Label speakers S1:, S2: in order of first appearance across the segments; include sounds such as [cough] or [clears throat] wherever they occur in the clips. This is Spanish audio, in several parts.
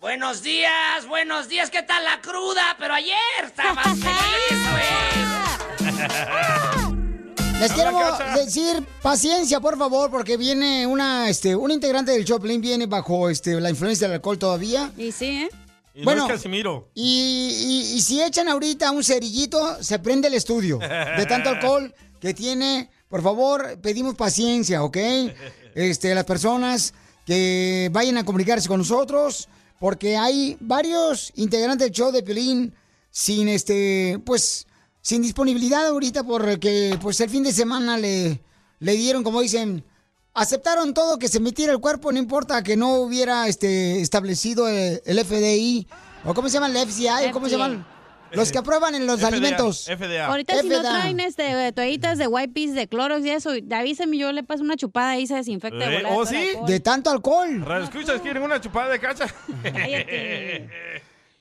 S1: Buenos días, buenos días, ¿qué tal la cruda? Pero ayer estaba feliz, güey.
S2: Les quiero decir paciencia, por favor, porque viene una, este, un integrante del Choplin viene bajo este, la influencia del alcohol todavía.
S3: Y sí, ¿eh?
S4: Y bueno, no es Casimiro.
S2: Y, y, y si echan ahorita un cerillito, se prende el estudio de tanto alcohol que tiene. Por favor, pedimos paciencia, ¿ok? Este, las personas que vayan a comunicarse con nosotros porque hay varios integrantes del show de Piolín sin este, pues, sin disponibilidad ahorita porque pues el fin de semana le, le dieron, como dicen, aceptaron todo que se metiera el cuerpo, no importa que no hubiera este establecido el, el FDI, o cómo se llama el FCI, o cómo se llaman. Los que aprueban en los
S4: FDA,
S2: alimentos.
S4: FDA.
S3: Ahorita si no traen este, eh, toallitas de wipes, de clorox y eso, avísame, yo le paso una chupada y se desinfecta. de
S4: ¿Eh?
S3: volada
S4: ¿Oh,
S3: todo el
S4: sí?
S3: alcohol.
S2: De tanto alcohol.
S4: Radio escuchas, quieren una chupada de cacha.
S3: Cállate.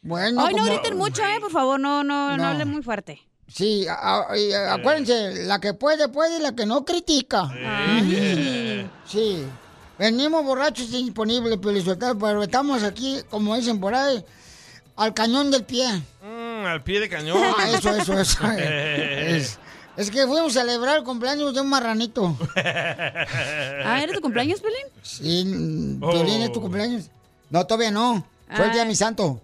S2: Bueno,
S3: Ay, no
S2: como-
S3: griten mucho, eh, por favor, no, no, no,
S2: No.
S3: hablen muy fuerte.
S2: Sí, a- a- y,
S4: Eh.
S2: a- acuérdense, la que puede, puede y la que no critica.
S4: Eh.
S3: Ay.
S2: Sí. Venimos borrachos e disponibles, Pelizotero, pero estamos aquí, como dicen por ahí, al cañón del pie.
S4: [laughs] Mm, al pie de cañón. Eh,
S2: Ah, eso, eso,
S4: [laughs]
S2: eso. es, es que fuimos a celebrar el cumpleaños de un marranito.
S3: [laughs] Ah, ¿era tu cumpleaños, Pelín?
S2: Sí, mm,
S4: Oh.
S2: Piolín, ¿es tu cumpleaños? No, todavía no. Fue el día
S3: Ah.
S2: de mi
S4: [laughs]
S2: santo.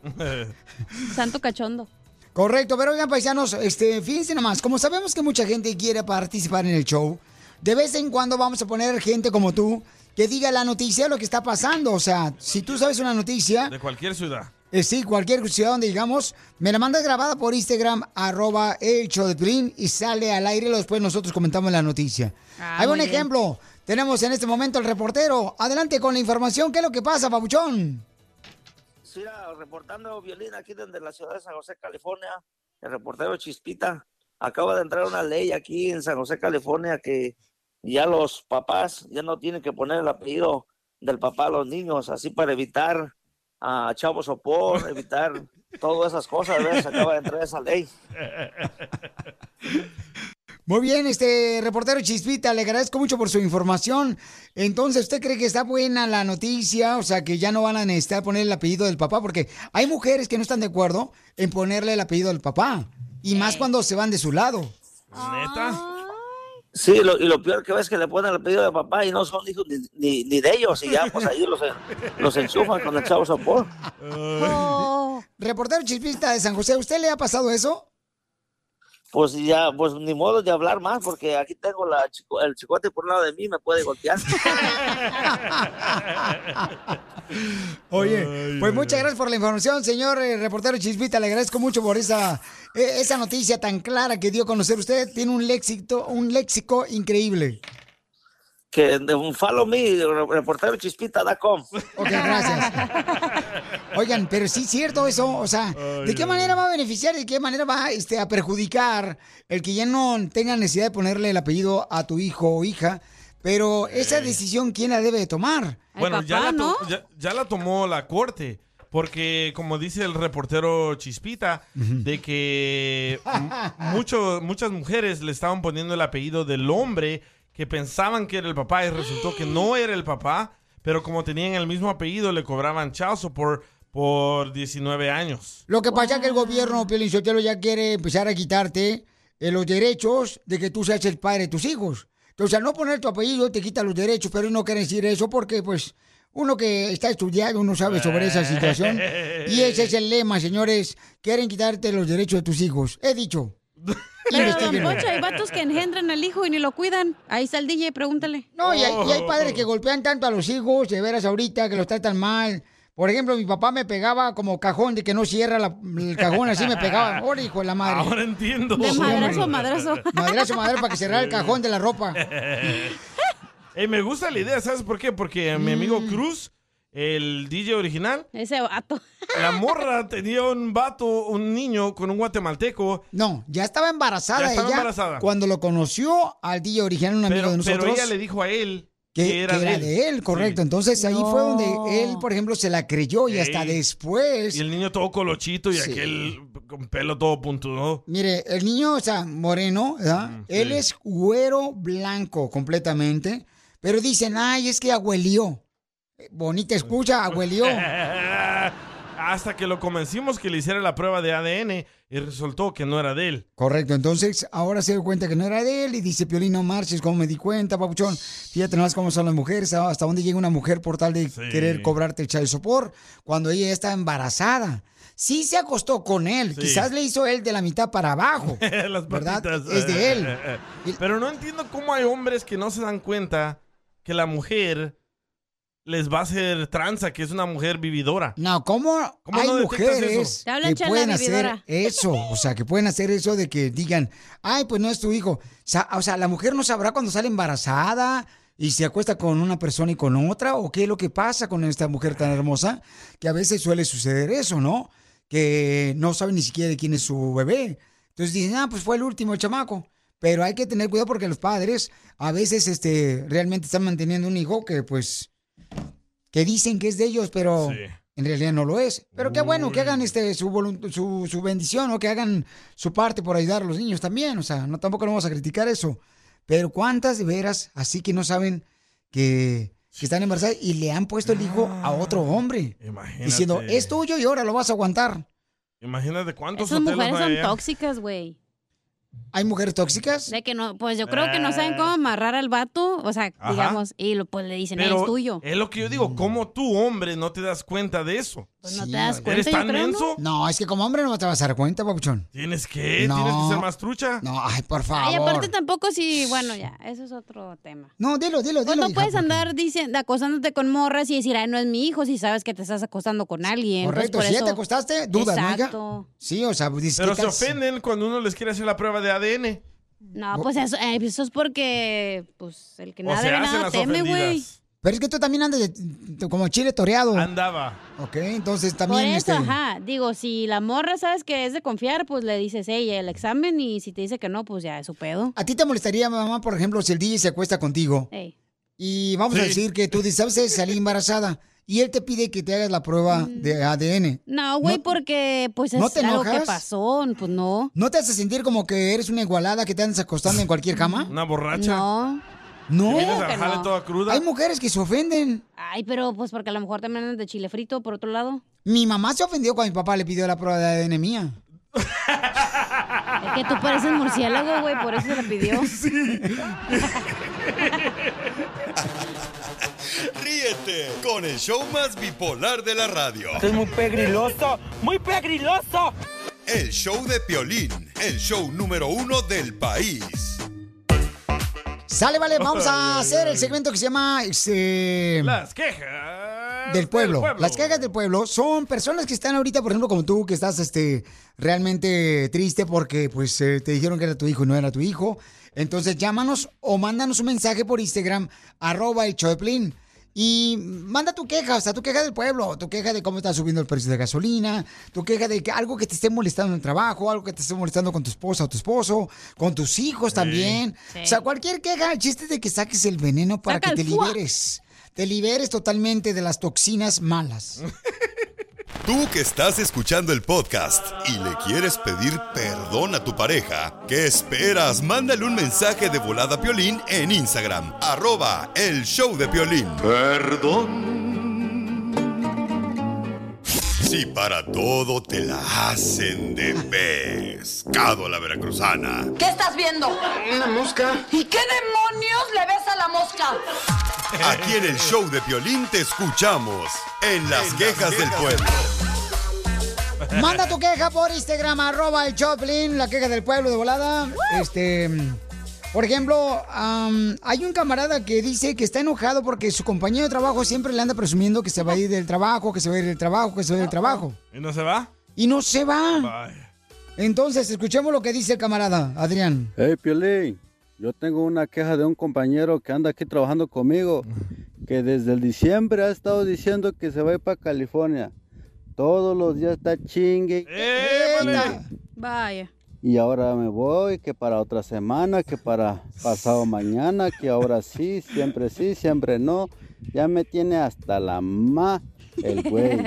S3: Santo cachondo.
S2: Correcto, pero oigan, paisanos, este, fíjense nomás, como sabemos que mucha gente quiere participar en el show, de vez en cuando vamos a poner gente como tú que diga la noticia de lo que está pasando. O sea, si tú sabes una noticia,
S4: De cualquier ciudad.
S2: eh, sí, cualquier ciudad donde digamos, me la mandas grabada por Instagram, arroba el show de Piolín, y sale al aire, y después nosotros comentamos la noticia.
S3: Ah,
S2: Hay un
S3: muy bien.
S2: ejemplo, tenemos en este momento al reportero. Adelante con la información, ¿qué es lo que pasa, babuchón?
S1: Sí, mira, ah, reportando violín aquí desde la ciudad de San José, California. El reportero Chispita. Acaba de entrar una ley aquí en San José, California, que ya los papás ya no tienen que poner el apellido del papá a los niños, así para evitar a chavos sopor, evitar todas esas cosas. ¿ves? Acaba de entrar esa ley.
S2: Muy bien, este reportero Chispita, le agradezco mucho por su información. Entonces, ¿usted cree que está buena la noticia? O sea, que ya no van a necesitar poner el apellido del papá, porque hay mujeres que no están de acuerdo en ponerle el apellido del papá, y más cuando se van de su lado.
S4: Neta.
S1: Sí, lo- y lo peor que ves es que le ponen el apellido de papá y no son hijos ni, ni- ni de ellos, y ya pues ahí los, en- los enchufan con el chavo sopor.
S3: Oh.
S2: Reportero Chispita de San José, ¿usted le ha pasado eso?
S1: Pues ya, pues ni modo de hablar más, porque aquí tengo la chico- el chicote por un lado de mí, me puede golpear.
S2: Oye,
S4: Ay,
S2: pues
S4: ay,
S2: muchas gracias por la información, señor eh, reportero Chispita. Le agradezco mucho por esa, eh, esa noticia tan clara que dio a conocer usted. Tiene un léxico, un léxico increíble.
S1: Que de un follow me, reportero chispita.com.
S2: Ok, gracias. Oigan, pero sí es cierto eso, o sea, ¿de
S4: Ay,
S2: qué
S4: ay,
S2: manera va a beneficiar y de qué manera va este, a perjudicar el que ya no tenga necesidad de ponerle el apellido a tu hijo o hija? Pero esa decisión, ¿quién la debe de tomar?
S3: Ay,
S4: Bueno, ya,
S3: papá,
S4: la to-
S3: ¿no?
S4: ya- ya la tomó la corte. Porque, como dice el reportero Chispita, de que m- mucho- muchas mujeres le estaban poniendo el apellido del hombre que pensaban que era el papá y resultó que no era el papá, pero como tenían el mismo apellido, le cobraban chazo por, por 19 años.
S2: Lo que pasa es que el gobierno, Piolín Sotelo, ya quiere empezar a quitarte eh, los derechos de que tú seas el padre de tus hijos. Entonces, al no poner tu apellido, te quita los derechos, pero no quieren decir eso porque, pues, Uno que está estudiado, uno sabe sobre esa situación. Y ese es el lema, señores. Quieren quitarte los derechos de tus hijos. He dicho.
S3: Pero, don
S2: Investíguenlo.
S3: Poncho, hay vatos que engendran al hijo y ni lo cuidan. Ahí está el DJ, pregúntale.
S2: No, y hay, y hay padres
S4: Oh.
S2: que golpean tanto a los hijos, de veras ahorita, que los tratan mal. Por ejemplo, mi papá me pegaba como cajón de que no cierra la- el cajón, así me
S4: [laughs]
S2: pegaba. Ahora, hijo de la madre.
S4: Ahora entiendo.
S3: De
S2: Sí,
S3: madrazo a
S2: hombre.
S3: madrazo.
S2: Madrazo, madrazo, para que cerrara el cajón de la ropa.
S4: [laughs] Ey, me gusta la idea, ¿sabes por qué? Porque mi
S2: Mm.
S4: amigo Cruz, el DJ original,
S3: Ese vato.
S4: [laughs] la morra tenía un vato, un niño con un guatemalteco.
S2: No, ya estaba embarazada
S4: Ya estaba
S2: ella
S4: embarazada.
S2: cuando lo conoció al DJ original, un amigo
S4: Pero,
S2: de nosotros.
S4: pero ella le dijo a él
S2: que,
S4: que,
S2: que era, de él, correcto.
S4: Sí.
S2: Entonces ahí fue donde él,
S3: No.
S2: por ejemplo, se la creyó y hasta
S4: Ey.
S2: después.
S4: Y el niño todo colochito y
S2: pues? Sí.
S4: aquel con pelo todo puntudo.
S2: Mire, el niño, o sea, moreno, ¿verdad?
S4: Mm,
S2: Él
S4: sí.
S2: es güero blanco completamente, pero dicen, ay, es que abuelió. Eh, Bonita
S4: Pues,
S2: escucha,
S4: [laughs]
S2: abuelió.
S4: Hasta que lo convencimos que le hiciera la prueba de ADN y resultó que no era de él.
S2: Correcto, entonces ahora se dio cuenta que no era de él y dice, Piolín, no marches, ¿cómo me di cuenta, papuchón? Fíjate nomás cómo son las mujeres, ah, hasta dónde llega una mujer por tal de
S4: Sí.
S2: querer cobrarte el child support cuando ella está embarazada. Sí se acostó con él,
S4: Sí.
S2: quizás le hizo él de la mitad para abajo.
S4: [laughs] Las
S2: Oh, ¿Verdad?
S4: patitas.
S2: Es de él.
S4: [laughs] Pero no entiendo cómo hay hombres que no se dan cuenta que la mujer les va a hacer tranza, que es una mujer vividora.
S2: No, ¿cómo,
S4: [laughs] ¿Cómo
S2: hay
S4: no detectas
S2: mujeres
S4: eso?
S3: Te hablan,
S2: que
S3: Chela,
S2: pueden hacer
S3: vividora.
S2: eso? O sea, que pueden hacer eso de que digan, ay, pues no es tu hijo. Sa- O sea, la mujer no sabrá cuando sale embarazada y se acuesta con una persona y con otra, o qué es lo que pasa con esta mujer tan hermosa, que a veces suele suceder eso, ¿no? Que no sabe ni siquiera de quién es su bebé. Entonces dicen, ah, pues fue el último el chamaco. Pero hay que tener cuidado porque los padres a veces este, realmente están manteniendo un hijo que pues que dicen que es de ellos, pero
S4: Sí.
S2: en realidad no lo es. Pero qué bueno que
S4: Uy.
S2: hagan este su, volun- su, su bendición o que hagan su parte por ayudar a los niños también. O sea, no tampoco no vamos a criticar eso. Pero cuántas de veras así que no saben que, que están embarazadas y le han puesto el hijo a otro hombre.
S4: Ah, Imagínate.
S2: Diciendo, es tuyo y ahora lo vas a aguantar.
S4: Imagínate [laughs] cuántos
S3: Esas
S4: hoteles
S3: mujeres
S4: no
S3: son
S4: hay allá.
S3: tóxicas, güey.
S2: ¿Hay mujeres tóxicas?
S3: De que no, pues yo creo que no saben cómo amarrar al vato, o sea,
S4: Eh. Ajá.
S3: digamos, y lo, pues le dicen, "Ey,
S4: Pero
S3: es tuyo.
S4: es lo que yo digo, ¿cómo tú, hombre, no te das cuenta de eso?
S3: Pues no
S2: sí,
S3: te das
S2: vale.
S3: cuenta,
S4: ¿Eres
S3: yo
S4: tan
S3: creo, ¿no?
S4: menso?
S2: No, es que como hombre no te vas a dar cuenta, papuchón.
S4: ¿Tienes que?
S2: No.
S4: ¿Tienes que ser más trucha?
S2: No, ay, por favor.
S3: Ay, aparte tampoco si, bueno, ya, eso es otro tema.
S2: No, dilo, dilo, dilo.
S3: Pues no
S2: hija,
S3: puedes
S2: porque-
S3: andar diciendo, acosándote con morras y decir, ay, no es mi hijo, si sabes que te estás acostando con alguien. pues,
S2: Correcto,
S3: por
S2: si ya
S3: eso-
S2: te acostaste, dudas, ¿no, hija?
S3: Exacto.
S2: Sí, o sea, pues, dices
S4: Pero
S2: ¿qué
S4: se
S2: tal si-
S4: ofenden cuando uno les quiere hacer la prueba de ADN.
S3: No, pues eso, eh, eso es porque, pues, el que
S4: O
S3: nada
S4: se
S3: debe
S4: hacen
S3: nada
S4: las
S3: teme, güey.
S4: ofendidas.
S2: Pero es que tú también andas de- de- como chile toreado.
S4: Andaba.
S2: ok, entonces
S3: Por
S2: también.
S3: eso,
S2: este,
S3: ajá. Digo, si la morra sabes que es de confiar, pues le dices, ella el examen, y si te dice que no, pues ya es su pedo.
S2: ¿A ti te molestaría, mamá, por ejemplo, si el DJ se acuesta contigo
S3: Ey.
S2: y vamos a
S4: Sí.
S2: decir que tú dices, ¿sabes? qué?
S3: [laughs]
S2: Salí embarazada y él te pide que te hagas la prueba de ADN?
S3: Mm. No, güey,
S2: No-
S3: porque pues es
S2: ¿no te
S3: algo
S2: enojas?
S3: que pasó, pues no.
S2: ¿No te hace sentir como que eres una igualada que te andas acostando en cualquier
S3: [laughs]
S2: cama?
S4: Una borracha.
S3: No.
S2: No.
S4: Vienes
S3: Creo
S4: al
S3: que
S4: jale
S3: no.
S4: toda cruda.
S2: Hay mujeres que se ofenden.
S3: Ay, pero pues porque a lo mejor también andas de chile frito, por otro lado.
S2: Mi mamá se ofendió cuando mi papá le pidió la prueba de ADN mía.
S3: Es que tú pareces murciélago, güey, por eso se le
S2: [laughs]
S3: pidió. [laughs]
S5: Ríete con el show más bipolar de la radio.
S6: Es muy pegriloso, muy pegriloso.
S5: El show de Piolín, el show número uno del país.
S2: Sale, vale, vamos a hacer el segmento que se llama este,
S4: Las quejas
S2: del pueblo. Las quejas del pueblo son personas que están ahorita, por ejemplo, como tú, que estás este, realmente triste porque pues eh, te dijeron que era tu hijo y no era tu hijo. Entonces llámanos o mándanos un mensaje por Instagram, arroba el Choplin. Y manda tu queja, o sea, tu queja del pueblo, tu queja de cómo está subiendo el precio de gasolina, tu queja de que algo que te esté molestando en el trabajo, algo que te esté molestando con tu esposa o tu esposo, con tus hijos también.
S3: Sí.
S2: O sea, cualquier queja, el chiste es de que saques el veneno para
S3: Saca
S2: que te
S3: el fuá.
S2: liberes. Te liberes totalmente de las toxinas malas. [laughs]
S5: Tú que estás escuchando el podcast y le quieres pedir perdón a tu pareja, ¿qué esperas? Mándale un mensaje de volada a Piolín en Instagram, arroba el show de Piolín. Perdón. Si para todo te la hacen de pescado a la veracruzana,
S4: [laughs]
S7: ¿Qué estás viendo? Una mosca. ¿Y qué demonios le ves a la mosca?
S5: Aquí en el show de Piolín te escuchamos en las quejas del pueblo.
S2: Manda tu queja por Instagram, arroba el Choplin, la queja del pueblo de volada. Este. Por ejemplo, am, hay un camarada que dice que está enojado porque su compañero de trabajo siempre le anda presumiendo que se va a ir del trabajo, que se va a ir del trabajo, que se va a ir del trabajo.
S4: ¿Y no se va?
S2: Y no se va.
S4: Vaya.
S2: Entonces, escuchemos lo que dice el camarada, Adrián.
S7: Hey, Piolín, yo tengo una queja de un compañero que anda aquí trabajando conmigo, que desde el diciembre ha estado diciendo que se va a ir para California. Todos los días está chingue.
S4: ¡Épale!
S3: Vaya.
S7: Y ahora me voy, que para otra semana, que para pasado mañana, que ahora sí, siempre sí, siempre no. Ya me tiene hasta la ma el güey.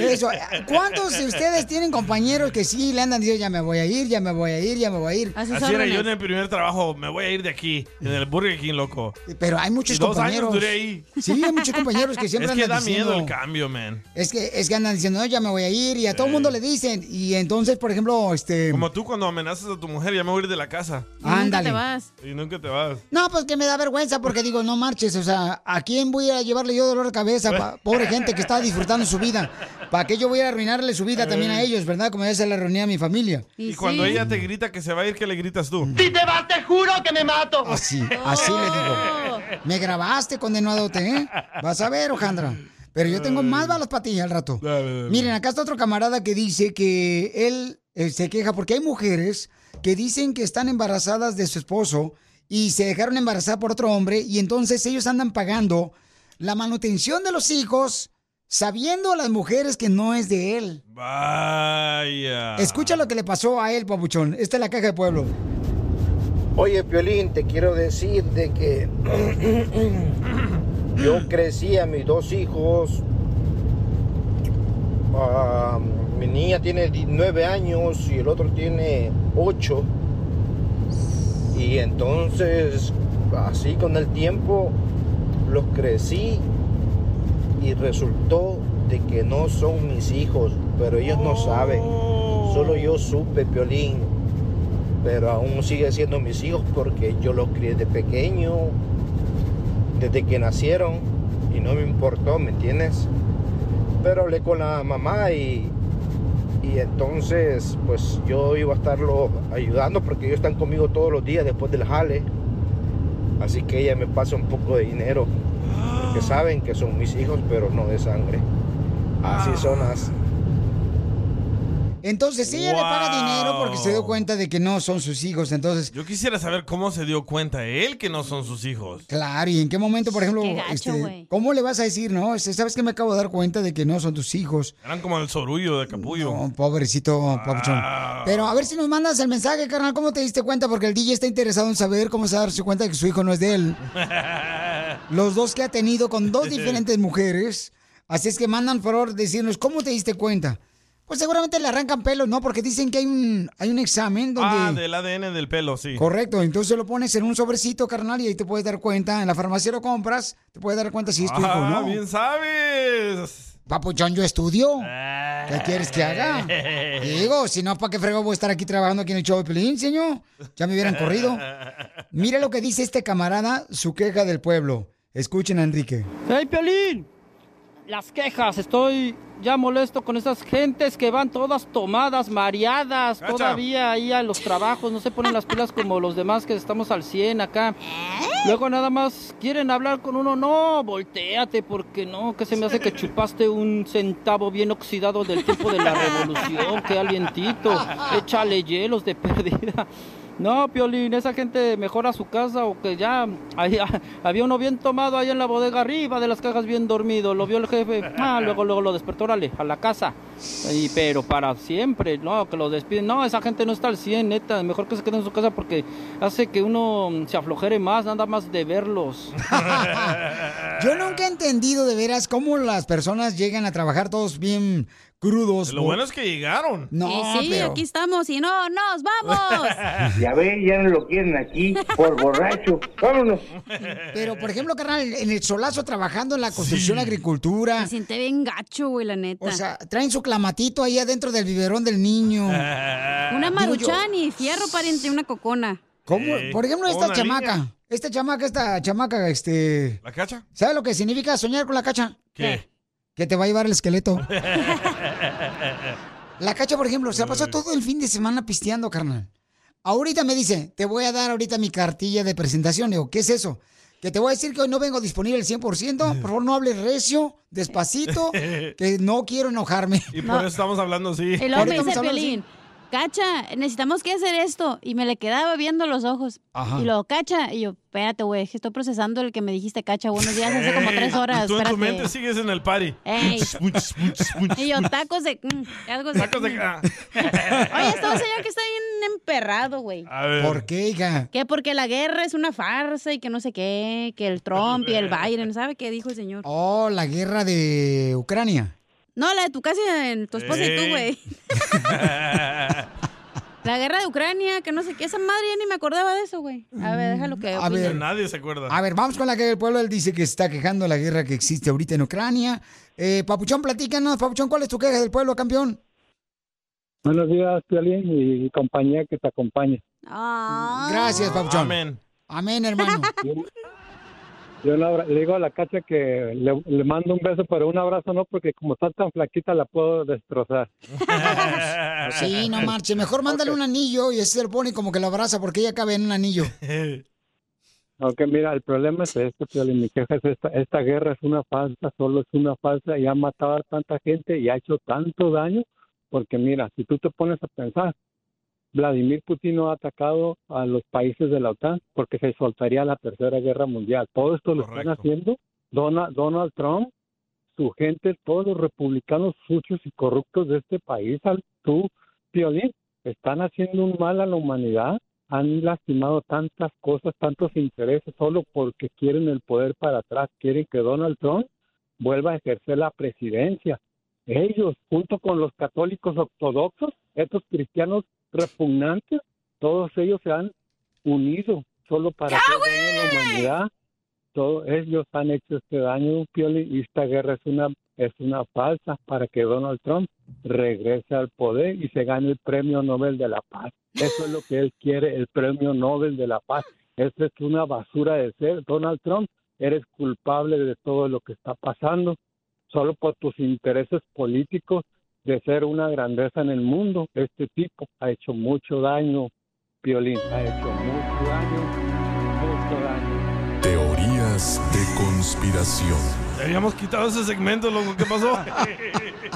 S2: Eso. ¿Cuántos de ustedes tienen compañeros que sí le andan diciendo ya me voy a ir, ya me voy a ir, ya me voy a ir?
S3: A sus
S4: Así era
S3: órdenes.
S4: yo en el primer trabajo. Me voy a ir de aquí, en el Burger King, loco.
S2: Pero hay muchos
S4: Y dos
S2: compañeros.
S4: años duré ahí.
S2: Sí, hay muchos compañeros que siempre
S4: Es que
S2: andan
S4: da
S2: diciendo.
S4: miedo el cambio, man.
S2: Es que, es que andan diciendo, no, ya me voy a ir, y a todo el
S4: Eh.
S2: mundo le dicen. Y entonces, por ejemplo, este.
S4: Como tú cuando amenazas a tu mujer, ya me voy a ir de la casa.
S3: Nunca
S2: Ándale.
S3: te vas.
S4: Y nunca te vas.
S2: No, pues que me da vergüenza porque digo, no marches, o sea, ¿a quién voy a llevarle yo dolor de cabeza? pa- pobre gente que está disfrutando su vida. ¿Para qué yo voy a arruinarle su vida también a ellos, verdad? Como ya se la reunía a mi familia.
S4: Eh. Y, cuando
S3: sí.
S4: ella te grita que se va a ir, ¿qué le gritas tú?
S2: Así, Oh, así le digo.
S3: Oh.
S2: Me grabaste, condenadote, ¿eh? Vas a ver, Ojandra. Pero yo tengo más balas para ti al rato.
S4: Dale, dale.
S2: Miren, acá está otro camarada que dice que él eh, se queja porque hay mujeres que dicen que están embarazadas de su esposo y se dejaron embarazar por otro hombre y entonces ellos andan pagando la manutención de los hijos sabiendo a las mujeres que no es de él.
S4: Vaya.
S2: Escucha lo que le pasó a él, papuchón. Esta es la caja de pueblo.
S8: Oye, Piolín, te quiero decir de que [clears throat] yo crecí a mis dos hijos. Ah, mi niña tiene di- nueve años y el otro tiene ocho. Y entonces, así con el tiempo, los crecí y resultó de que no son mis hijos, pero ellos no saben. Solo yo supe, Piolín pero aún sigue siendo mis hijos porque yo los crié de pequeño, desde que nacieron y no me importó, ¿me entiendes? Pero hablé con la mamá y, y entonces pues yo iba a estarlo ayudando porque ellos están conmigo todos los días después del jale, así que ella me pasa un poco de dinero
S4: Ah.
S8: porque saben que son mis hijos pero no de sangre. Así son las
S4: Ah,
S2: Entonces ella le paga
S4: Wow.
S2: dinero porque se dio cuenta de que no son sus hijos. Entonces,
S4: Yo quisiera saber cómo se dio cuenta él que no son sus hijos.
S2: Claro, y en qué momento, por ejemplo,
S3: Qué gacho,
S2: este,
S3: güey.
S2: ¿cómo le vas a decir, no? Este, Sabes que me acabo de dar cuenta de que no son tus hijos.
S4: Eran como el sorullo de capullo.
S2: No, pobrecito, papuchón.
S4: Ah.
S2: Pero a ver si nos mandas el mensaje, carnal, ¿cómo te diste cuenta? Porque el DJ está interesado en saber cómo se da darse cuenta de que su hijo no es de él. Los dos que ha tenido con dos diferentes mujeres. Así es que mandan por favor decirnos, ¿cómo te diste cuenta? Pues seguramente le arrancan pelos, ¿no? Porque dicen que hay un, hay un examen donde...
S4: Ah, del ADN del pelo, sí.
S2: Correcto, entonces lo pones en un sobrecito, carnal, y ahí te puedes dar cuenta. En la farmacia lo compras, te puedes dar cuenta si es tu hijo o
S4: Ah,
S2: no.
S4: bien sabes. Ah.
S2: Papuchón, yo estudio. ¿Qué quieres que haga? Digo, si no, ¿para qué frego voy a estar aquí trabajando aquí en el show de Pelín, señor? Ya me hubieran corrido. Mira lo que dice este camarada, su queja del pueblo. Escuchen a Enrique.
S6: ¡Hey, Piolín! Las quejas, estoy ya molesto con esas gentes que van todas tomadas, mareadas,
S4: Cacha.
S6: todavía ahí a los trabajos, no se ponen las pilas como los demás que estamos al 100 acá. Luego nada más quieren hablar con uno, no, volteate, porque no, que se me hace que chupaste un centavo bien oxidado del tiempo de la revolución, que alientito, échale hielos de [laughs] perdida. No, Piolín, esa gente mejora su casa o que ya ahí, [laughs] ah, había uno bien tomado ahí en la bodega arriba de las cajas bien dormido, lo vio el jefe, ah, luego luego lo despertó, órale, a la casa. Y, pero para siempre, no, que lo despiden. No, esa gente no está al 100, neta, mejor que se quede en su casa porque hace que uno mm, se aflojere más, nada más de verlos.
S4: Ah.
S2: Yo nunca he entendido de veras cómo las personas llegan a trabajar todos bien crudos.
S4: Lo bueno es que llegaron.
S2: No,
S3: y sí,
S2: pero...
S3: aquí estamos y no nos
S4: [laughs]
S3: vamos.
S8: Ya ve, ya no lo quieren aquí por borracho. Vámonos.
S2: Pero, por ejemplo, carnal, en el solazo trabajando en la construcción, agricultura.
S3: Me siente bien gacho, güey, la neta.
S2: O sea, traen su clamatito ahí adentro del biberón del
S3: [laughs]
S2: niño.
S3: una
S2: digo yo-
S3: maruchan y fierro, pariente, una cocona.
S2: ¿Cómo?
S4: Ey,
S2: Por ejemplo, esta
S4: una
S2: chamaca.
S4: niña.
S2: Esta chamaca, esta chamaca, este.
S4: ¿La cacha?
S2: ¿Sabes lo que significa soñar con la cacha?
S4: ¿Qué?
S2: Que te va a llevar el esqueleto.
S4: [laughs]
S2: La cacha, por ejemplo, se la
S4: Mm.
S2: pasó todo el fin de semana pisteando, carnal. Ahorita me dice, te voy a dar ahorita mi cartilla de presentación. Le digo, ¿qué es eso? Que te voy a decir que hoy no vengo disponible al 100%. Por favor, no hables recio,
S4: [laughs]
S2: despacito, que no quiero enojarme.
S4: Y por eso estamos hablando así.
S3: El hombre dice, Pelín, cacha, necesitamos que hacer esto. Y me le quedaba viendo los ojos.
S4: Ajá.
S3: Y luego, cacha. Y yo, espérate, güey, que estoy procesando el que me dijiste, cacha, buenos días, hace como
S4: Ey,
S3: tres horas.
S4: [laughs] y tú en tu
S3: espérate".
S4: mente sigues en el party.
S3: Ey.
S4: Muchos, muchos,
S3: [laughs]
S4: muchos.
S3: Y yo, tacos de... mm, tacos de...
S4: Tacos de ah.
S3: mm".
S4: ca-
S3: Oye, está un señor que está bien emperrado, güey.
S4: A ver.
S2: ¿Por qué, hija?
S3: Que porque la guerra es una farsa y que no sé qué, que el Trump y
S4: [laughs]
S3: el Biden, ¿sabe qué dijo el señor?
S2: Oh, la guerra de
S4: [laughs]
S2: Ucrania.
S3: No, la de tu casa, en tu esposa y tú, güey. La guerra de Ucrania, que no sé qué, esa madre ya ni me acordaba de eso, güey. A ver, déjalo que
S2: A ver.
S3: opine.
S4: Nadie se acuerda.
S2: A ver, vamos con la que el pueblo él dice que se está quejando de la guerra que existe ahorita en Ucrania. Eh, Papuchón, platícanos, Papuchón, ¿cuál es tu queja del pueblo, campeón?
S9: Buenos días, Piolín y compañía que te acompañe.
S2: Gracias, Papuchón.
S9: Amén. [laughs]
S2: Amén, hermano.
S9: Yo le, abra- le digo a la cacha que le, le mando un beso, pero un abrazo no, porque como está tan flaquita la puedo destrozar.
S2: Sí, no marche. Mejor mándale un anillo y ese se lo pone como que lo abraza porque ella cabe en un anillo.
S9: [laughs] Aunque mira, el problema es este, Piolín, mi queja es esta, esta guerra es una falsa, solo es una falsa y ha matado a tanta gente y ha hecho tanto daño, porque mira, si tú te pones a pensar, Vladimir Putin no ha atacado a los países de la OTAN porque se soltaría la Tercera Guerra Mundial. Todo esto lo están haciendo Donald, Donald Trump, su gente, todos los republicanos sucios y corruptos de este país, al- tú, Piolín, están haciendo un mal a la humanidad, han lastimado tantas cosas, tantos intereses, solo porque quieren el poder para atrás, quieren que Donald Trump vuelva a ejercer la presidencia. Ellos, junto con los católicos ortodoxos, estos cristianos repugnantes, todos ellos se han unido solo para hacer daño a la humanidad. Todos ellos han hecho este daño, Piolín, y esta guerra es una, es una falsa para que Donald Trump regrese al poder y se gane el premio Nobel de la Paz. Eso es lo que él quiere, el premio Nobel de la Paz. Esta es una basura de ser. Donald Trump, eres culpable de todo lo que está pasando solo por tus intereses políticos de ser una grandeza en el mundo. Este tipo ha hecho mucho daño, Piolín, ha hecho mucho daño, mucho daño.
S5: Teorías de conspiración.
S4: Te habíamos quitado ese segmento, loco.
S2: [laughs]
S4: ¿Qué pasó? [laughs]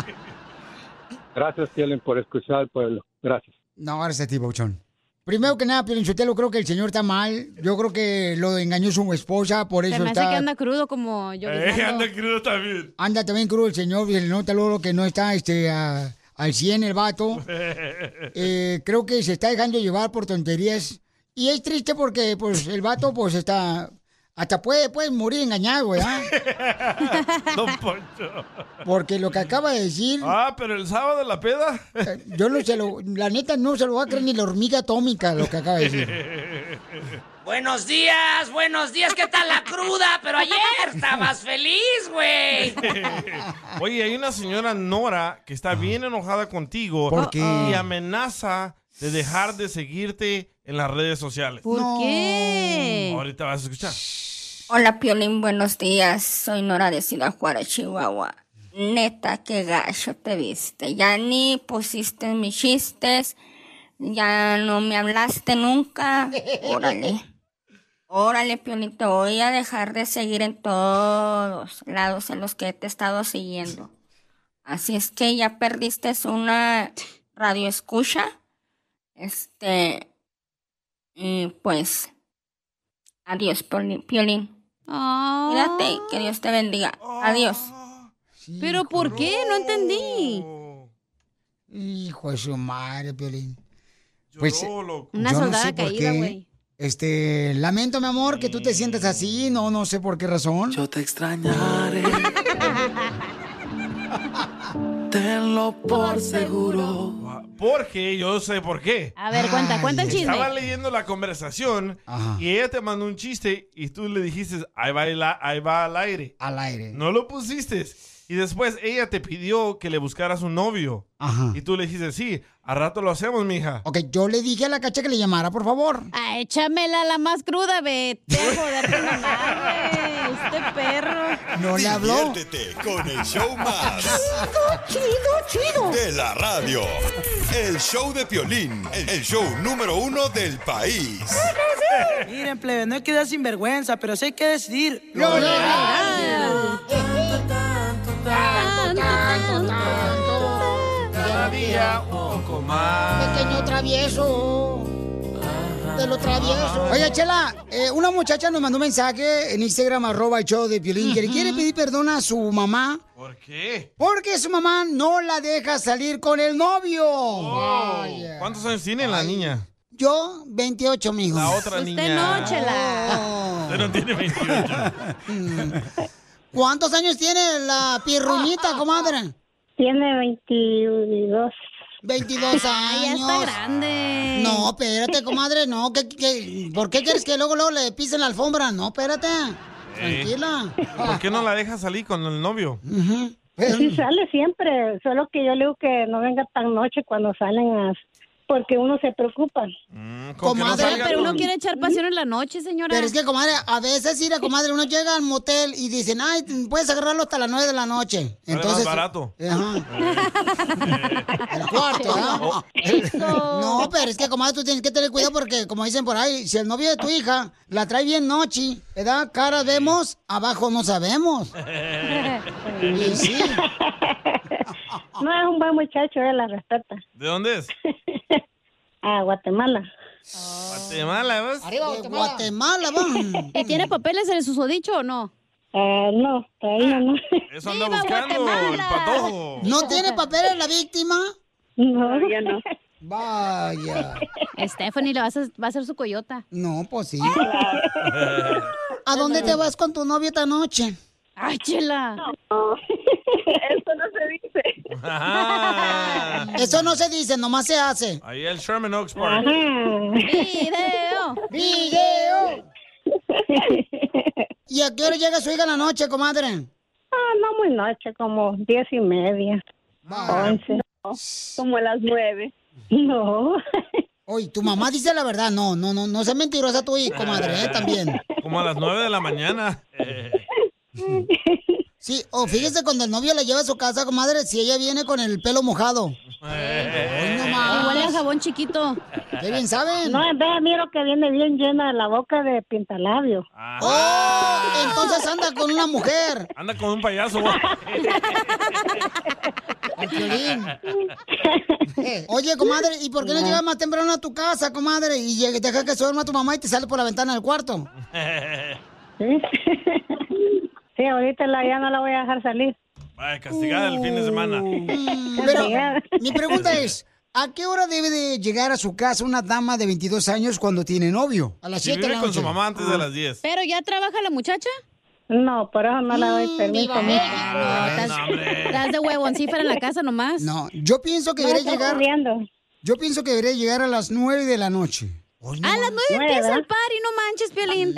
S9: Gracias, Piolín, por escuchar al pueblo. Gracias.
S2: No, gracias a ti, Papuchón. Primero que nada, Pirinchotelo, creo que el señor está mal. Yo creo que lo engañó su esposa, por
S3: Se
S2: eso
S3: me hace
S2: está...
S3: que anda crudo como yo.
S4: Eh, anda crudo también.
S2: Anda también crudo el señor, se le nota luego que no está este, a- al 100 el vato.
S10: [laughs]
S2: Eh, creo que se está dejando llevar por tonterías. Y es triste porque pues el vato pues está... Hasta puede, puede morir engañado, ¿verdad?
S4: Don Poncho.
S2: Porque lo que acaba de decir...
S4: Ah, pero el sábado la peda.
S2: Yo no se lo... La neta no se lo va a creer ni la hormiga atómica lo que acaba de
S4: [laughs]
S2: decir.
S11: Buenos días, buenos días, ¿qué tal la cruda? Pero ayer estabas feliz, güey.
S4: Oye, hay una señora Nora que está bien enojada contigo.
S2: ¿Por qué?
S4: Y amenaza de dejar de seguirte en las redes sociales.
S12: ¿Por No. qué?
S4: Ahorita vas a escuchar.
S12: Hola Piolín, buenos días. Soy Nora de Ciudad Juárez, Chihuahua. Neta, qué gacho te viste. Ya ni pusiste mis chistes. Ya no me hablaste nunca. Órale. Órale, Piolín, te voy a dejar de seguir en todos lados en los que te he estado siguiendo. Así es que ya perdiste una radio escucha. Este. Y pues. Adiós, Piolín. Piolín. Cuídate, que Dios te bendiga. Adiós.
S3: Ah. Pero ¿por qué? No entendí.
S2: Hijo de su madre, Piolín. Pues,
S4: Lloró, loco.
S3: Una
S2: yo
S3: soldada
S2: por
S3: caída,
S2: qué.
S3: güey.
S2: Este, lamento, mi amor, que tú te
S4: Mm.
S2: sientas así. No, no sé por qué razón. Yo te extrañaré.
S4: Tenlo por seguro. Porque yo sé por qué.
S3: A ver, cuenta, cuenta el chisme.
S4: Estaba leyendo la conversación y ella te mandó un chiste y tú le dijiste, ahí va, el a- ahí va al aire.
S2: Al aire.
S4: No lo pusiste. Y después ella te pidió que le buscaras un novio. Y tú le dijiste, sí, a rato lo hacemos, mija.
S2: Ok, yo le dije a la cacha que le llamara, por favor.
S3: Ah, échamela la más cruda, vete a joder tu mamá, güey. Este perro.
S2: No le habló.
S5: Diviértete con el show más
S3: Chido, chido,
S5: de la radio. El show de Piolín, el show número uno del país.
S10: Miren, plebe, no hay que dar sinvergüenza, pero sí hay que decidir.
S5: Lo
S10: legal.
S4: Cada día un poco más.
S2: Pequeño travieso. Te lo travieso.
S10: [laughs]
S2: Oye, Chela, eh, una muchacha nos mandó un mensaje en Instagram, arroba el show de Piolín, que le quiere pedir perdón a su mamá
S4: ¿Por qué?
S2: porque su mamá no la deja salir con el novio.
S4: Oh. Wow. ¿Cuántos años tiene la niña?
S2: Yo, 28, mijo.
S4: La otra Usted niña. no,
S2: Chela.
S4: Usted no tiene 28.
S2: ¿Cuántos años tiene la pirruñita, comadre?
S13: Tiene 22.
S2: 22 años.
S13: Ay, ya está grande.
S2: No, espérate, comadre, no. ¿qué, qué- ¿Por qué quieres que luego, luego le pisen la alfombra? No, espérate.
S4: Eh. Ey. [laughs]
S2: Tranquila. Mm.
S4: ¿Por qué no la deja salir con el novio?
S13: Pues sí sale siempre, solo que yo le digo que no venga tan noche cuando salen a- porque uno se preocupa.
S4: Con [laughs] que no
S2: Comadre,
S4: salga
S2: pero
S4: con-
S2: uno quiere-
S3: Quiere echar pasión en la noche, señora.
S2: Pero es que, comadre, a veces ir a comadre, uno llega al motel y dicen, ay, puedes agarrarlo hasta las 9 de la noche.
S4: Sale más
S2: Entonces. eh,
S4: barato.
S2: El [laughs] cuarto,
S4: Oh.
S2: ¿ah? No, pero es que, comadre, tú tienes que tener cuidado porque, como dicen por ahí, si el novio de tu hija la trae bien noche, ¿verdad? Cara vemos, abajo no sabemos. Y sí.
S13: No es un buen muchacho, ¿eh? él la respeta.
S4: ¿De dónde es?
S13: [laughs] A Guatemala.
S4: Guatemala, ¿ves?
S2: Guatemala,
S3: [laughs] ¿Y tiene papeles el susodicho o no?
S13: no, todavía no.
S4: Eso anda buscando el patojo.
S2: ¿No tiene papeles la víctima?
S13: No.
S3: no.
S2: Vaya.
S3: Stephanie le vas a- va a ser su coyota.
S2: No, pues sí. ¿A dónde te vas con tu novio esta noche?
S3: Ay, chela.
S13: Eso no se dice.
S4: Ajá.
S2: Eso no se dice, nomás se hace.
S4: Ahí el Sherman Oaks Park.
S2: ¡Video! ¡Video! ¿Y a qué hora llega su hija en la noche, comadre?
S13: Ah, no muy noche, como diez y media. Once. Como las nueve. No.
S2: Oye, tu mamá dice la verdad. No, no, no, no seas mentirosa tú, y comadre, ¿eh? también.
S4: Como a las 9 de la mañana. Eh,
S2: Sí, o fíjese cuando el novio la lleva a su casa, comadre, si ella viene con el pelo mojado.
S4: eh,
S2: No
S3: Y huele a
S2: más.
S3: jabón chiquito.
S2: Qué bien saben.
S13: No, en vez miro Ah, que viene bien llena la boca de pintalabio.
S2: ¡Oh! Entonces anda con una mujer.
S4: Anda con un payaso. güey.
S2: Al Piolín. Eh, Oye, comadre, ¿y por qué no llegas más temprano a tu casa, comadre? Y llega- deja que se duerma tu mamá y te sale por la ventana del cuarto.
S13: [laughs] Sí, ahorita la, ya no la voy a dejar salir.
S4: Vaya, castigada el fin de semana.
S2: Uh. Pero mi pregunta es, ¿a qué hora debe de llegar a su casa una dama de 22 años cuando tiene novio? A las
S4: Si
S2: 7 de
S4: vive
S2: la
S4: con
S2: noche.
S4: su mamá antes de las 10.
S3: ¿Pero ya trabaja la muchacha? Mm,
S13: No, por eso no la doy permiso.
S3: viva
S13: mija.
S3: Estás de huevoncífera en la casa nomás.
S2: No, yo pienso que
S3: No,
S2: debería
S3: está
S2: llegar... Yo pienso que debería llegar a las 9 de la noche.
S3: A las nueve
S2: Nueve,
S3: empieza
S2: ¿verdad?
S3: el party, no manches, Piolín.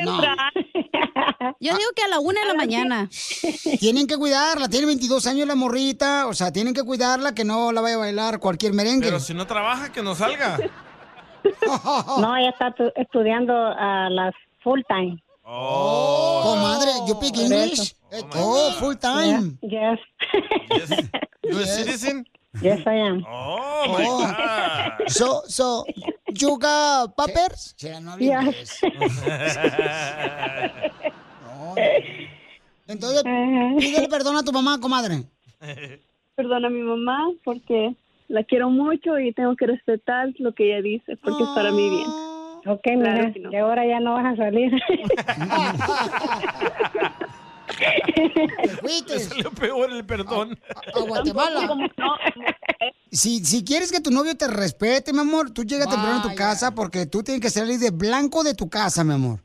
S3: Yo digo que a la una
S13: Ah,
S3: de la mañana.
S2: Tienen que cuidarla, tiene 22 años la morrita, o sea, tienen que cuidarla que no la vaya a bailar cualquier merengue.
S4: Pero si no trabaja, que no
S2: [laughs]
S4: salga.
S14: oh
S13: No, ella está tu- estudiando a las full time.
S4: Oh. Eh,
S2: Comadre, you speak English? Oh, full time.
S13: Yes.
S4: You a citizen?
S13: Yes, I am.
S4: Oh, my
S2: Oh.
S4: God.
S2: So, so, you got papers?
S13: Yes.
S2: [laughs] Entonces, pídele perdón a tu mamá, comadre.
S13: Ah,
S14: Perdona a mi mamá porque la quiero mucho y tengo que respetar lo que ella dice porque es para
S2: Ah.
S14: mi bien.
S13: Ok,
S14: Claro
S13: mira,
S14: que no.
S13: y ahora ya no vas a [laughs] salir.
S4: Le [laughs] salió peor el perdón.
S2: A Guatemala. Si, si quieres que tu novio te respete, mi amor, tú llega temprano a tu casa porque tú tienes que salir de blanco de tu casa, mi amor.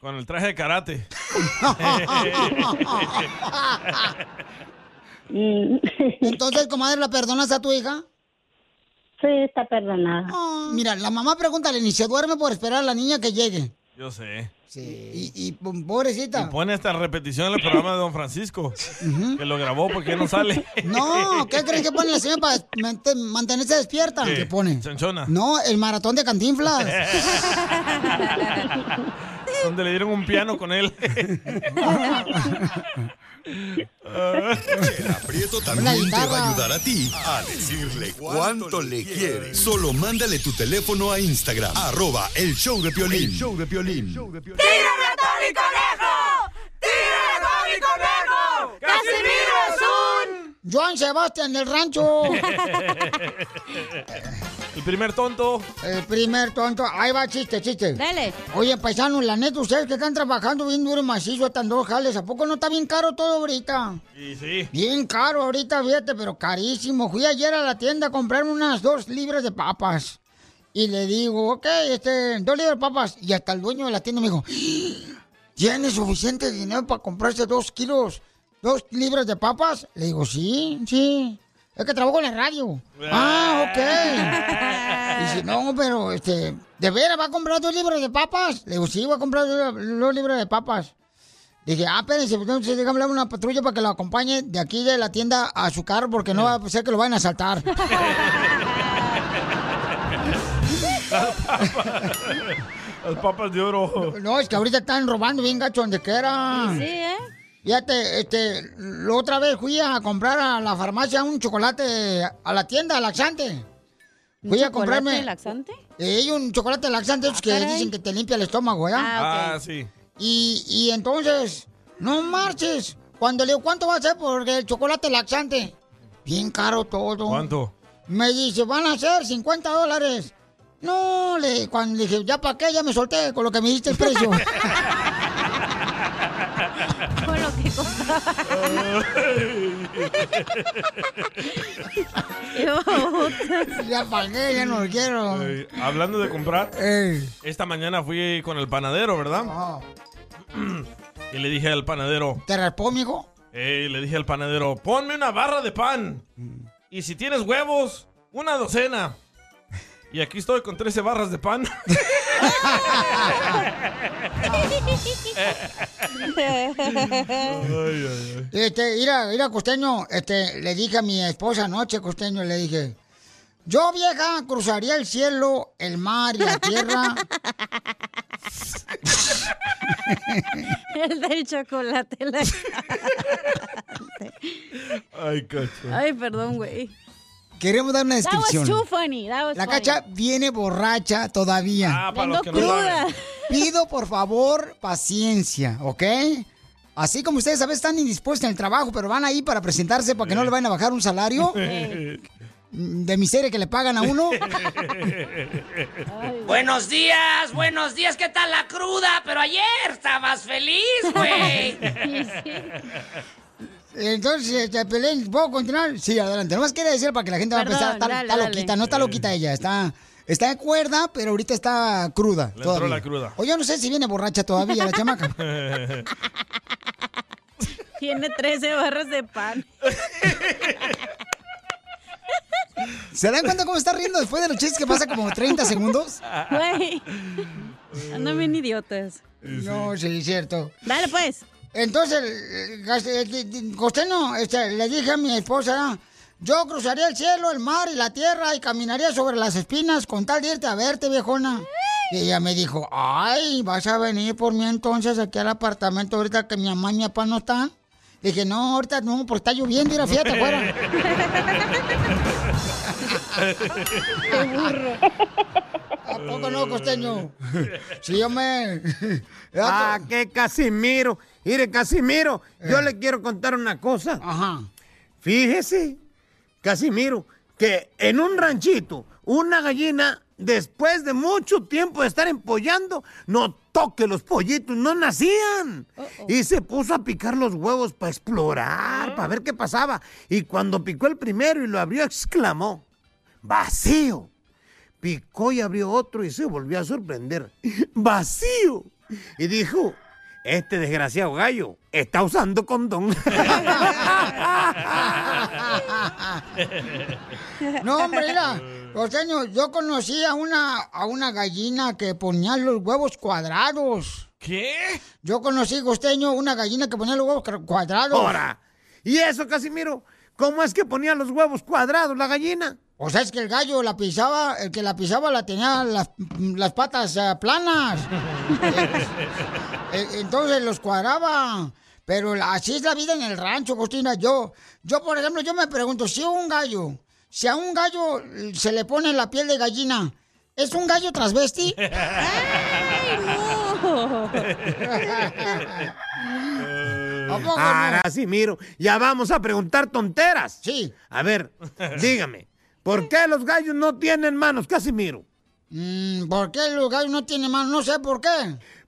S4: Con el traje
S2: [laughs]
S4: de karate.
S13: [laughs]
S2: Entonces, comadre, ¿la perdonas a tu hija? Ah.
S13: Sí, está perdonada.
S2: Mira, la mamá pregúntale, ni se duerme por esperar a la niña que llegue.
S4: Yo sé.
S2: Sí. Y, y, pobrecita.
S13: [laughs]
S4: Y pone esta repetición en el programa de Don Francisco, que lo grabó porque no sale.
S2: No, ¿qué creen que pone la señora para mente- mantenerse despierta?
S4: ¿Qué?
S2: ¿Qué pone? [laughs]
S4: [laughs] Chanchona.
S2: No, el maratón de
S13: [laughs]
S2: Cantinflas.
S4: Donde le dieron un piano
S2: [laughs]
S4: con él. [laughs]
S5: El aprieto también te va a ayudar a ti a decirle cuánto le quieres. Solo mándale tu teléfono a Instagram, arroba el show de Piolín.
S15: El
S5: show de Piolín.
S15: ¡Tírame a Tony Conejo! ¡Tírame a Tony Conejo! ¡Casimiro es un...
S2: Joan Sebastián del
S13: [laughs]
S2: rancho.
S4: [laughs] El primer tonto.
S2: El primer tonto. Ahí va, chiste, chiste. Dale. Oye, paisanos, la neta, ustedes que están trabajando bien duro y macizo, están dos jales. ¿A poco no está bien caro todo ahorita?
S4: Y
S2: [laughs]
S4: sí.
S2: Bien caro ahorita, fíjate, pero carísimo. Fui ayer a la tienda a comprarme unas dos libras de papas. Y le digo, ok, este, dos libras de papas. Y hasta el dueño de la tienda me dijo, [gasps] ¿tiene suficiente dinero para comprarse dos kilos, dos libras de papas? Le digo, sí, sí. Es que trabajo en la radio. ah, ok. Dice, no, pero, este, ¿de veras va a comprar dos libras de papas? Le digo, sí, voy a comprar dos, dos libras de papas. Dije, ah, espérense, entonces déjame hablar a una patrulla para que lo acompañe de aquí de la tienda a su carro porque
S4: Eh.
S2: no va a ser que lo vayan a
S4: [laughs]
S2: asaltar.
S4: Las papas de oro.
S2: No, es que ahorita están robando bien gacho donde quiera.
S4: Sí, sí, ¿eh?
S2: Fíjate, este, la otra vez fui a comprar a la farmacia un chocolate a la tienda, laxante. Fui a comprarme.
S3: ¿Chocolate laxante?
S2: Eh, un chocolate laxante esos que
S3: caray.
S2: dicen que te limpia el estómago, ¿ya?
S4: Ah, sí.
S2: Y, y entonces, no marches. Cuando le digo, ¿cuánto va a ser por el chocolate laxante? Bien caro todo.
S4: ¿Cuánto?
S2: Me dice, van a ser 50 dólares. No, le, cuando le dije, ¿ya para qué? Ya me solté con lo que me diste el precio.
S15: [laughs] Con lo que costaba.
S2: [laughs] ya pagué, ya no quiero.
S4: Eh, hablando de comprar, esta mañana fui con el panadero, ¿verdad?
S15: [laughs]
S4: Y le dije al panadero,
S2: ¿Te raspó, mijo?
S4: eh, le dije al panadero, ponme una barra de pan.
S2: Mm.
S4: Y si tienes huevos, una docena. Y aquí estoy con 13 barras de pan.
S2: Este, mira, mira, costeño, este, le dije a mi esposa anoche, costeño, le dije, yo vieja cruzaría el cielo, el mar y la tierra.
S3: [laughs] El del chocolate. la-
S4: Ay, cacho.
S3: [laughs] Ay, perdón, güey.
S2: Queremos dar una
S3: That was
S2: descripción.
S3: too funny. That was
S2: La
S3: funny.
S2: cacha viene borracha todavía.
S3: Ah, para Vengo los que no cruda. saben.
S2: Pido por favor paciencia, ¿ok? Así como ustedes a veces están indispuestos en el trabajo, pero van ahí para presentarse para que no le vayan a bajar
S3: [laughs]
S2: un salario
S4: Eh.
S2: mm, de miseria que le pagan a uno.
S16: Buenos días, buenos días, ¿qué tal la cruda? Pero ayer estabas feliz, güey.
S2: Entonces, este, Pelín, ¿puedo continuar? Sí, adelante. Nomás quería decir para que la gente va a
S3: Perdón,
S2: pensar, está,
S3: dale,
S2: está
S3: dale.
S2: loquita,
S4: Eh.
S2: no está loquita ella, está, está de cuerda, pero ahorita está cruda.
S4: Le entró
S2: todavía.
S4: la cruda.
S2: O yo no sé si viene borracha todavía la chamaca.
S3: Tiene 13 barras de pan.
S2: ¿Se dan cuenta cómo está riendo después de los chistes que pasa como 30 segundos?
S3: Güey. Andan bien idiotas.
S2: No, sí, es cierto.
S3: Dale, pues.
S2: Entonces, eh, el- gas- el- el- Costeño, este, le dije a mi esposa, yo cruzaría el cielo, el mar y la tierra y caminaría sobre las espinas con tal de irte a verte, viejona. Y ella me dijo, ay, ¿vas a venir por mí entonces aquí al apartamento ahorita que mi mamá y mi papá no están? Dije, no, ahorita no, porque está lloviendo, mira, fíjate afuera. [laughs] ¡Qué burro! ¿A poco no, costeño? Sí, hombre.
S15: [laughs] ah, que Casimiro. Mire, Casimiro, yo le quiero contar una cosa.
S2: Ajá.
S15: Fíjese, Casimiro, que en un ranchito, una gallina, después de mucho tiempo de estar empollando, notó que los pollitos no nacían. Y se puso a picar los huevos para explorar, para ver qué pasaba. Y cuando picó el primero y lo abrió, exclamó, vacío. Picó y abrió otro y se volvió a sorprender. ¡Vacío! Y dijo, este desgraciado gallo está usando condón.
S2: [laughs]
S15: [laughs]
S2: No, hombre, mira, pues, costeño, yo conocí a una, a una gallina que ponía los huevos cuadrados.
S4: ¿Qué?
S2: Yo conocí, costeño, una gallina que ponía los huevos cra- cuadrados.
S15: Ahora, ¿y eso, Casimiro? ¿Cómo es que ponía los huevos cuadrados la gallina?
S2: O sea, es que el gallo la pisaba, el que la pisaba la tenía las, las patas eh,
S15: [laughs]
S2: planas. E- Entonces los cuadraba. Pero la- así es la vida en el rancho, Costina. Yo, yo, por ejemplo, yo me pregunto, si un gallo, si a un gallo eh, se le pone la piel de gallina, ¿es un gallo transvesti?
S15: poco no? Ah, Ahora sí, miro. Ya vamos a preguntar tonteras.
S2: Sí.
S15: A ver, dígame, ¿por qué los gallos no tienen manos, Casimiro?
S2: Mm, ¿Por qué los gallos no tienen manos? No sé por qué.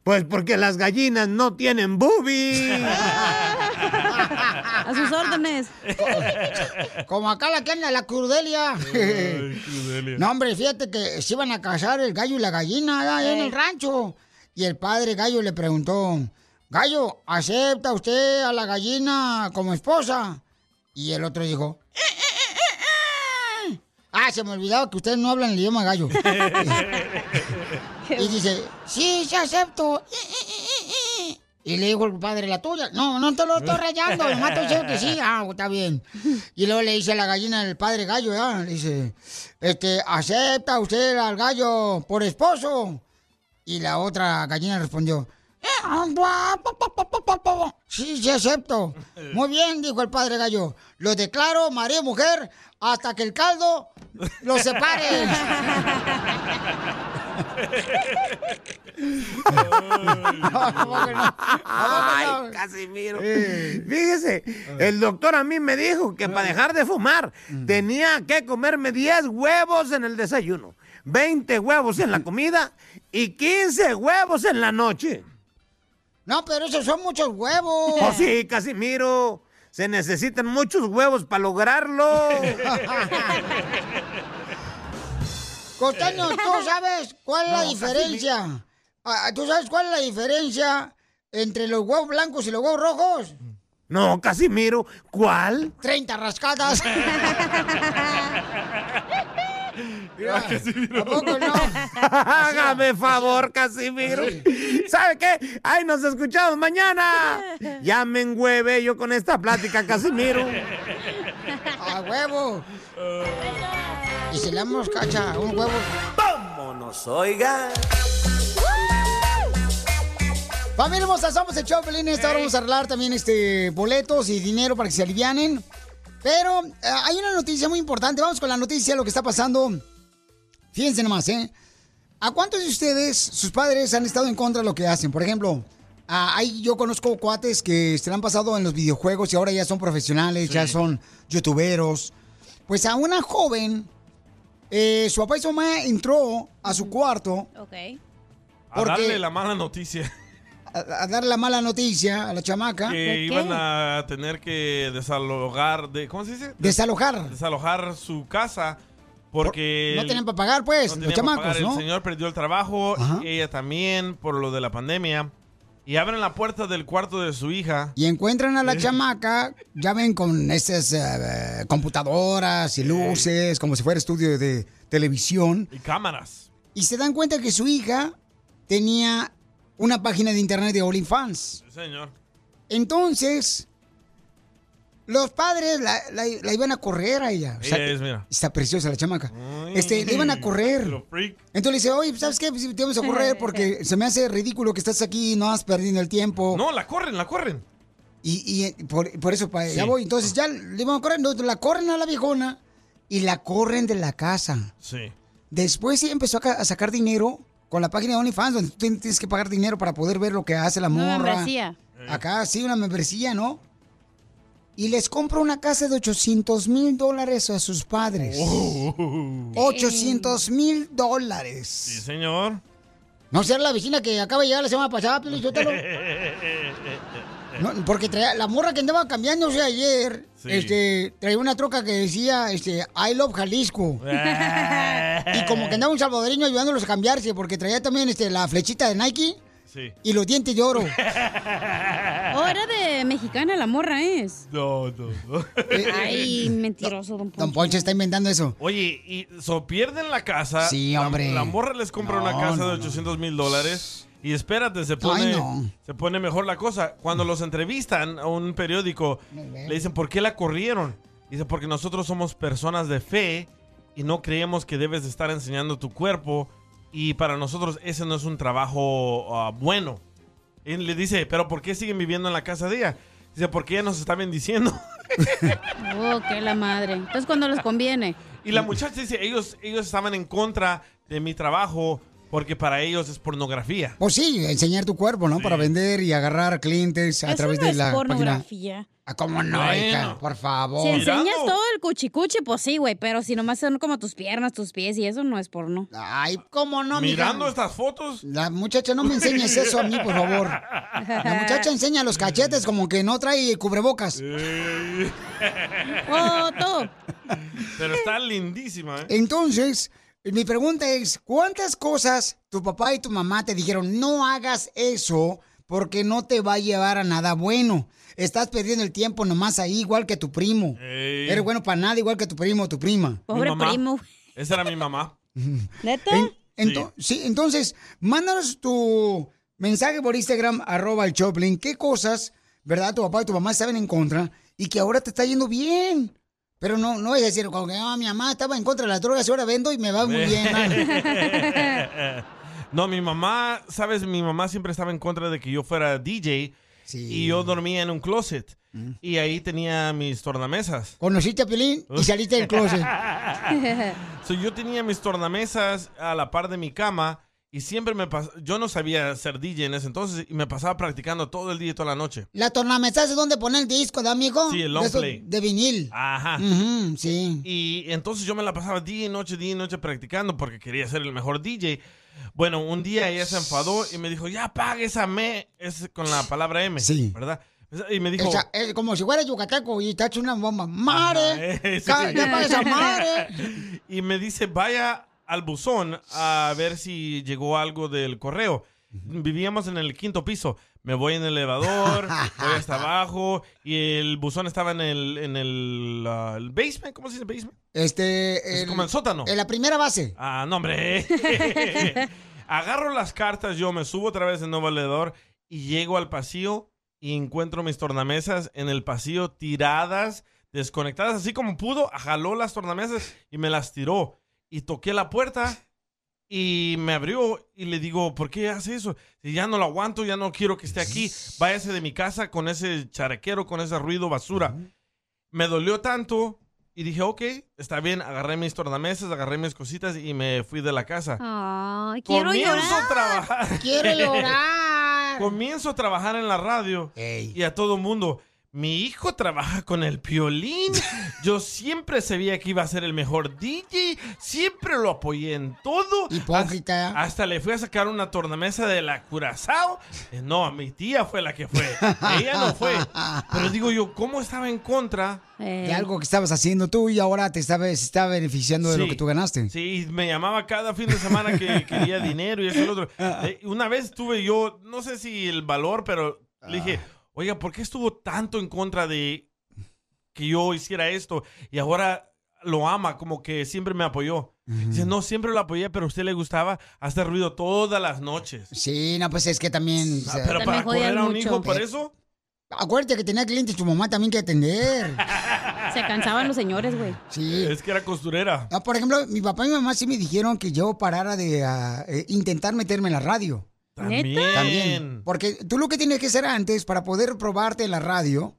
S15: Pues porque las gallinas no tienen boobies.
S3: [laughs] A sus órdenes.
S2: Como acá la que anda, la crudelia. No, hombre, fíjate que se iban a casar el gallo y la gallina allá en el rancho. Y el padre gallo le preguntó, gallo, ¿acepta usted a la gallina como esposa? Y el otro
S15: [laughs]
S2: dijo, [laughs] "Eh, eh, eh, eh, eh". ah, se me olvidaba que ustedes no hablan el idioma gallo. [laughs] y dice, sí, sí acepto. Eh, eh, eh, eh, eh". Y le dijo el padre, la tuya. No, no te lo estoy rayando, nomás estoy diciendo que sí. Ah, está bien. Y luego le dice a la gallina el padre gallo, ¿verdad? Le dice, este, ¿acepta usted al gallo por esposo? Y la otra gallina respondió, "Eh, ah, guau, pa, pa, pa, pa, pa, pa". sí, sí acepto. Muy bien, dijo el padre gallo, lo declaro marido y mujer hasta que el caldo los separe.
S15: Ay, Casimiro. [laughs] Fíjese, el doctor a mí me dijo que para dejar de fumar tenía que comerme 10 huevos en el desayuno, 20 huevos en la comida y 15 huevos en la noche.
S2: No, pero esos son muchos huevos.
S15: Oh, sí, Casimiro. Se necesitan muchos huevos para lograrlo.
S2: [laughs] Costeño, ¿tú sabes cuál es la
S15: No, casi
S2: diferencia? Ah, ¿Tú sabes cuál es la diferencia entre los huevos blancos y los huevos rojos?
S15: No, Casimiro, ¿cuál?
S2: 30 rascadas.
S15: Ah, [laughs] ¿A poco no? [laughs] Hágame favor, Casimiro. ¿Sabe qué? Ahí nos escuchamos mañana. Ya me engüeve yo con esta plática, Casimiro.
S2: ¡A Ah, huevo! Y si le damos cacha a un huevo.
S15: ¡Vámonos, oiga!
S2: Familia hermosa, somos el Choplin. Esta hora vamos a arreglar también este boletos y dinero para que se alivianen. Pero eh, hay una noticia muy importante. Vamos con la noticia, lo que está pasando. Fíjense nomás, ¿eh? ¿A cuántos de ustedes, sus padres, han estado en contra de lo que hacen? Por ejemplo, a- ahí yo conozco cuates que se la han pasado en los videojuegos y ahora ya son profesionales, ya son youtuberos. Pues a una joven, eh, su papá y su mamá entró a su cuarto
S3: Ok.
S4: A
S2: Porque-
S4: darle la mala noticia
S2: a, a dar la mala noticia a la chamaca.
S4: que iban a tener que desalojar de... ¿Cómo se dice? Des-
S2: Desalojar.
S4: Desalojar su casa porque...
S2: No
S4: el-
S2: tenían para pagar, pues,
S4: no
S2: los
S4: tenían para
S2: chamacos,
S4: pagar.
S2: ¿no?
S4: El señor perdió el trabajo, ella también, por lo de la pandemia. Y abren la puerta del cuarto de su hija.
S2: Y encuentran a la chamaca, ya ven, con estas eh, computadoras y luces, como si fuera estudio de televisión.
S4: Y cámaras.
S2: Y se dan cuenta que su hija tenía una página de internet de OnlyFans.
S4: Sí, señor.
S2: Entonces, los padres la, la- la iban a correr a ella. O sea,
S4: Ella es, mira.
S2: Está preciosa la chamaca. Este, le iban a correr.
S4: Lo freak.
S2: Entonces le dice, oye, ¿sabes qué? Pues, Te vamos a correr porque se me hace ridículo que estás aquí, no has perdido el tiempo.
S4: No, la corren, la corren.
S2: Y, y por, por eso, pa- ya
S4: Sí.
S2: voy. Entonces ya le van corriendo, la corren a la viejona y la corren de la casa.
S4: Sí.
S2: Después sí empezó a, ca- a sacar dinero con la página de OnlyFans, donde tú tien- tienes que pagar dinero para poder ver lo que hace la
S3: Una
S2: morra.
S3: membresía.
S2: Acá sí, una membresía, ¿no? Y les compra una casa de 800 mil dólares a sus padres. 800 mil dólares.
S4: Sí, señor.
S2: No será la vecina que acaba de llegar la semana pasada, Pio
S10: [laughs]
S4: [laughs]
S2: Lizotelo? No, porque traía- la morra que andaba cambiándose ayer,
S4: Sí.
S2: este, traía una troca que decía, este, I love Jalisco. y como que andaba un salvadoreño ayudándolos a cambiarse, porque traía también, este, la flechita de Nike
S4: Sí.
S2: y los dientes de oro.
S3: Oh, era de mexicana la morra, es.
S4: No, no, no.
S3: Ay, mentiroso, don
S2: Eh, Don
S3: Poncho.
S2: Poncho está inventando eso.
S4: Oye, y so, pierden la casa.
S2: Sí,
S4: la-
S2: hombre.
S4: La, morra les compra una casa de 800 mil dólares. Y espérate, se pone,
S2: no.
S4: se pone mejor la cosa. Cuando los entrevistan a un periódico, le dicen, ¿por qué la corrieron? Dice, porque nosotros somos personas de fe y no creemos que debes de estar enseñando tu cuerpo y para nosotros ese no es un trabajo ah, bueno. Y le dice, ¿pero por qué siguen viviendo en la casa de ella? Dice, porque ella nos está bendiciendo. [laughs]
S3: Oh, qué la madre. Entonces, cuando les conviene.
S4: Y la muchacha dice, ellos, ellos estaban en contra de mi trabajo porque para ellos es pornografía.
S2: Pues sí, enseñar tu cuerpo, ¿no? Para vender y agarrar clientes a
S3: Eso
S2: través
S3: no
S2: de
S3: es
S2: la página. Oh.
S3: pornografía.
S2: Ah, ¿Cómo no, hija?
S4: Bueno.
S2: Por favor.
S3: Si enseñas todo el cuchicuchi, pues sí, güey, pero si nomás son como tus piernas, tus pies y eso no es porno.
S2: Ay, ¿cómo no, mija?
S4: Mirando estas fotos.
S2: La muchacha, no me enseñes eso a mí, por favor. La muchacha enseña los cachetes como que no trae cubrebocas.
S4: Eh.
S3: Oh,
S4: Foto. Pero está lindísima, ¿eh?
S2: Entonces, mi pregunta es, ¿cuántas cosas tu papá y tu mamá te dijeron, no hagas eso porque no te va a llevar a nada bueno? Estás perdiendo el tiempo nomás ahí, igual que tu primo.
S4: Ey.
S2: Eres bueno para nada, igual que tu primo o tu prima.
S4: Mi mamá. Esa era mi mamá.
S3: ¿Neta?
S2: Ento- sí. entonces, mándanos tu mensaje por Instagram, arroba el Choplin. ¿Qué cosas, verdad, tu papá y tu mamá estaban en contra y que ahora te está yendo bien? Pero no, no es decir, como que "Ah, mi mamá estaba en contra de las drogas y ahora vendo y me va muy
S4: [laughs]
S2: bien. mal".
S4: no, mi mamá, sabes, mi mamá siempre estaba en contra de que yo fuera DJ y yo dormía en un closet
S2: Mm.
S4: y ahí tenía mis tornamesas.
S2: Conociste a Pilín y saliste del
S4: [laughs]
S2: closet.
S4: So, yo tenía mis tornamesas a la par de mi cama y siempre me pas- yo no sabía ser DJ en ese entonces y me pasaba practicando todo el día y toda la noche.
S2: La tornamesa es donde pone el disco, ¿da, amigo?
S4: Sí, el long
S2: de, esos
S4: play.
S2: de vinil.
S4: Ajá.
S2: Ujú, sí.
S4: Y entonces yo me la pasaba día y noche, día y noche practicando porque quería ser el mejor DJ. Bueno, un día ella se enfadó y me dijo, ya paga esa me, es con la palabra M, ¿verdad? Y me dijo,
S2: Esa- es como si fuera yucateco y está hecho una bomba. ¡Mare!
S4: eh, [laughs] sí.
S2: Ca- ya pagas a
S4: [laughs]
S2: madre.
S4: y me dice, vaya al buzón a ver si llegó algo del correo. Vivíamos en el quinto piso. Me voy en el
S2: [laughs]
S4: elevador, voy hasta abajo y el buzón estaba en el, en el, ah, el basement. ¿Cómo se dice basement?
S2: Este.
S4: Es Pues como el sótano.
S2: En la primera base.
S4: Ah, no, hombre. Agarro las cartas, yo me subo otra vez en nuevo valedor y llego al pasillo y encuentro mis tornamesas en el pasillo tiradas, desconectadas, así como pudo, jaló las tornamesas y me las tiró. Y toqué la puerta y me abrió y le digo, ¿por qué hace eso? Si ya no lo aguanto, ya no quiero que esté aquí, váyase de mi casa con ese charaquero, con ese ruido basura. Me dolió tanto y dije, ok, está bien, agarré mis tornamesas, agarré mis cositas y me fui de la casa.
S10: Ah.
S3: Ay, quiero
S4: Comienzo
S3: llorar.
S4: a trabajar.
S3: Quiero
S4: [laughs]
S3: llorar.
S4: Comienzo a trabajar en la radio y a todo mundo. Mi hijo trabaja con el
S2: [laughs]
S4: piolín. Yo siempre sabía que iba a ser el mejor DJ. Siempre lo apoyé en todo.
S2: Hipócrita.
S4: Hasta, le fui a sacar una tornamesa de la Curazao. Eh, No, mi tía fue la
S2: [laughs]
S4: que fue. Ella no fue. Pero digo yo, ¿cómo estaba en contra?
S2: De algo que estabas haciendo tú y ahora te está, se está beneficiando de lo
S4: Sí.
S2: que tú ganaste.
S4: Sí, me llamaba cada fin de semana
S2: [laughs]
S4: que quería dinero y eso y lo otro.
S2: Ah.
S4: Eh, una vez tuve yo, no sé si el valor, pero le dije,
S2: Ah.
S4: oiga, ¿por qué estuvo tanto en contra de que yo hiciera esto? Y ahora lo ama, como que siempre me apoyó. Dice, no, siempre lo apoyé, pero a usted le gustaba hacer ruido todas las noches.
S2: Sí, no, pues es que también. o
S4: Ah,
S2: sea-
S4: pero para correr a un hijo por
S2: Eh,
S4: eso.
S2: Acuérdate que tenía clientes tu mamá también que atender.
S3: [laughs] Se cansaban los señores, güey.
S2: Sí.
S4: Es que era costurera.
S2: No, Ah, por ejemplo, mi papá y mi mamá sí me dijeron que yo parara de ah, eh, intentar meterme en la radio.
S4: También. ¿Neta?
S2: También. Porque tú lo que tienes que hacer antes para poder probarte en la radio,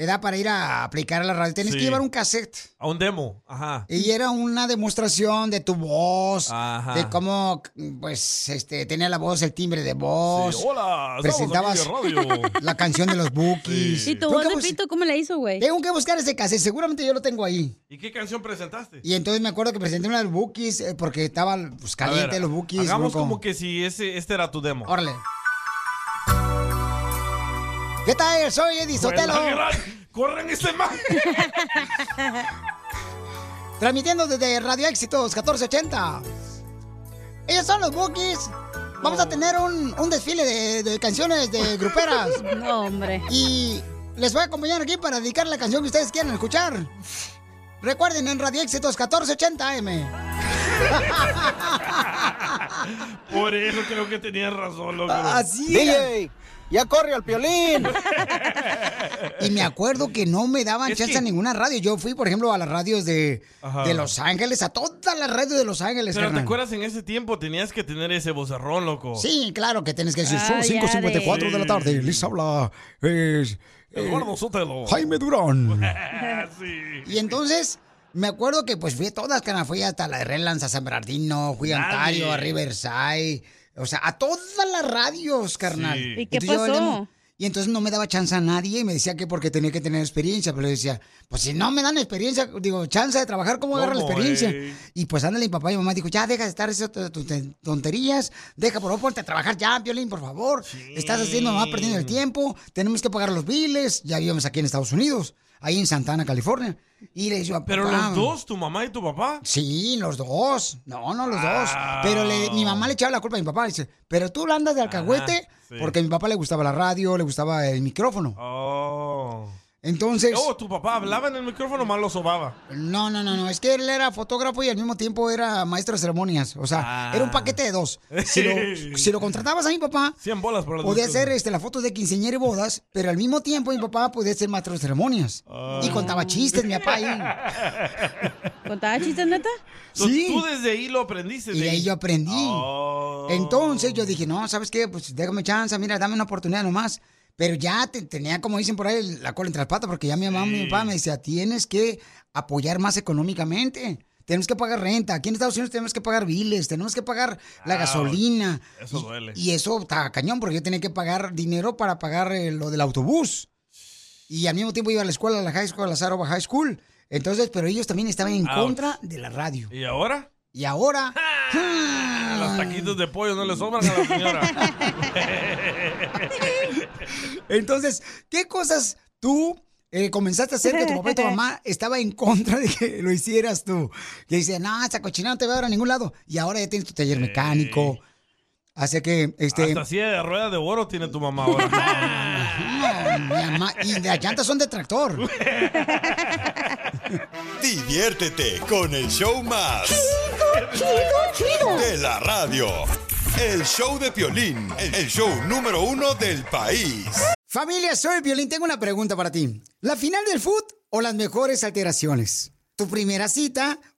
S2: era para ir a aplicar a la radio, tienes
S4: Sí.
S2: que llevar un cassette.
S4: A un demo, ajá.
S2: Y era una demostración de tu voz,
S4: Ajá.
S2: de cómo, pues, este, tenía la voz, el timbre de voz.
S4: Sí, hola, estamos
S2: presentabas
S4: aquí
S2: [laughs]
S4: en radio.
S2: la canción de los Bookies.
S3: ¿Y tu voz de pito cómo le hizo, güey?
S2: Tengo que buscar ese cassette, seguramente yo lo tengo ahí.
S4: ¿Y qué canción presentaste?
S2: Y entonces me acuerdo que presenté una de los Bookies eh, porque estaban pues,
S4: A
S2: caliente
S4: ver,
S2: los Bookies.
S4: Hagamos
S2: loco.
S4: como que si ese, este era tu demo.
S2: Órale. ¿Qué tal? Soy Eddie
S4: Pues,
S2: Sotelo.
S4: [laughs] ¡Corren este man! [laughs]
S2: Transmitiendo desde Radio Éxitos 1480. Ellos son los Bookies. Vamos a tener un, un desfile de, de
S3: [laughs]
S2: canciones de gruperas.
S3: No, hombre.
S2: Y les voy a acompañar aquí para dedicar la canción que ustedes quieran escuchar. Recuerden en Radio Éxitos 1480 AM.
S4: Por eso creo que tenías razón, loco.
S2: Ah, DJ,
S15: ya corre al piolín.
S2: [laughs] Y me acuerdo que no me daban
S4: Es
S2: chance
S4: que-
S2: a ninguna radio. Yo fui, por ejemplo, a las radios de,
S4: Ajá.
S2: de Los Ángeles, a todas las radios de Los Ángeles.
S4: Pero te
S2: carnal.
S4: acuerdas en ese tiempo tenías que tener ese bozarrón, loco.
S2: Sí, claro que tienes que decir, son
S4: Ah, ya
S2: 5.54 de...
S4: de-
S2: la tarde. Les habla eh, eh,
S4: Eduardo Sotelo.
S2: Jaime Durán.
S3: [laughs]
S4: sí.
S2: Y entonces, me acuerdo que pues fui a todas, carnal. Fui hasta la de Redlands, a San Bernardino, fui a
S3: Dale.
S2: Ontario, a Riverside. O sea, a todas las radios, carnal.
S3: Sí. ¿Y qué
S2: Entonces, yo
S3: pasó?
S2: le- y entonces no me daba chance a nadie y me decía que porque tenía que tener experiencia. Pero yo decía, pues si no me dan experiencia, digo, chance de trabajar, ¿cómo agarra la
S17: ¿Cómo,
S2: experiencia?
S17: eh?
S2: Y pues ándale, mi papá y mi mamá dijo, ya deja de estar esas tu- tu- tu- tonterías, deja por favor ponte a trabajar ya, Violín, por favor. Estás haciendo nomás perdiendo el tiempo, tenemos que pagar los biles, ya vivíamos aquí en Estados Unidos, ahí en Santana, California. Y le digo,
S4: Pero
S2: "Papá,
S4: los dos, tu mamá y tu papá.
S2: Sí, los dos. No, no, los
S4: Ah.
S2: dos. Pero le- mi mamá le echaba la culpa a mi papá. Dice, pero tú la andas de alcahuete
S4: sí.
S2: porque a mi papá le gustaba la radio, le gustaba el micrófono.
S4: Oh.
S2: Entonces,
S4: Oh, tu papá hablaba en el micrófono, más lo sobaba.
S2: no, no, no, no. Es que él era fotógrafo y al mismo tiempo era maestro de ceremonias. O sea,
S4: Ah.
S2: era un paquete de
S4: [laughs]
S2: dos. Si lo, si lo contratabas a mi papá,
S4: 100 bolas por las
S2: podía
S4: dos
S2: hacer este, la foto de quinceañera y bodas, pero al mismo tiempo mi papá podía ser maestro de ceremonias.
S4: Ah.
S2: Y contaba chistes, mi papá. ahí.
S3: [laughs] ¿Contaba chistes, neta?
S2: Sí.
S4: Tú desde ahí Oh. lo aprendiste.
S2: Y de ahí yo aprendí. Entonces yo dije, no, ¿sabes qué? Pues déjame chance, mira, dame una oportunidad nomás. Pero ya te- tenía, como dicen por ahí, la cola entre las patas, porque ya mi mamá y mi papá me decía, tienes que apoyar más económicamente. Tenemos que pagar renta. Aquí en Estados Unidos tenemos que pagar biles, tenemos que pagar la
S4: Ah,
S2: gasolina.
S4: Eso duele. [laughs]
S2: Y eso está cañón, porque yo tenía que pagar dinero para pagar eh, lo del autobús. Y al mismo tiempo iba a la escuela, a la high school, a la Zaroba High School. Entonces, pero ellos también estaban en
S4: Ouch.
S2: contra de la radio.
S4: ¿Y ahora?
S2: Y ahora...
S4: Ah, Los taquitos de pollo no le sobran a
S2: [laughs]
S4: la señora.
S2: Entonces, ¿qué cosas tú eh, comenzaste a hacer que tu papá y tu mamá estaba en contra de que lo hicieras tú? Que dice, no, esa cochinada no te va a ver a ningún lado. Y ahora ya tienes tu taller mecánico. Así que, este.
S4: Hasta silla de rueda de oro tiene tu
S2: [laughs]
S4: mamá ahora.
S2: no, mi mamá- y las llantas son de tractor.
S5: Diviértete con el show más. Chido, chido, chido. De la radio. El show de Piolín, el show número uno del país.
S2: Familia, soy Violín. Tengo una pregunta para ti. ¿La final del foot o las mejores alteraciones? ¿Tu primera cita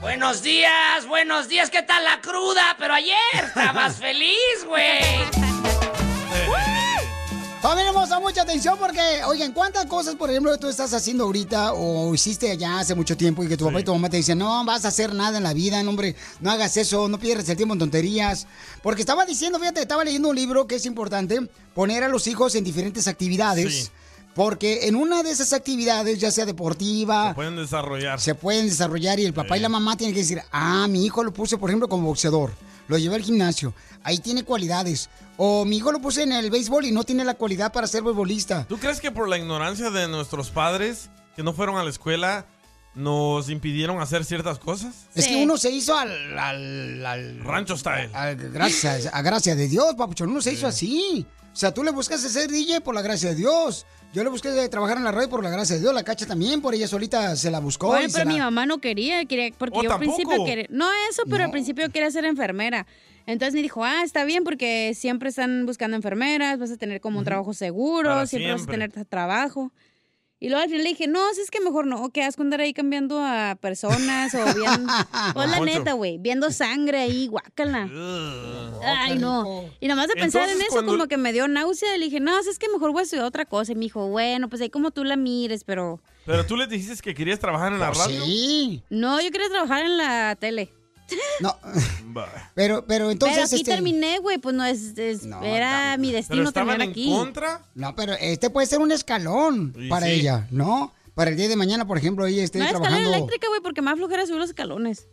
S16: Buenos días, buenos días, ¿qué tal la cruda? Pero ayer estabas feliz, güey.
S2: Familia hermosa, mucha atención porque, oigan, ¿cuántas cosas, por ejemplo, tú estás haciendo ahorita o hiciste allá hace mucho tiempo y que tu papá y tu mamá te dicen, no vas a hacer nada en la vida, no, hombre, no hagas eso, no pierdas el tiempo en tonterías? Porque estaba diciendo, fíjate, estaba leyendo un libro que es importante poner a los hijos en diferentes actividades. Porque en una de esas actividades, ya sea deportiva,
S4: Pueden desarrollar.
S2: se pueden desarrollar y el papá y la mamá tienen que decir, ah, mi hijo lo puse, por ejemplo, como boxeador, lo llevé al gimnasio, ahí tiene cualidades. O mi hijo lo puse en el béisbol y no tiene la cualidad para ser beisbolista.
S4: ¿Tú crees que por la ignorancia de nuestros padres que no fueron a la escuela, nos impidieron hacer ciertas cosas.
S2: Es que uno se hizo al, al, al-
S4: Rancho Style.
S2: gracias, a gracia de Dios, papuchón. Uno se hizo así. O sea, tú le buscas ser DJ por la gracia de Dios. Yo le busqué de trabajar en la radio por la gracia de Dios. La cacha también, por ella solita se la buscó.
S3: Oye,
S2: y se
S3: pero
S2: la-
S3: mi mamá no quería, quería porque
S2: Oh,
S3: yo al principio
S2: ¿tampoco?
S3: quería, no eso, pero al principio quería ser enfermera. Entonces me dijo, ah, está bien porque siempre están buscando enfermeras, vas a tener como un trabajo seguro,
S17: Para
S3: siempre, vas a
S17: siempre.
S3: tener tra- trabajo. Y luego al final le dije, no, si es que mejor no, que vas a andar ahí cambiando a personas o
S17: [laughs]
S3: viendo, pues la
S17: Poncho.
S3: neta, güey, viendo sangre ahí, guácala. Ay, no. Y nomás de pensar en
S17: Entonces,
S3: eso,
S17: cuando-
S3: como que me dio náusea. Le dije, no, si es que mejor voy a estudiar otra cosa. Y me dijo, bueno, pues ahí como tú la mires, pero...
S4: Pero tú les dijiste que querías trabajar en la
S2: Pues
S4: radio.
S2: Sí.
S3: No, yo quería trabajar en la tele.
S2: No. Pero, pero entonces.
S3: pero aquí
S2: este-
S3: terminé, güey, pues no es, es- era mi destino terminar aquí.
S2: No, pero este puede ser un escalón
S3: Y
S2: para
S3: sí.
S2: ella, ¿no? Para el día de mañana, por ejemplo, ella esté
S3: No, escalera
S2: trabajando.
S3: eléctrica, güey, porque más flojera subir los escalones.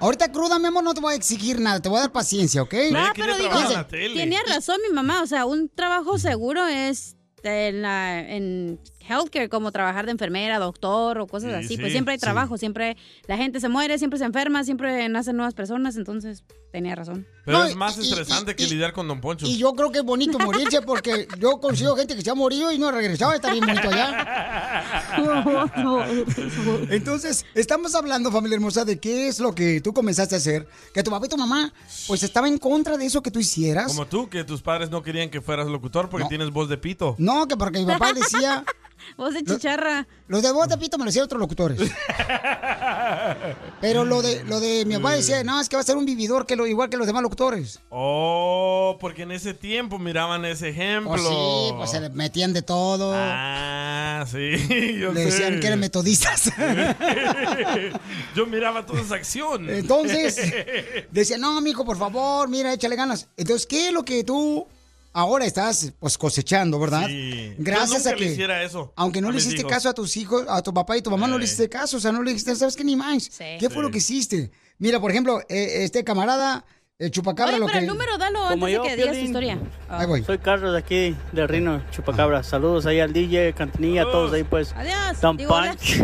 S2: Ahorita cruda, mi amor, no te voy a exigir nada, te voy a dar paciencia, ¿ok?
S3: No, Ah, pero digo, tenía razón mi mamá, o sea, un trabajo seguro es este, en, la, en healthcare, como trabajar de enfermera, doctor o cosas
S17: Sí,
S3: así,
S17: sí,
S3: pues siempre hay
S17: sí.
S3: trabajo, siempre la gente se muere, siempre se enferma, siempre nacen nuevas personas, entonces tenía razón.
S4: Pero
S2: No,
S4: es más
S2: y- y-
S4: estresante que lidiar con Don Poncho.
S2: Y yo creo que es bonito morirse porque yo consigo gente que se ha morido y no ha regresado, está bien bonito
S3: [laughs]
S2: allá. Entonces, estamos hablando, familia hermosa, de qué es lo que tú comenzaste a hacer, que tu papá y tu mamá, pues estaba en contra de eso que tú hicieras.
S4: Como tú, que tus padres no querían que fueras locutor porque tienes voz de pito.
S2: No, que porque mi papá decía...
S3: [laughs] Voz de chicharra.
S2: Los de voz de pito me lo hicieron otros locutores. Pero lo de, lo de mi papá decía, no, es que va a ser un vividor que lo, igual que los demás locutores.
S4: [laughs] Oh, porque en ese tiempo miraban ese ejemplo.
S2: Pues sí, pues se le metían de todo.
S4: Ah, [laughs] sí, [laughs] yo
S2: le decían
S4: sé.
S2: que eran
S4: [laughs]
S2: metodistas.
S4: Yo miraba toda esa acción. [laughs]
S2: Entonces, decía, no, mijo, por favor, mira, échale ganas. Entonces, ¿qué es lo que tú ahora estás pues cosechando, verdad?
S4: Sí.
S2: Gracias
S4: Yo nunca
S2: a que.
S4: le hiciera eso
S2: Aunque no
S4: a
S2: le
S4: mis
S2: hiciste
S4: hijos.
S2: caso a tus hijos, a tu papá y tu mamá, no le hiciste caso. O sea, no le dijiste, ¿sabes qué ni más? ¿Qué fue
S4: Sí.
S2: lo que hiciste? Mira, por ejemplo, eh, este camarada, el chupacabra,
S3: Oye,
S2: lo
S3: pero
S2: que.
S3: el número dalo antes
S18: Como
S3: de
S18: yo,
S3: que digas tu
S18: Piolín.
S3: historia.
S2: Ahí voy.
S18: Ah, Soy Carlos de aquí, del Rino Chupacabra. Saludos ahí al DJ, Cantinilla, a todos ahí pues.
S3: Adiós.
S18: Don
S3: Digo, hola.
S18: Punch.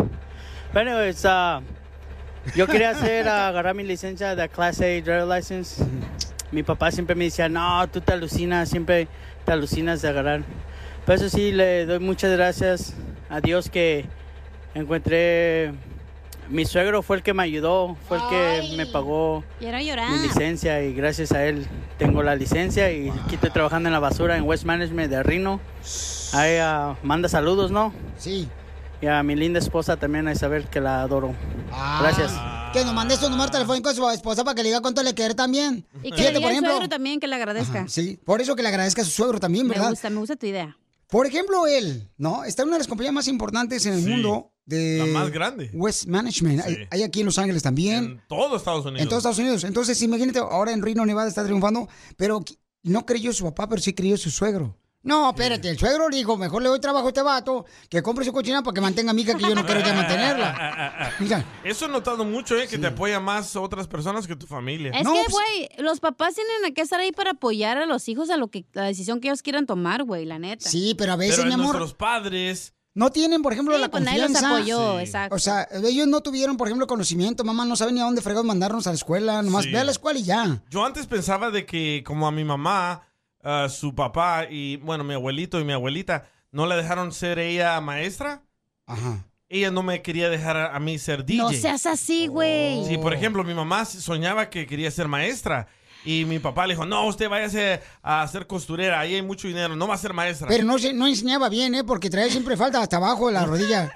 S18: Bueno, pues, ah, yo quería hacer, ah, agarrar mi licencia de Class A Driver License. Mi papá siempre me decía, no, tú te alucinas, siempre te alucinas de agarrar. Pero eso sí, le doy muchas gracias a Dios que encontré... Mi suegro fue el que me ayudó, fue el que me pagó
S3: Quiero llorar.
S18: mi licencia y gracias a él tengo la licencia y aquí estoy trabajando en la basura en West Management de Reno. Ahí ah, manda saludos, ¿no?
S2: Sí.
S18: Y a mi linda esposa también, a Isabel, que la adoro.
S2: Ah.
S18: Gracias.
S2: Que nos mande su número telefónico a su esposa para que le diga cuánto le quiere también.
S3: Y que le diga al suegro también que le agradezca.
S2: Sí, por eso que le agradezca a su suegro también,
S3: me
S2: ¿verdad?
S3: gusta, me gusta tu idea.
S2: Por ejemplo, él, ¿no? Está en una de las compañías más importantes en el mundo. De
S4: la más grande.
S2: West Management.
S4: Sí.
S2: Hay, hay aquí en Los Ángeles también.
S4: Todo Estados Unidos.
S2: En todos Estados Unidos. Entonces, imagínate, ahora en Reno, Nevada está triunfando, pero qui- no creyó su papá, pero sí creyó su suegro. No, espérate, el suegro le dijo, mejor le doy trabajo a este vato, que compre su cochina para que mantenga a mi hija que yo no quiero ya
S4: Ah,
S2: mantenerla. Mira.
S4: Eso he notado mucho, ¿eh? Que te apoya más otras personas que tu familia.
S3: Es que,
S2: pues,
S3: güey, los papás tienen que estar ahí para apoyar a los hijos a lo que la decisión que ellos quieran tomar, güey, la neta.
S2: Sí, pero a
S4: Pero
S2: veces, mi amor,
S4: nuestros padres...
S2: no tienen, por ejemplo,
S3: Sí,
S2: la
S3: pues nadie los
S2: confianza.
S3: apoyó, Sí. exacto.
S2: O sea, ellos no tuvieron, por ejemplo, conocimiento, mamá no sabe ni a dónde fregados mandarnos a la escuela, nomás
S4: Sí.
S2: ve a la escuela y ya.
S4: Yo antes pensaba de que como a mi mamá, a su papá y, bueno, mi abuelito y mi abuelita no la dejaron ser ella maestra.
S2: Ajá.
S4: Ella no me quería dejar a, a mí ser DJ.
S3: No seas así, güey.
S4: Sí, por ejemplo, mi mamá soñaba que quería ser maestra. Y mi papá le dijo, no, usted váyase a ser costurera, ahí hay mucho dinero, no va a ser maestra.
S2: Pero no, se- no enseñaba bien, ¿eh? Porque traía siempre falta hasta abajo de
S3: [laughs]
S2: la rodilla.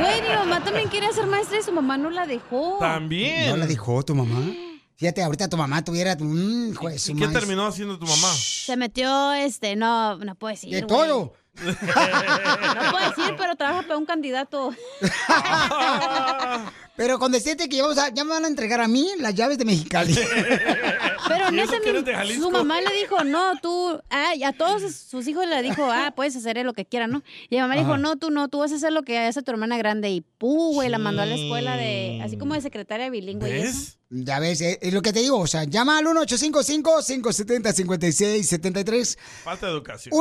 S3: Güey, mi mamá también quería ser maestra y su mamá no la dejó.
S2: ¿No la dejó tu mamá? Fíjate, ahorita tu mamá tuviera... mm, hijo de su
S4: ¿Y qué
S2: maíz.
S4: terminó haciendo tu mamá?
S3: Se metió, este, no, no puedo decir.
S2: De
S3: güey.
S2: todo.
S3: No puedo decir, pero trabaja para un candidato.
S2: Pero con decirte que vamos a- ya me van a entregar a mí las llaves de Mexicali.
S3: Pero
S4: ¿Y eso que eres
S3: neta,
S4: de
S3: mi-
S4: Jalisco?
S3: su mamá le dijo, no, tú, ah, y a todos sus hijos le dijo, ah, puedes hacer lo que quieras, ¿no? Y mi mamá le dijo,
S4: Ajá.
S3: no, tú no, tú vas a hacer lo que hace tu hermana grande. Y pu, güey, la mandó a la escuela de, así
S4: Mm.
S3: como de secretaria bilingüe. y eso.
S2: Ya [laughs] ves, eh, es lo que te digo, o sea, llama al 1-855-570-5673.
S4: Falta de educación.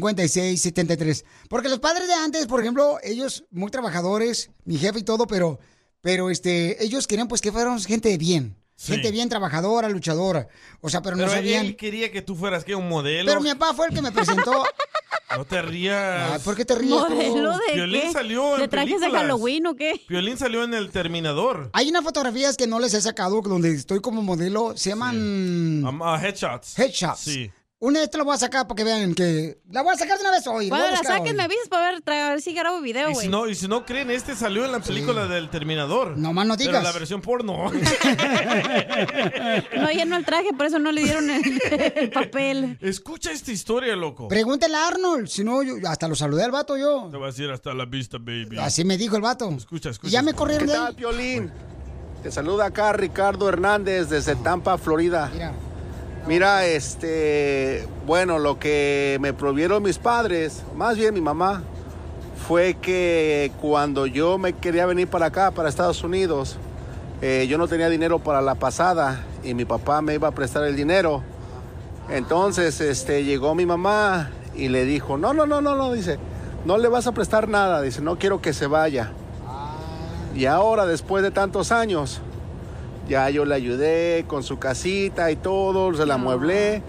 S2: 1-855-570-5673. Porque los padres de antes, por ejemplo, ellos muy trabajadores, mi jefe y todo, pero, pero este, ellos querían pues que fueran gente de bien. Gente bien trabajadora, luchadora. O sea, pero,
S4: Pero
S2: no sabían.
S4: él quería que tú fueras que un modelo.
S2: Pero mi papá fue el que me [laughs] presentó.
S4: No te rías.
S2: Ay, ¿por qué te ríes tú? ¿Modelo de
S4: Piolín
S2: qué?
S4: salió en
S2: ¿De trajes de
S4: películas.
S2: Halloween
S3: o qué?
S4: Piolín salió en El Terminador.
S2: Hay unas fotografías que no les he sacado donde estoy como modelo. Se llaman.
S4: Am- ah, headshots.
S2: Headshots.
S4: Sí.
S2: Una de estas la voy a sacar para que vean que. La voy a sacar de una vez hoy.
S3: Cuando
S2: voy a
S3: la
S2: buscar
S3: saques,
S2: hoy.
S3: me avisas para ver, tra- a ver si grabo video,
S4: Y si,
S3: güey.
S4: no, y si no creen, este salió en la película del Terminador. No
S2: más no
S4: Pero
S2: digas.
S4: la
S2: [laughs]
S4: versión porno.
S3: [laughs] No llenó el traje, por eso no le dieron el, el [laughs] papel.
S4: Escucha esta historia, loco.
S2: Pregúntale a Arnold. Si no, yo hasta lo saludé al vato yo.
S4: Te vas a ir hasta la vista, baby.
S2: Así me dijo el vato. Escucha, escucha. ya me corrieron
S8: ¿Qué
S2: de
S8: tal,
S2: ahí.
S8: Piolín? Te saluda acá Ricardo Hernández desde Tampa, Florida. Mira, este, bueno, lo que me prohibieron mis padres, más bien mi mamá, fue que cuando yo me quería venir para acá, para Estados Unidos, eh, yo no tenía dinero para la pasada y mi papá me iba a prestar el dinero. Entonces, este, llegó mi mamá y le dijo, no, no, no, no, no, dice, no le vas a prestar nada, dice, no quiero que se vaya. Y ahora, después de tantos años, ya yo le ayudé con su casita y todo, se la mueblé.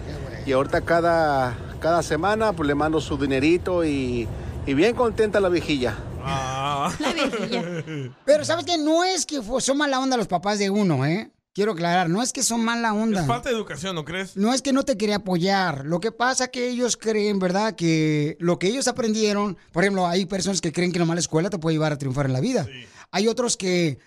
S8: Y ahorita cada, cada semana pues, le mando su dinerito y, y bien contenta la viejilla.
S5: Ah. [laughs]
S2: Pero sabes que no es que fue- son mala onda los papás de uno, ¿eh? Quiero aclarar, no es que son mala onda.
S4: Falta de educación, ¿no crees?
S2: No es que no te quería apoyar. Lo que pasa que ellos creen, ¿verdad? Que lo que ellos aprendieron, por ejemplo, hay personas que creen que nomás la escuela te puede llevar a triunfar en la vida. Hay otros que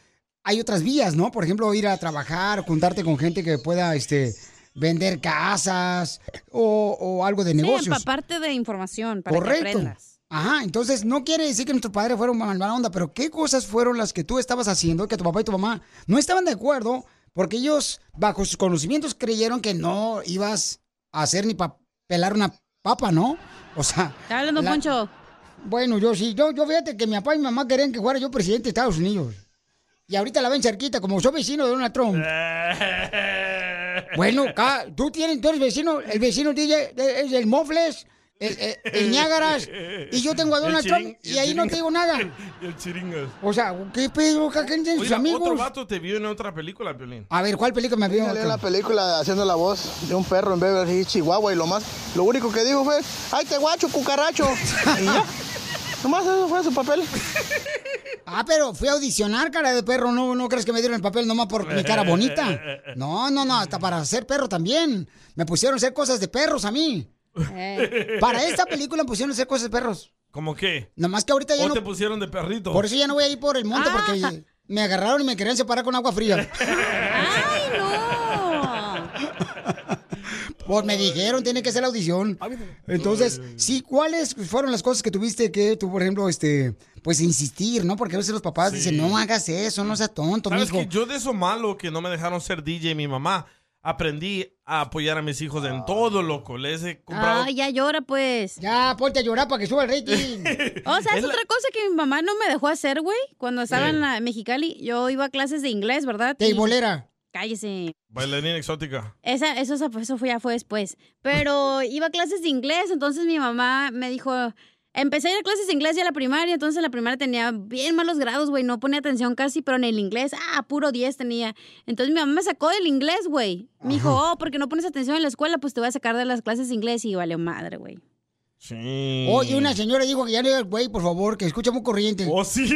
S2: hay otras vías, ¿no? Por ejemplo, ir a trabajar, juntarte con gente que pueda este vender casas o, o algo de
S3: Sí,
S2: negocios.
S3: empaparte de información para que
S2: Correcto.
S3: aprendas.
S2: Ajá, entonces no quiere decir que nuestros padres fueron mal- mala onda, pero ¿qué cosas fueron las que tú estabas haciendo que tu papá y tu mamá no estaban de acuerdo? Porque ellos, bajo sus conocimientos, creyeron que no ibas a hacer ni pa pelar una papa, ¿no? O sea.
S3: Está hablando, Poncho.
S2: Bueno, yo sí, yo, yo fíjate que mi papá y mi mamá querían que jugara yo presidente de Estados Unidos. Y ahorita la ven cerquita, como soy vecino de Donald Trump. Bueno, ca- tú tienes, tú eres vecino, el vecino DJ de- es el Mofles, el, el- el Niágaras, y yo tengo a
S4: El
S2: Donald
S4: chiring-
S2: Trump,
S4: el
S2: y ahí no
S4: chiring-
S2: te digo nada.
S4: Y el chiringas.
S2: O sea, ¿qué pedo? ¿Qué gente sus
S4: Oiga, otro
S2: amigos?
S4: vato te vio en otra película, Piolín.
S2: A ver, ¿cuál película me vio?
S19: Salió en la película haciendo la voz de un perro en Beverly Hills, Chihuahua, y lo más, lo único que dijo fue, ¡ay, te guacho, cucaracho!
S2: [laughs]
S19: Y ya. Nomás eso fue su papel.
S2: Ah, pero fui a audicionar, cara de perro, no, no crees que me dieron el papel nomás por mi cara bonita. No, no, no, hasta para ser perro también. Me pusieron a hacer cosas de perros a mí. Para esta película me pusieron a hacer cosas de perros.
S4: ¿Cómo qué?
S2: Nomás que ahorita ya
S4: ¿O
S2: no-
S4: te pusieron de perrito?
S2: Por eso ya no voy a ir por el monte porque me agarraron y me querían separar con agua fría. Pues me dijeron, tiene que ser la audición. Entonces, sí, ¿cuáles fueron las cosas que tuviste que tú, por ejemplo, este, pues insistir, ¿no? Porque a veces los papás dicen, no hagas eso, no seas tonto,
S4: ¿Sabes
S2: mijo.
S4: que Yo de eso malo que no me dejaron ser DJ mi mamá, aprendí a apoyar a mis hijos en todo, loco. Les he comprado...
S3: Ah, ya llora, pues.
S2: Ya, ponte a llorar para que suba el rating.
S3: [laughs] o sea, es otra cosa que mi mamá no me dejó hacer, güey. Cuando estaba en la Mexicali, yo iba a clases de inglés, ¿verdad? Y-
S4: Teibolera.
S3: Cállese.
S4: Bailarina exótica.
S3: Esa, eso, esa- eso fue, ya fue después.
S2: [laughs]
S3: Pero iba a clases de inglés, entonces mi mamá me dijo, empecé a ir a clases de inglés ya a la primaria, entonces en la primaria tenía bien malos grados, güey, no ponía atención casi, pero en el inglés, ah, puro 10 tenía. Entonces mi mamá me sacó del inglés, güey. Me dijo, oh, porque no pones atención en la escuela, pues te voy a sacar de las clases de inglés y valió madre, güey.
S4: Sí.
S2: Oye, una señora dijo que ya no iba el güey, por favor, que escucha muy corriente.
S4: Oh, sí.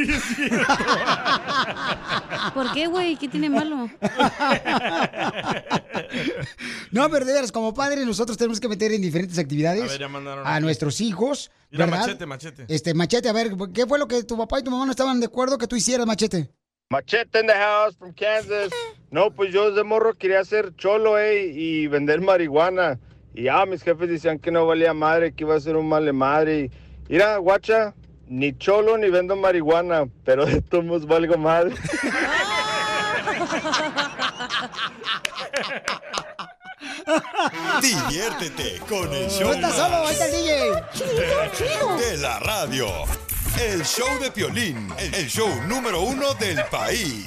S3: ¿Por qué, güey? ¿Qué tiene
S2: [laughs]
S3: malo?
S2: [laughs] No, pero de veras, como padres nosotros tenemos que meter en diferentes actividades
S4: A ver, ya mandaron
S2: a
S4: aquí.
S2: nuestros hijos,
S4: Mira,
S2: ¿verdad?
S4: machete, machete.
S2: Este, machete, a ver, ¿qué fue lo que tu papá y tu mamá no estaban de acuerdo que tú hicieras, machete?
S17: Machete in the house from Kansas. No, pues yo de morro quería ser cholo, eh, y vender marihuana. Y ya mis jefes decían que no valía madre, que iba a ser un male madre. Y, mira, guacha, ni cholo ni vendo marihuana, pero de todos modos valgo madre.
S5: Diviértete con el show
S2: No
S5: más
S2: estás solo, ahí está el DJ.
S5: de la radio. El show de Piolín, el show número uno del país.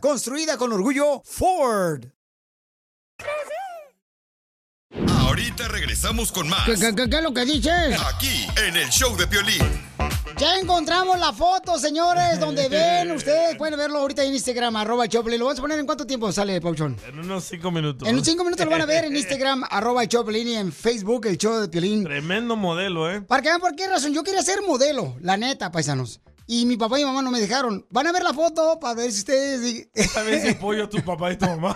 S2: construida con orgullo Ford.
S5: Ahorita regresamos con más.
S2: ¿Qué, qué- qué- qué es lo que dices?
S5: Aquí, en el show de Piolín.
S2: Ya encontramos la foto, señores, [laughs] donde ven ustedes. Pueden verlo ahorita en Instagram, arroba el Choplin. ¿Lo vas a poner en cuánto tiempo sale, Pauchón?
S4: En unos cinco minutos.
S2: En los cinco minutos lo van a ver
S4: [laughs]
S2: en Instagram, arroba el Choplin, y en Facebook, el show de Piolín.
S4: Tremendo modelo, ¿eh?
S2: Para que vean por qué razón. Yo quería ser modelo, la neta, paisanos. Y mi papá y mamá no me dejaron. Van a ver la foto para ver si ustedes...
S4: A ver si apoyo a tu papá y
S2: [laughs]
S4: tu mamá.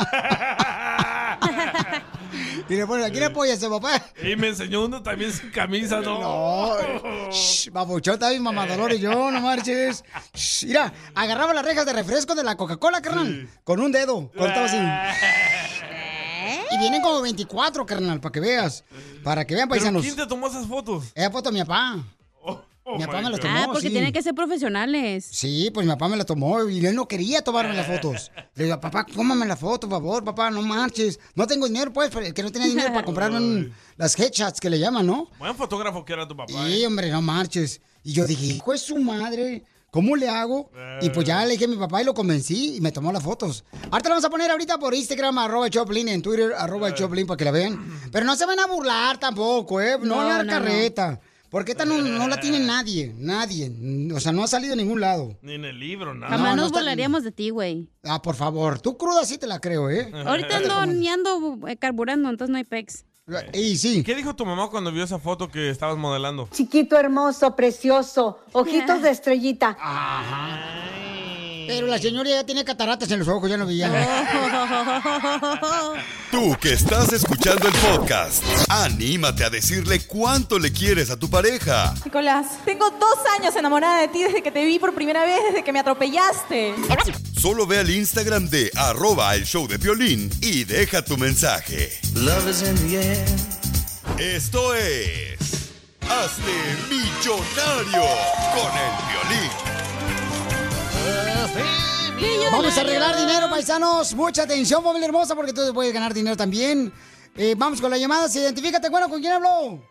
S2: Y le ponen, ¿a quién apoyas, eh, papá?
S4: [laughs] Y me enseñó uno también sin camisa, ¿no?
S2: No. Shh, babuchón, está mi mamá Dolores, yo, no marches. Shh, mira, agarraba las rejas de refresco de la Coca-Cola, carnal, con un dedo, cuando estaba así.
S4: [laughs]
S2: Y vienen como 24, carnal, para que veas. Para que vean,
S4: ¿Pero
S2: paisanos.
S4: ¿Quién te tomó esas fotos?
S2: Esa foto mi papá. mi papá me las tomó,
S3: Ah, porque
S2: sí.
S3: tienen que ser profesionales.
S2: Sí, pues mi papá me la tomó y él no quería tomarme las fotos. Le digo, papá, cómame la foto, por favor, papá, no marches. No tengo dinero, pues, pero el que no tenía dinero para comprarme un- las headshots que le llaman, ¿no?
S4: Buen fotógrafo que era tu papá. ¿eh?
S2: Sí, hombre, no marches. Y yo dije, hijo de su madre, ¿cómo le hago? Y pues ya le dije a mi papá y lo convencí y me tomó las fotos. Ahorita la vamos a poner ahorita por Instagram, arroba el Choplin, en Twitter, arroba el Choplin, para que la vean. Pero no se van a burlar tampoco, ¿eh? No,
S3: No,
S2: la
S3: no, no.
S2: carreta. Porque esta no, no la tiene nadie, nadie. O sea, no ha salido a ningún lado.
S4: Ni en el libro, nada.
S3: Jamás nos
S2: Ah, está-
S3: volaríamos de ti, güey.
S2: Ah, por favor, tú cruda sí te la creo, ¿eh? [laughs]
S3: Ahorita ando ni ando eh, carburando, entonces no hay pex.
S2: Y sí.
S4: ¿Qué dijo tu mamá cuando vio esa foto que estabas modelando?
S1: Chiquito, hermoso, precioso, ojitos de
S3: [laughs]
S1: estrellita.
S2: Pero la señora ya tiene cataratas en los ojos, ya no veía.
S3: Oh.
S4: [laughs]
S5: Tú que estás escuchando el podcast, anímate a decirle cuánto le quieres a tu pareja.
S20: Nicolás, tengo dos años enamorada de ti desde que te vi por primera vez, desde que me atropellaste.
S5: Solo ve al Instagram de arroba el show de Piolín y deja tu mensaje. Esto es... Hazte millonario con el violín.
S2: Vamos a arreglar dinero, paisanos. Mucha atención, familia hermosa, porque tú puedes ganar dinero también. Eh, vamos con las llamadas. Identifícate, bueno, ¿con quién hablo?
S21: Hola,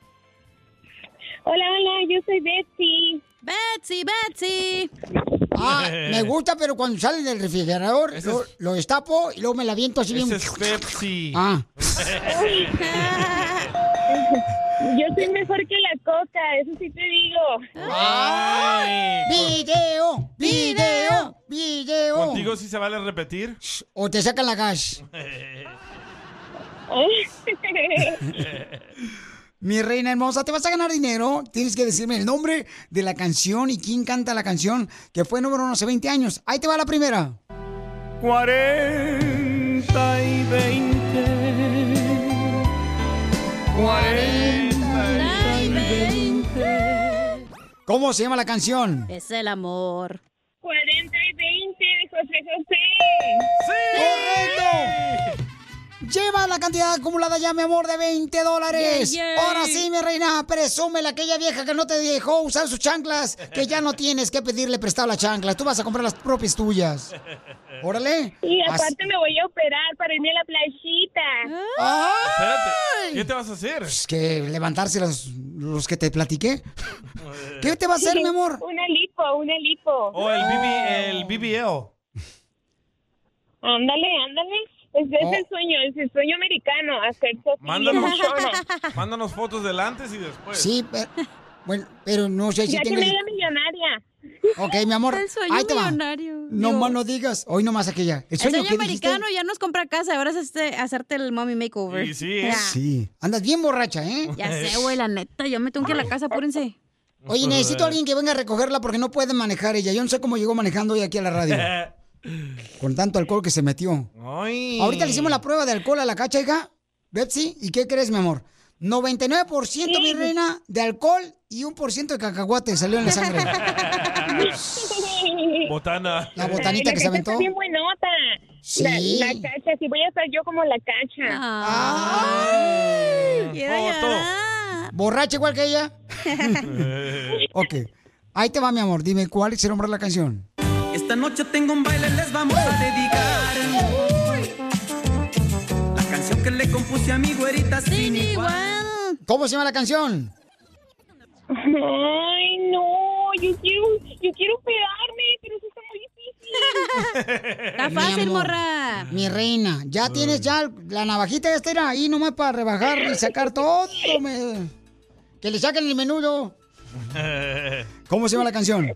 S21: hola, yo soy Betsy.
S3: Betsy, Betsy.
S2: Ah, me gusta, pero cuando sale del refrigerador, lo, lo destapo y luego me la viento así bien.
S4: Ese es Pepsi. [laughs]
S2: Ah.
S21: Yo soy mejor que la coca, eso sí te digo.
S2: Video, video, video.
S4: ¿Contigo sí se vale repetir? [laughs]
S2: O te sacan la gas. Mi reina hermosa, te vas a ganar dinero. Tienes que decirme el nombre de la canción y quién canta la canción que fue número uno hace 20 años. Ahí te va la primera.
S20: 40 y 20.
S3: 40 y 20.
S2: ¿Cómo se llama la canción?
S3: Es el amor.
S21: 40 y 20 de José José.
S2: ¡Correcto! Lleva la cantidad acumulada ya, mi amor, de 20 dólares.
S21: Yay, yay.
S2: Ahora sí, mi reina, presúmela, aquella vieja que no te dejó usar sus chanclas, que ya no tienes que pedirle prestado las chanclas. Tú vas a comprar las propias tuyas.
S5: [laughs]
S2: Órale.
S21: Y
S2: Así-
S21: aparte me voy a operar para irme a la playita.
S2: Ah.
S4: Espérate, ¿qué te vas a hacer?
S2: Pues que levantarse los, los que te platiqué. ¿Qué te va a hacer, mi amor?
S4: Oh, eh.
S21: Una lipo, una lipo.
S4: O el, BB, el BBL.
S21: Ándale, ándale. Ese
S2: Oh.
S21: es el sueño, es el sueño americano, hacer sofía. [laughs]
S4: Mándanos, mándanos fotos del antes y después.
S2: Sí, pero, bueno, pero no sé si
S21: Ya que
S2: tenga...
S21: me haga millonaria.
S2: Ok, mi amor,
S3: El sueño
S2: ahí te va.
S3: millonario.
S2: No más no digas, hoy nomás aquella. El
S3: El sueño,
S2: sueño, que dijiste?
S3: americano ya nos compra casa, ahora es este, hacerte el mommy makeover.
S4: ¿eh?
S3: Ya.
S2: Sí. Andas bien borracha, ¿eh?
S3: Ya sé, güey, la neta, yo me tengo que ir a la casa, apúrense.
S2: Oye, necesito a alguien que venga a recogerla porque no puede manejar ella. Yo no sé cómo llegó manejando hoy aquí a la
S3: [laughs]
S2: radio.
S4: [laughs]
S2: Con tanto alcohol que se metió.
S4: Ay.
S2: Ahorita le hicimos la prueba de alcohol a la cacha, hija. Betsy, ¿y qué crees, mi amor? 99% mi reina de alcohol y 1% de cacahuate salió en la sangre.
S10: [laughs]
S14: [laughs]
S4: Botana.
S2: La botanita
S21: Ay,
S2: que se
S21: Cacha está
S2: aventó.
S21: bien buenota.
S2: Sí.
S21: La, la cacha, sí voy a estar yo como la cacha.
S2: Ah. ¿Borracha igual que
S10: [laughs]
S2: ella? ok. Ahí te va, mi amor. Dime, ¿cuál es el nombre de la canción?
S10: Esta noche tengo un baile, les vamos a dedicar. La canción que le compuse a mi güerita sin igual.
S2: ¿Cómo se llama la canción?
S21: Ay, no, yo quiero, yo quiero pegarme, pero eso está muy difícil.
S3: Está
S2: Mi
S3: fácil,
S2: amor,
S3: morra.
S2: Mi reina, ya tienes ya la navajita esta era ahí nomás para rebajar y sacar todo. me- Que le saquen el menudo. ¿Cómo se llama la canción?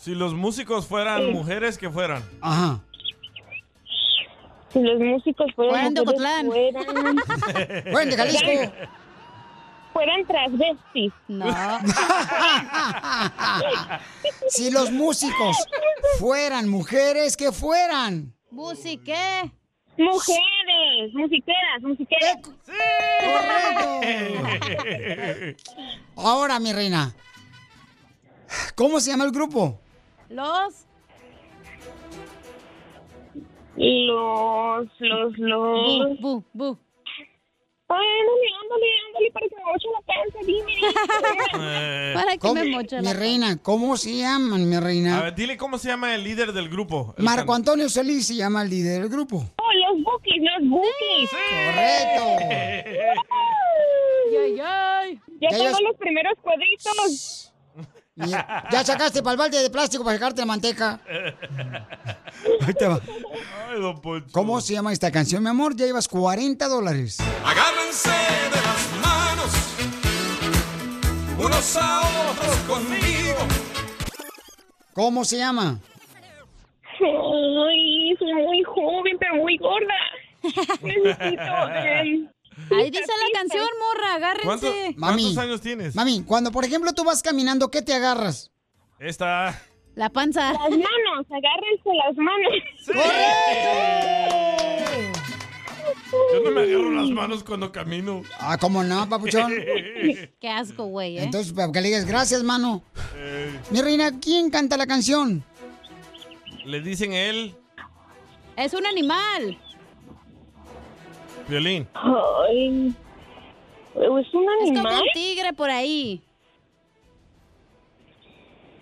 S4: Si los músicos fueran mujeres, que fueran.
S2: Ajá.
S21: Si los músicos fueran
S3: Fueran de
S21: mujeres,
S3: Ocotlán.
S21: fueran,
S2: Fueran de Jalisco.
S21: fueran transvestis. No.
S2: [laughs] Si los músicos fueran mujeres, que fueran.
S3: Musiqué.
S21: Mujeres, musiqueras, musiqueras.
S2: Eh, Ahora, mi reina. ¿Cómo se llama el grupo?
S3: Los.
S21: Los, los, los.
S3: Bu, bu, bu.
S21: Ay, ándale, ándale, ándale, para que me moche la panza, dime.
S2: ¿Cómo?
S21: moche
S2: Mi reina, ¿cómo se llaman, mi reina?
S4: A ver, dile cómo se llama el líder del grupo. El
S2: Marco Antonio Solís se llama el líder del grupo.
S21: Oh, los bookies, los bookies. [laughs]
S2: Correcto.
S21: Ay, ay. Ya
S2: Ya
S21: tengo
S2: ellos-
S21: los primeros cuadritos.
S2: Y Ya sacaste para el balde de plástico para sacarte la manteca. Ahí te va. ¿Cómo se llama esta canción, mi amor? Ya llevas 40 dólares.
S6: Agárrense de las manos, unos a otros conmigo.
S2: ¿Cómo se llama?
S21: Ay, soy muy joven, pero muy gorda. Necesito. em,
S3: Ahí dice la canción, morra,
S4: ¿Cuánto-
S3: agárrense.
S4: ¿Cuántos años tienes?
S2: Mami, cuando por ejemplo tú vas caminando, ¿qué te agarras?
S4: Esta.
S3: La panza.
S21: Las manos, agárrense las manos.
S4: Yo no me agarro las manos cuando camino.
S2: Ah, ¿cómo no,
S4: [laughs]
S2: papuchón?
S3: Qué asco, güey, ¿eh?
S2: Entonces, para que le digas gracias, mano.
S4: Eh,
S2: Mi reina, ¿quién canta la canción?
S4: le dicen él,
S3: Es un animal.
S4: violín.
S21: Ay. ¿Es un
S3: Es como
S21: animal?
S3: un tigre por ahí.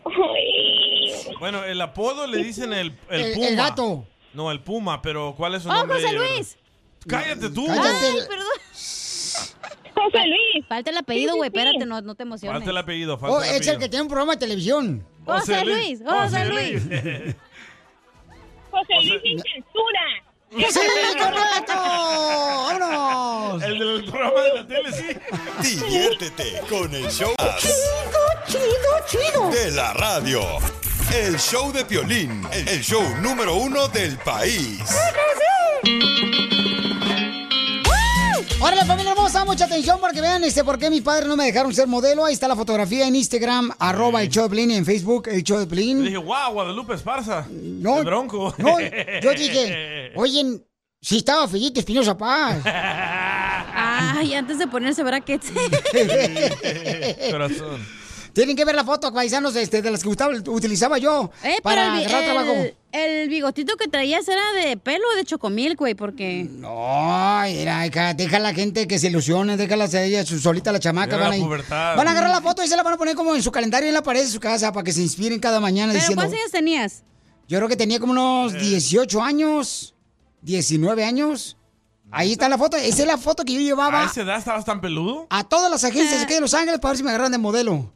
S21: Ay.
S4: Bueno, el apodo le dicen el, el
S3: El- el
S4: puma.
S3: gato.
S4: No, el puma, pero ¿cuál es su
S3: ¡Oh,
S4: nombre?
S3: José
S4: de verdad?
S3: Luis!
S4: ¡Cállate tú!
S3: Ay, perdón.
S21: José Luis.
S3: Falta el apellido,
S21: Sí, sí,
S3: güey.
S21: sí.
S3: Espérate, no, no te emociones.
S4: Falta el apellido, falta
S2: Oh,
S4: el
S2: es
S4: apellido.
S2: el que tiene un programa de televisión.
S3: José Luis, José Luis.
S21: José Luis sin censura.
S2: ¡Sí, correcto! ¡Vámonos!
S4: El del programa de la tele, sí.
S5: Diviértete con el show más
S2: Chido, chido, chido.
S5: de la radio. El show de Piolín, el el show número uno del país.
S2: [laughs] Órale, familia hermosa, mucha atención porque vean este por qué mis padres no me dejaron ser modelo. Ahí está la fotografía en Instagram, arroba el show de Piolín, en Facebook, el show de Piolín.
S4: Le dije, wow, Guadalupe Esparza.
S2: No,
S4: el bronco.
S2: No,
S4: [laughs]
S2: yo dije, oye, si estaba Fellito Espinosa Paz.
S3: [laughs] Ay, antes de ponerse
S2: [laughs]
S3: brackets.
S4: Corazón.
S2: Tienen que ver la foto, paisanos, este, de las que gustaba- utilizaba yo
S3: Eh,
S2: para
S3: pero el,
S2: agarrar trabajo.
S3: el- el bigotito que traías era de pelo o de chocomil, güey, porque...
S2: Ay, mira, hija, deja a la gente que se ilusione, déjalas a ella su- solita la chamaca. Van
S4: Era la
S2: a, ir-
S4: pubertad.
S2: van a agarrar la foto y se la van a poner como en su calendario en la pared de su casa para que se inspiren cada mañana
S3: ¿Pero
S2: diciendo.
S3: cuántos años tenías?
S2: Yo creo que tenía como unos
S4: Eh.
S2: 18 años, 19 años. Ahí está la foto. Esa es la foto que yo
S4: ¿A
S2: llevaba
S4: esa edad estabas tan peludo?
S2: a todas las
S4: Ah.
S2: agencias aquí de Los Ángeles para ver si me agarraron de modelo.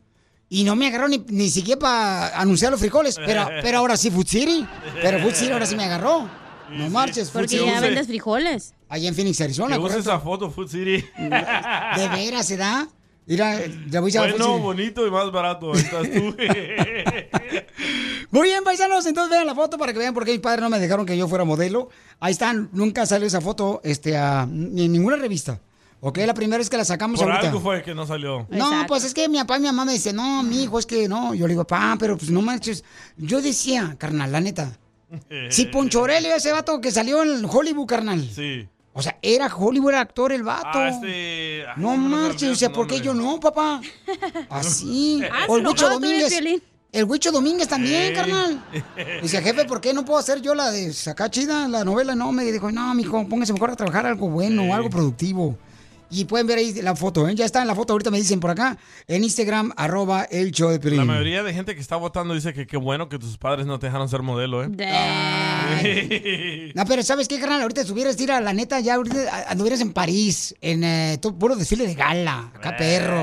S2: Y no me agarraron ni, ni
S4: [laughs]
S2: siquiera para anunciar los frijoles. Pero, pero ahora sí, Food City. Pero Food City ahora sí me agarró. No marches, Food
S3: Porque
S2: City.
S3: ya vendes frijoles.
S2: Allá en Phoenix, Arizona,
S4: Que uses
S2: correcto.
S4: esa foto, Food City.
S2: De veras, ¿se da? Mira, ya voy a Food
S4: Bueno,
S2: City.
S4: bonito y más barato. ahí Estás tú.
S2: Muy bien, paisanos, entonces vean la foto para que vean por qué mis padres no me dejaron que yo fuera modelo. Ahí están, nunca salió esa foto este, a, ni en ninguna revista. Ok, la primera vez que la sacamos
S4: Por
S2: ahorita.
S4: algo fue que no salió.
S2: No, pues es que mi papá y mi mamá me dicen, no, mi hijo, es que no. Yo le digo, papá, pero pues no manches. Yo decía, carnal, la neta. Si Poncho Aurelio, ese vato que salió en Hollywood, carnal.
S4: Eh. Sí.
S2: O sea, era Hollywood era actor el vato.
S4: Ah, este... ay,
S2: No marches, o sea, ¿por qué yo no,
S4: [laughs]
S2: papá? Así.
S4: Eh, Ah,
S2: o el Huicho Domínguez. El Huicho Domínguez también,
S4: Ey.
S2: carnal. Dice, jefe, ¿por qué no puedo hacer yo la de sacar chida la novela? No, me dijo, no, mijo, póngase mejor a trabajar algo bueno, algo productivo. Y pueden ver ahí la foto, ¿eh? Ya está en la foto, ahorita me dicen por acá, en Instagram, arroba el show de
S4: La
S2: Piolín.
S4: mayoría de gente que está votando dice que qué bueno que tus padres no te dejaron ser modelo, ¿eh? [laughs]
S2: No, pero ¿sabes qué, carnal? Ahorita estuvieras, tira, la neta, ya ahorita a- anduvieras en París, en eh, todo puro desfile de gala,
S4: Eh.
S2: acá perro.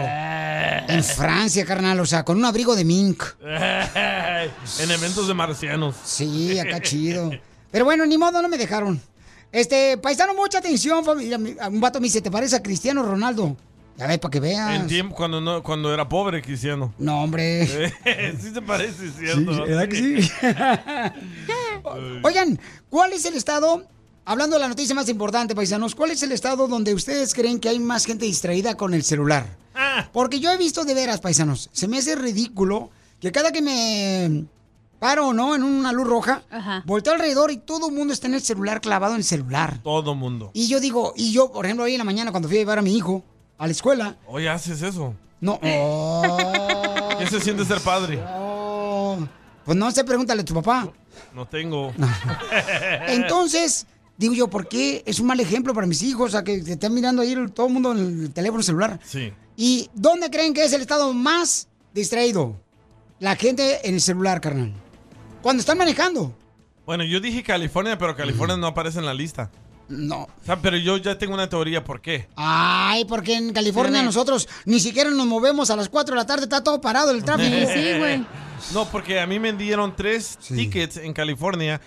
S2: En Francia, carnal, o sea, con un abrigo de mink.
S4: en eventos de marcianos.
S2: Sí, acá chido. Pero bueno, ni modo, no me dejaron. Este, paisano, mucha atención, familia. Mi- Un vato me dice, ¿te parece a Cristiano Ronaldo? Ya ves, para que veas.
S4: [laughs] En tiempo cuando no, cuando era pobre, Cristiano.
S2: No, hombre.
S4: [laughs] sí te parece, ¿cierto?
S2: Sí, ¿verdad que sí? Oigan, ¿cuál es el estado, hablando de la noticia más importante, paisanos, cuál es el estado donde ustedes creen que hay más gente distraída con el celular? Porque yo he visto de veras, paisanos, se me hace ridículo que cada que me paro, ¿no? En una luz roja, volteo alrededor y todo el mundo está en el celular clavado en el celular.
S4: [laughs] Todo mundo.
S2: Y yo digo, y yo, por ejemplo, hoy en la mañana cuando fui a llevar a mi hijo a la escuela,
S4: Oye, haces eso.
S2: no...
S4: ¿Qué se siente ser padre?
S2: oh, pues no sé, pregúntale a tu papá.
S4: No tengo. [laughs]
S2: Entonces, digo yo, ¿por qué? Es un mal ejemplo para mis hijos, o sea, que te están mirando ahí el- todo el mundo en el teléfono celular.
S4: Sí.
S2: ¿Y dónde creen que es el estado más distraído? La gente en el celular, carnal. Cuando están manejando.
S4: Bueno, yo dije California, pero California no aparece en la lista.
S2: Mm. No.
S4: O sea, pero yo ya tengo una teoría por qué.
S2: Ay, porque en California nosotros ni siquiera nos movemos a las 4 de la tarde, está todo parado el tráfico.
S4: [laughs] No, porque a mí me dieron tres tickets en California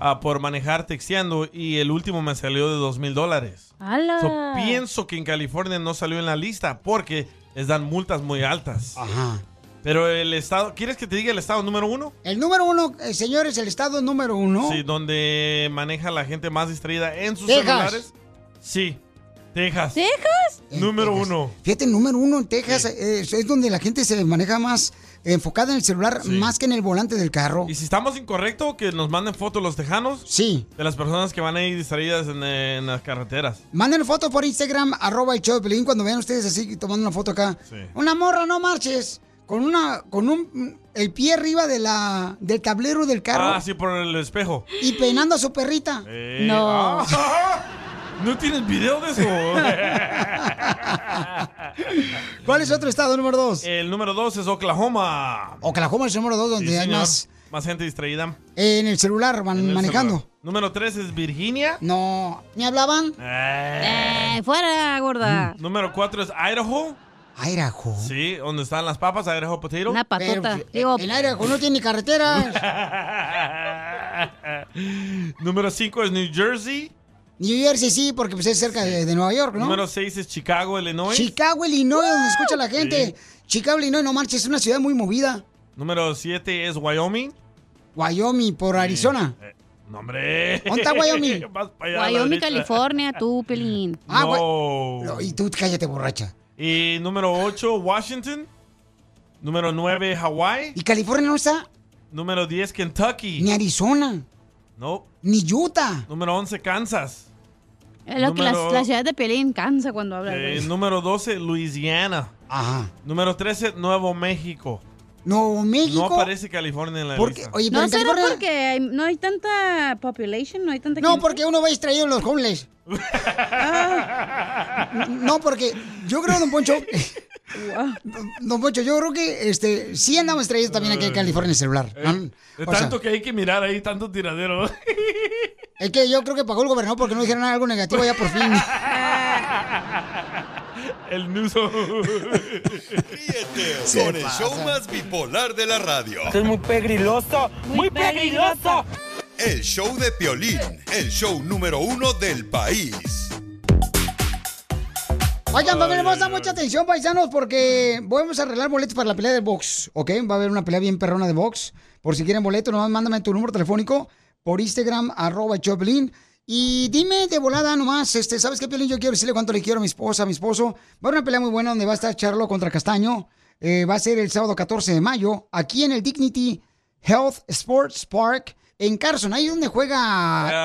S4: ah, por manejar texteando y el último me salió de dos mil dólares.
S3: ¡Hala!
S4: So, pienso que en California no salió en la lista porque les dan multas muy altas.
S2: Ajá.
S4: Pero el estado, ¿quieres que te diga el estado número uno?
S2: El número uno, eh, señores, el estado número uno.
S4: Sí, donde maneja la gente más distraída en sus
S2: Texas.
S4: celulares. Sí, Texas.
S2: ¿Texas?
S4: Número uno.
S2: Fíjate, número uno en Texas eh, es, es donde la gente se maneja más enfocada en el celular más que en el volante del carro.
S4: Y si estamos incorrecto, que nos manden fotos los tejanos.
S2: Sí.
S4: De las personas que van ahí distraídas en, eh, en las carreteras.
S2: Manden fotos por Instagram, arroba el show de Piolín, cuando vean ustedes así tomando una foto acá.
S4: Sí.
S2: Una morra, no marches. Con una, con un el pie arriba de la, del tablero del carro
S4: Ah, sí, por el espejo.
S2: y peinando a su perrita.
S4: Eh, ah, [laughs] ¿No tienes video de eso?
S2: [laughs] ¿Cuál es otro estado número dos?
S4: el número dos es Oklahoma.
S2: [laughs] Oklahoma es el número dos donde
S4: Sí,
S2: hay
S4: señor.
S2: más
S4: Más gente distraída.
S2: eh, en el celular van
S4: El
S2: manejando.
S4: celular. Número tres es Virginia.
S2: No, ni hablaban.
S4: Eh.
S3: fuera, gorda.
S4: Número cuatro es Idaho.
S2: Idaho.
S4: Sí, donde están las papas, Idaho Potato.
S3: Una patota.
S2: Pero, en Idaho no tiene ni
S4: [laughs]
S2: carreteras.
S4: [laughs] Número 5 es New Jersey.
S2: New Jersey sí, porque pues, es cerca de, de Nueva York, ¿no?
S4: Número 6 es Chicago, Illinois.
S2: Chicago, Illinois, donde escucha la gente. Chicago, Illinois, no marches, es una ciudad muy movida.
S4: Número 7 es Wyoming.
S2: Wyoming por Arizona.
S4: Eh, no, hombre.
S2: ¿Dónde está Wyoming?
S4: [laughs] Vas pa' allá a la
S3: Wyoming,
S4: derecha.
S3: California, tú, Pelín.
S2: Ah,
S4: No.
S2: Y tú cállate, borracha.
S4: Y número 8, Washington. Número 9, Hawaii.
S2: ¿Y California no está?
S4: Número 10, Kentucky.
S2: Ni Arizona,
S4: No.
S2: ni Utah.
S4: Número 11, Kansas.
S3: Es lo que las-
S4: Número-
S3: la, ciudad de Pelín cansa cuando habla.
S4: Eh,
S3: güey.
S4: número 12, Luisiana.
S2: Ajá.
S4: Número 13, Nuevo México.
S2: Nuevo México.
S4: No aparece California en la
S2: Porque-
S4: lista.
S2: oye,
S3: no
S2: pero en
S3: será
S2: California-
S3: porque hay- no hay tanta population, no hay tanta
S2: No,
S3: gente?
S2: porque uno va distraído en los homeless. Ah. No, porque yo creo, don Poncho. Don- Don Poncho, yo creo que este, sí andamos distraídos también aquí en California en el celular.
S4: Eh,
S2: ¿no?
S4: de
S2: O sea,
S4: tanto que hay que mirar ahí, tanto tiradero. [laughs]
S2: es que yo creo que pagó el gobernador porque no dijeron algo negativo ya por fin.
S4: El nuso.
S5: Ríete
S6: Se
S5: con el
S6: pasa.
S5: show más bipolar de la radio.
S6: Esto es muy pegriloso, muy pegriloso.
S5: el show de Piolín, el show número uno del país.
S2: Oigan, familia hermosa, mucha atención, paisanos, porque vamos a arreglar boletos para la pelea de box, ¿ok? Va a haber una pelea bien perrona de box. Por si quieren boleto, nomás mándame tu número telefónico por Instagram, arroba Choplin. Y dime de volada nomás, este, ¿sabes qué, Piolín? Yo quiero decirle cuánto le quiero a mi esposa, a mi esposo. Va a haber una pelea muy buena donde va a estar Charlo contra Castaño. Eh, va a ser el sábado 14 de mayo, aquí en el Dignity Health Sports Park, en Carson, ahí donde juega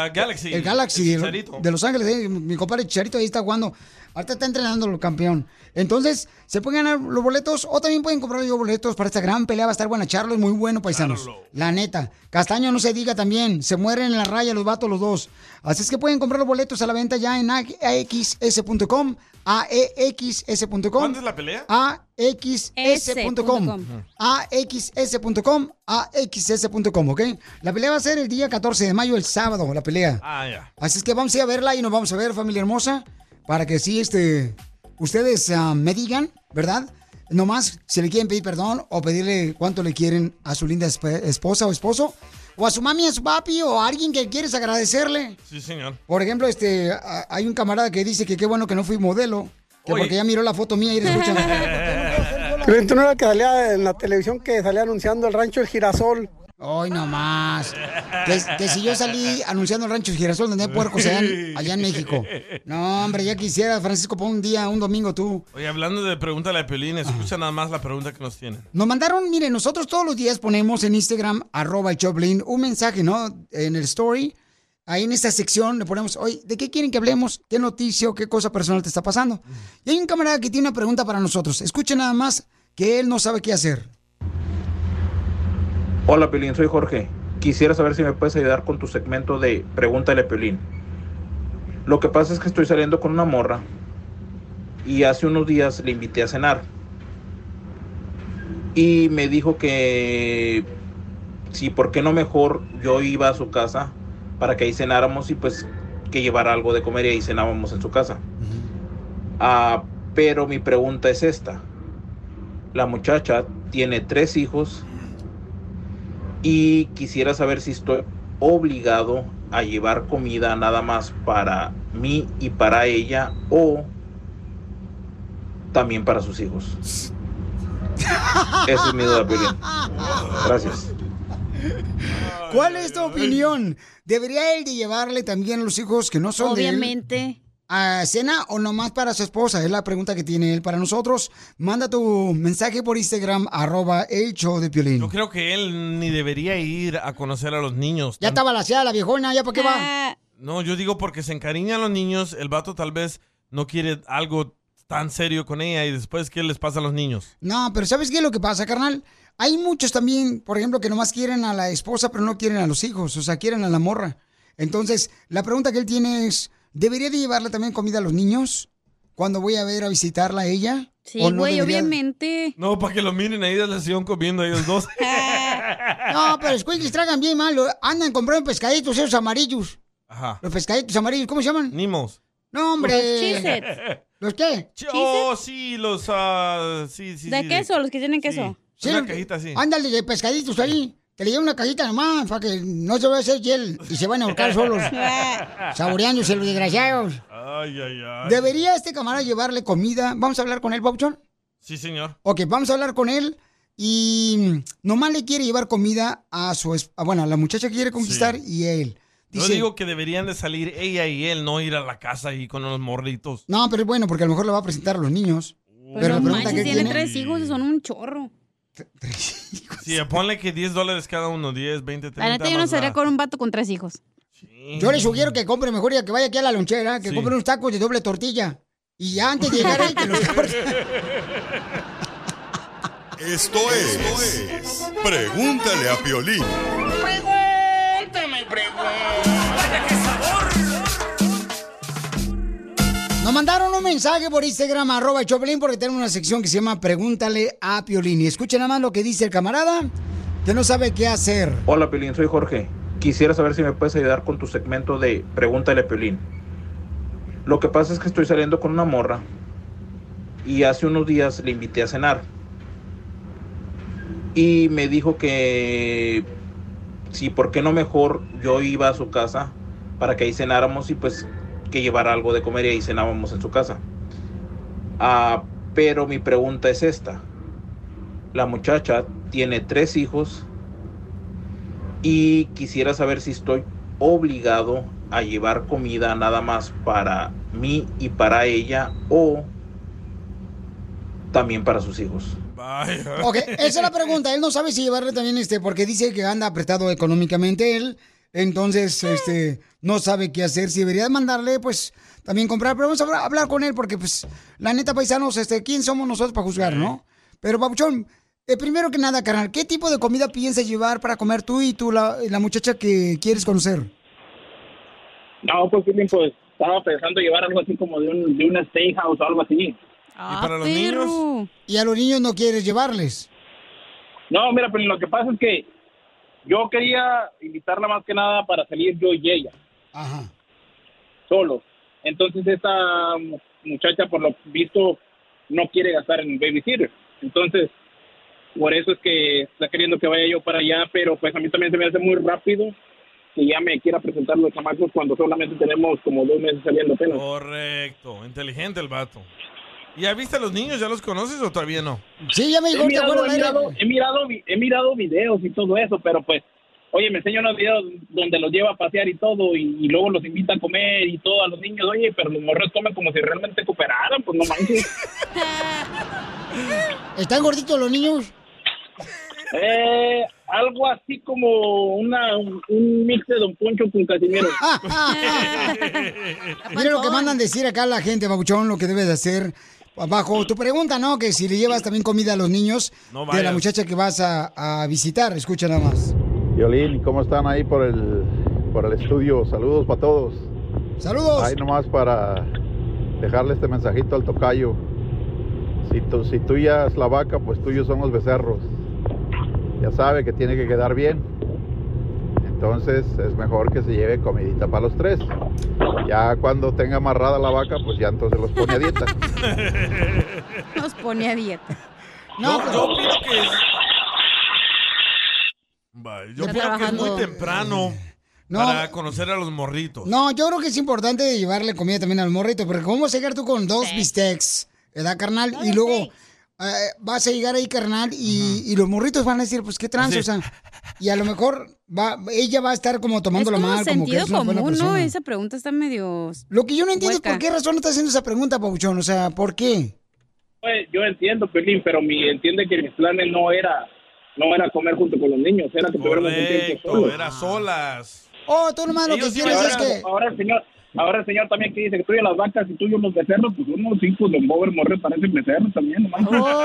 S4: Ah, Galaxy.
S2: el Galaxy
S4: El
S2: de,
S4: Chicharito.
S2: de Los Ángeles, eh, mi compadre Chicharito ahí está jugando. Ahorita está entrenando el campeón. Entonces, se pueden ganar los boletos o también pueden comprar yo boletos para esta gran pelea. Va a estar buena. Charlo es muy bueno, paisanos. La neta. Castaño no se diga también. Se mueren en la raya los vatos los dos. Así es que pueden comprar los boletos a la venta ya en axs.com. E AEXS.com.
S4: ¿Cuándo es la pelea?
S2: AXS.com. AXS.com. AXS.com, ¿ok? La pelea va a ser el día 14 de mayo, el sábado, la pelea.
S4: Ah, ya.
S2: Así es que vamos a ir a verla y nos vamos a ver, familia hermosa, para que sí, este, ustedes ah, me digan, ¿verdad? Nomás si le quieren pedir perdón o pedirle cuánto le quieren a su linda esp- esposa o esposo, o a su mami, a su papi, o a alguien que quieres agradecerle.
S4: Sí, señor.
S2: Por ejemplo, este, a- hay un camarada que dice que qué bueno que no fui modelo, que
S4: Oye.
S2: porque ya miró la foto mía y le escuchan.
S22: Piolín, tú no era el que salía en la televisión que salía anunciando el rancho El Girasol.
S2: Ay, nomás. Que, que si yo salí anunciando el rancho El Girasol donde hay puercos allá, en- allá en México. No, hombre, ya quisiera, Francisco, pon un día, un domingo tú.
S4: Oye, hablando de pregunta de Piolín, escucha nada más la pregunta que nos tienen.
S2: Nos mandaron, miren, nosotros todos los días ponemos en Instagram, arroba el Choplin, un mensaje, ¿no? En el story. Ahí en esta sección le ponemos, oye, ¿de qué quieren que hablemos? ¿Qué noticia o qué cosa personal te está pasando? Y hay un camarada que tiene una pregunta para nosotros. Escuchen nada más que él no sabe qué hacer.
S23: Hola Pelín, soy Jorge. Quisiera saber si me puedes ayudar con tu segmento de Pregúntale Pelín. Lo que pasa es que estoy saliendo con una morra y hace unos días le invité a cenar. Y me dijo que si por qué no mejor yo iba a su casa para que ahí cenáramos y pues que llevara algo de comer y ahí cenábamos en su casa. Ah, pero mi pregunta es esta. La muchacha tiene tres hijos y quisiera saber si estoy obligado a llevar comida nada más para mí y para ella o también para sus hijos. Esa es mi duda, Piolín. Gracias.
S2: ¿Cuál es tu opinión? ¿Debería él de llevarle también a los hijos que no son de él?
S3: Obviamente.
S2: ¿A cena o nomás para su esposa? Es la pregunta que tiene él para nosotros. Manda tu mensaje por Instagram, arroba el show de Piolín.
S4: Yo creo que él ni debería ir a conocer a los niños.
S2: Ya está balanceada la viejona, ¿ya para qué va?
S4: No, yo digo porque se encariñan los niños, el vato tal vez no quiere algo tan serio con ella y después, ¿qué les pasa a los niños?
S2: No, pero ¿sabes qué es lo que pasa, carnal? Hay muchos también, por ejemplo, que nomás quieren a la esposa, pero no quieren a los hijos, o sea, quieren a la morra. Entonces, la pregunta que él tiene es, ¿debería de llevarle también comida a los niños cuando voy a ver a visitarla a ella?
S3: Sí,
S2: ¿O no
S3: güey,
S2: debería-
S3: obviamente.
S4: No, para que lo miren ahí de la sillón comiendo ellos dos.
S2: No, pero los Squiggles tragan bien mal, andan comprando pescaditos esos amarillos.
S4: Ajá.
S2: Los pescaditos amarillos, ¿cómo se llaman?
S4: Nimos.
S2: No,
S3: Los
S2: hombre. [laughs]
S3: Cheez-Its.
S2: ¿Los qué?
S4: Ch- Oh, sí, los... ah, sí, sí,
S3: de
S4: sí,
S3: queso, los que tienen queso.
S2: Sí,
S4: Una cajita así.
S2: Ándale, de pescaditos ahí. Que le lleven una cajita nomás para que no se vaya a hacer hiel y se van a
S3: [laughs]
S2: ahorcar solos. saboreándose los desgraciados.
S4: Ay, ay, ay.
S2: ¿Debería este camarada llevarle comida? ¿Vamos a hablar con él, Bobchon?
S4: Sí, señor.
S2: Ok, vamos a hablar con él. Y nomás le quiere llevar comida a su... es- a, bueno, a la muchacha que quiere conquistar y él.
S4: Yo digo que deberían de salir ella y él, no ir a la casa ahí con los morritos.
S2: No, pero es bueno, porque a lo mejor le va a presentar a los niños.
S4: Uh,
S3: Pues
S2: pero
S3: no
S2: la pregunta
S3: manches,
S2: que
S3: tiene,
S2: tiene...
S3: tres hijos y son un chorro.
S2: [laughs]
S4: Sí, ponle que 10 dólares cada uno, 10, 20, 30.
S3: La neta, yo no
S4: más
S3: estaría
S4: la-
S3: con un vato con tres hijos.
S2: Yo le sugiero que compre mejor ya que vaya aquí a la lonchera, que
S4: Sí.
S2: compre unos tacos de doble tortilla. Y ya antes de llegar él, que los compre.
S5: Esto es, Pregúntale a Piolín.
S10: Pregúntame, pregúntame. ¡Qué sabor!
S2: Nos mandaron un mensaje por Instagram, arroba el Choplin, porque tenemos una sección que se llama Pregúntale a Piolín. Y escuchen nada más lo que dice el camarada, que no sabe qué hacer.
S23: Hola Pelín, soy Jorge. Quisiera saber si me puedes ayudar con tu segmento de Pregúntale Pelín. Lo que pasa es que estoy saliendo con una morra y hace unos días le invité a cenar. Y me dijo que sí, ¿por qué no mejor yo iba a su casa para que ahí cenáramos y pues que llevara algo de comer y ahí cenábamos en su casa? Ah, pero mi pregunta es esta. La muchacha tiene tres hijos y quisiera saber si estoy obligado a llevar comida nada más para mí y para ella o también para sus hijos.
S2: [laughs] Ok, esa es la pregunta. Él no sabe si llevarle también este, porque dice que anda apretado económicamente él. Entonces, este, no sabe qué hacer. Si debería mandarle, pues, también comprar. Pero vamos a hablar con él, porque, pues, la neta, paisanos, este, ¿quién somos nosotros para juzgar, no? Pero, Papuchón, eh, primero que nada, carnal, ¿qué tipo de comida piensas llevar para comer tú y tú, la, la muchacha que quieres conocer?
S24: No, pues, Piolín, pues, estaba pensando llevar algo así como de, un, de una steakhouse o algo así.
S2: ¿Y para los niños? ¿Y a los niños no quieres llevarles?
S24: No, mira, pero lo que pasa es que yo quería invitarla más que nada para salir yo y ella.
S2: Ajá.
S24: Solos. Entonces esta muchacha, por lo visto, no quiere gastar en babysitter. Entonces, por eso es que está queriendo que vaya yo para allá, pero pues a mí también se me hace muy rápido que ya me quiera presentar los chamacos cuando solamente tenemos como dos meses saliendo apenas.
S4: Correcto, inteligente el vato. ¿Ya viste a los niños? ¿Ya los conoces o todavía no?
S2: Sí, ya me dijo
S24: he
S2: que
S24: mirado,
S2: fuera
S24: he,
S2: al aire.
S24: mirado, he, mirado, vi- he mirado videos y todo eso, pero pues, oye, me enseña unos videos donde los lleva a pasear y todo, y, y luego los invita a comer y todo a los niños, oye, pero los morros comen como si realmente cooperaran, pues
S2: [laughs]
S24: no manches.
S2: ¿Están gorditos los niños?
S24: Eh, algo así como una, un- un mix de Don Poncho con Casimiro.
S2: Ah, Mira lo que mandan decir acá la gente, Babuchón, lo que debe de hacer. Abajo, tu pregunta, ¿no? Que si le llevas también comida a los niños
S24: No
S2: de la
S24: vayas.
S2: muchacha que vas a, a visitar. Escucha nada más.
S25: Violín, ¿cómo están ahí por el, por el estudio? Saludos para todos.
S2: Saludos.
S25: Ahí nomás para dejarle este mensajito al tocayo. Si, tú, si tuya es la vaca, pues tuyos son los becerros. Ya sabe que tiene que quedar bien. Entonces es mejor que se lleve comidita para los tres. Ya cuando tenga amarrada la vaca, pues ya entonces los pone a dieta.
S3: [laughs] Nos pone a dieta. pues,
S4: No, yo, yo opino que es... Vaya, yo
S2: Está
S4: opino que es
S2: trabajando.
S4: muy temprano
S2: No.
S4: para conocer a los morritos.
S2: No, yo creo que es importante llevarle comida también al morrito, porque ¿cómo vas a llegar tú con dos bistecs, edad carnal? y luego eh, vas a llegar ahí, carnal, y, y los morritos van a decir, pues qué trance,
S3: Así.
S2: o sea, y a lo mejor va, ella va a estar como
S3: Es
S2: tomándola
S3: como
S2: mal, como que
S3: sentido
S2: es una buena
S3: común, ¿no?
S2: persona.
S3: Esa pregunta está medio...
S2: Lo que yo no entiendo es
S3: Hueca.
S2: por qué razón está haciendo esa pregunta, Pauchón, o sea, ¿por qué?
S24: Pues, yo entiendo, Piolín, pero mi entiende que mis planes no era no era comer junto con los niños, era que tuviéramos un tiempo
S4: Correcto,
S24: solos.
S4: era solas.
S2: Oh, tú nomás lo que
S24: Ellos sí
S2: quieres
S24: ahora-
S2: es que...
S24: Ahora el señor... Ahora el señor también que dice que tuyo las vacas y tuyo los becerros, pues uno sí, pues los mover morrer parecen becerros también, nomás.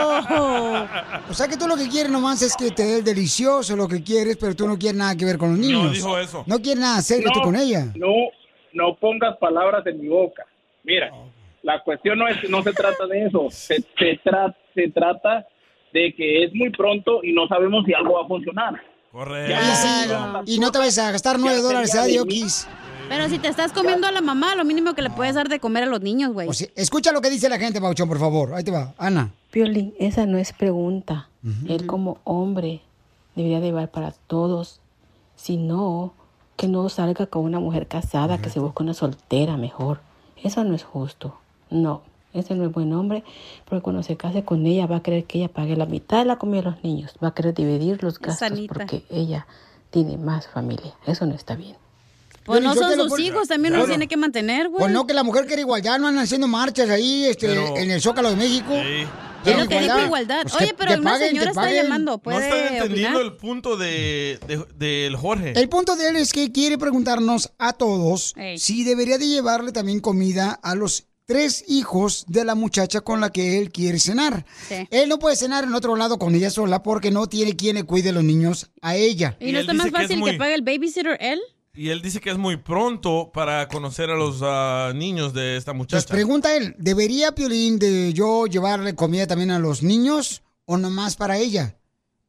S2: Oh. O sea que tú lo que quieres nomás es que te dé el delicioso lo que quieres, pero tú no quieres nada que ver con los niños.
S24: dijo eso.
S2: No quieres nada serio tú con ella.
S24: No, no pongas palabras en mi boca. Mira, la cuestión no es no se trata de eso, se, se, tra- se trata de que es muy pronto y no sabemos si algo va a funcionar.
S4: Correcto.
S2: Y, sí, y no te vas a gastar nueve dólares, ¿eh, Diokis?
S3: Pero si te estás comiendo a la mamá, lo mínimo que le puedes dar de comer a los niños, güey.
S2: Pues Escucha lo que dice la gente, Pauchón, por favor. Ahí te va, Ana.
S26: Piolín, esa no es pregunta. Él como hombre debería de llevar para todos. Si no, que no salga con una mujer casada, que se busque una soltera mejor. Eso no es justo. No, ese no es buen hombre, porque cuando se case con ella va a querer que ella pague la mitad de la comida de los niños. Va a querer dividir los gastos
S3: Sanita.
S26: porque ella tiene más familia. Eso no está bien.
S3: Pues
S2: Yo-
S3: no
S2: yo te
S3: son
S2: lo
S3: sus
S2: pon-
S3: hijos, también
S2: Claro.
S3: los tiene que mantener, güey.
S2: Pues no, que la mujer quiere igualdad, no andan haciendo marchas ahí este,
S4: Pero-
S2: en el Zócalo de México.
S3: Yo
S2: Quieren
S3: no te digo igualdad.
S2: Pues que
S3: Oye, pero
S2: te
S3: una
S2: paguen,
S3: señora
S2: te
S3: está
S2: paguen.
S3: llamando,
S4: No
S3: puede
S4: están entendiendo
S3: opinar?
S4: el punto de, de- del Jorge.
S2: El punto de él es que quiere preguntarnos a todos si debería de llevarle también comida a los tres hijos de la muchacha con la que él quiere cenar.
S3: Sí.
S2: Él no puede cenar en otro lado con ella sola porque no tiene quien le cuide los niños a ella.
S3: ¿Y no está más fácil que pague el babysitter él?
S4: Y él dice que es muy pronto para conocer a los ah, niños de esta muchacha.
S2: Pues Pregunta él, ¿debería Piolín de yo llevarle comida también a los niños o nomás para ella?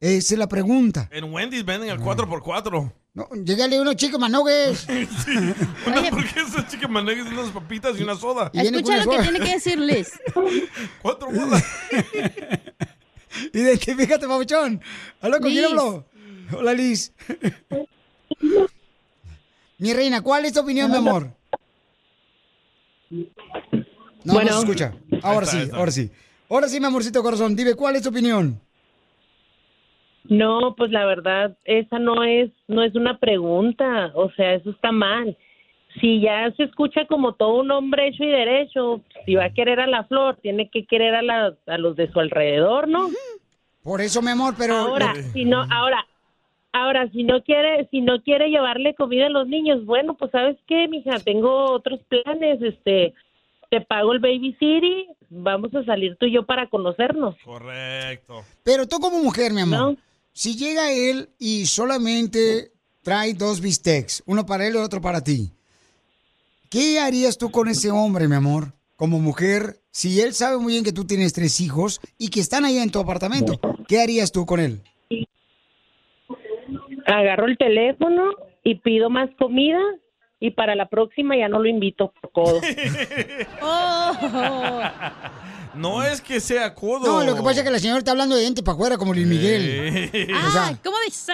S2: Esa es la pregunta.
S4: En Wendy's venden el 4x4.
S2: No, llegale unos chicos manogues. [laughs]
S4: Una hamburguesa, chicken manegues, unas papitas y una soda.
S2: Y viene con
S3: Escucha lo
S2: una
S3: que
S2: soga.
S4: [laughs]
S3: tiene que decir
S2: [laughs]
S3: Liz.
S4: Cuatro
S2: Identifícate, Pabuchón. Hola, ¿con quién
S3: Liz.
S2: hablo? Hola, Liz. Mi reina, ¿cuál es tu opinión, mi amor? No,
S14: Bueno.
S2: no se escucha.
S14: Ahí
S2: Ahora
S14: está,
S2: sí,
S14: ahí está.
S2: ahora sí. Ahora sí, mi amorcito corazón, dime, ¿cuál es tu opinión?
S14: No, pues la verdad, esa no es, no es una pregunta, o sea, eso está mal. Si ya se escucha como todo un hombre hecho y derecho, si va a querer a la flor, tiene que querer a, la- a los de su alrededor, ¿no?
S2: Por eso, mi amor, pero...
S14: Ahora, si no, ahora, ahora, si no quiere, si no quiere llevarle comida a los niños, bueno, pues sabes qué, mija, tengo otros planes, este, te pago el baby city, vamos a salir tú y yo para conocernos.
S3: [laughs]
S4: Correcto.
S2: Pero tú como mujer, mi amor, si llega él y solamente trae dos bistecs, uno para él y otro para ti, ¿qué harías tú con ese hombre, mi amor, como mujer, si él sabe muy bien que tú tienes tres hijos y que están ahí en tu apartamento? ¿Qué harías tú con él?
S14: agarro el teléfono y pido más comida y para la próxima ya no lo invito por codo.
S4: No es que sea codo.
S2: Oh. No, lo que pasa es que la señora está hablando de diente para afuera como Luis Miguel. Ah.
S4: Eh.
S2: O sea,
S3: ¿Cómo dice?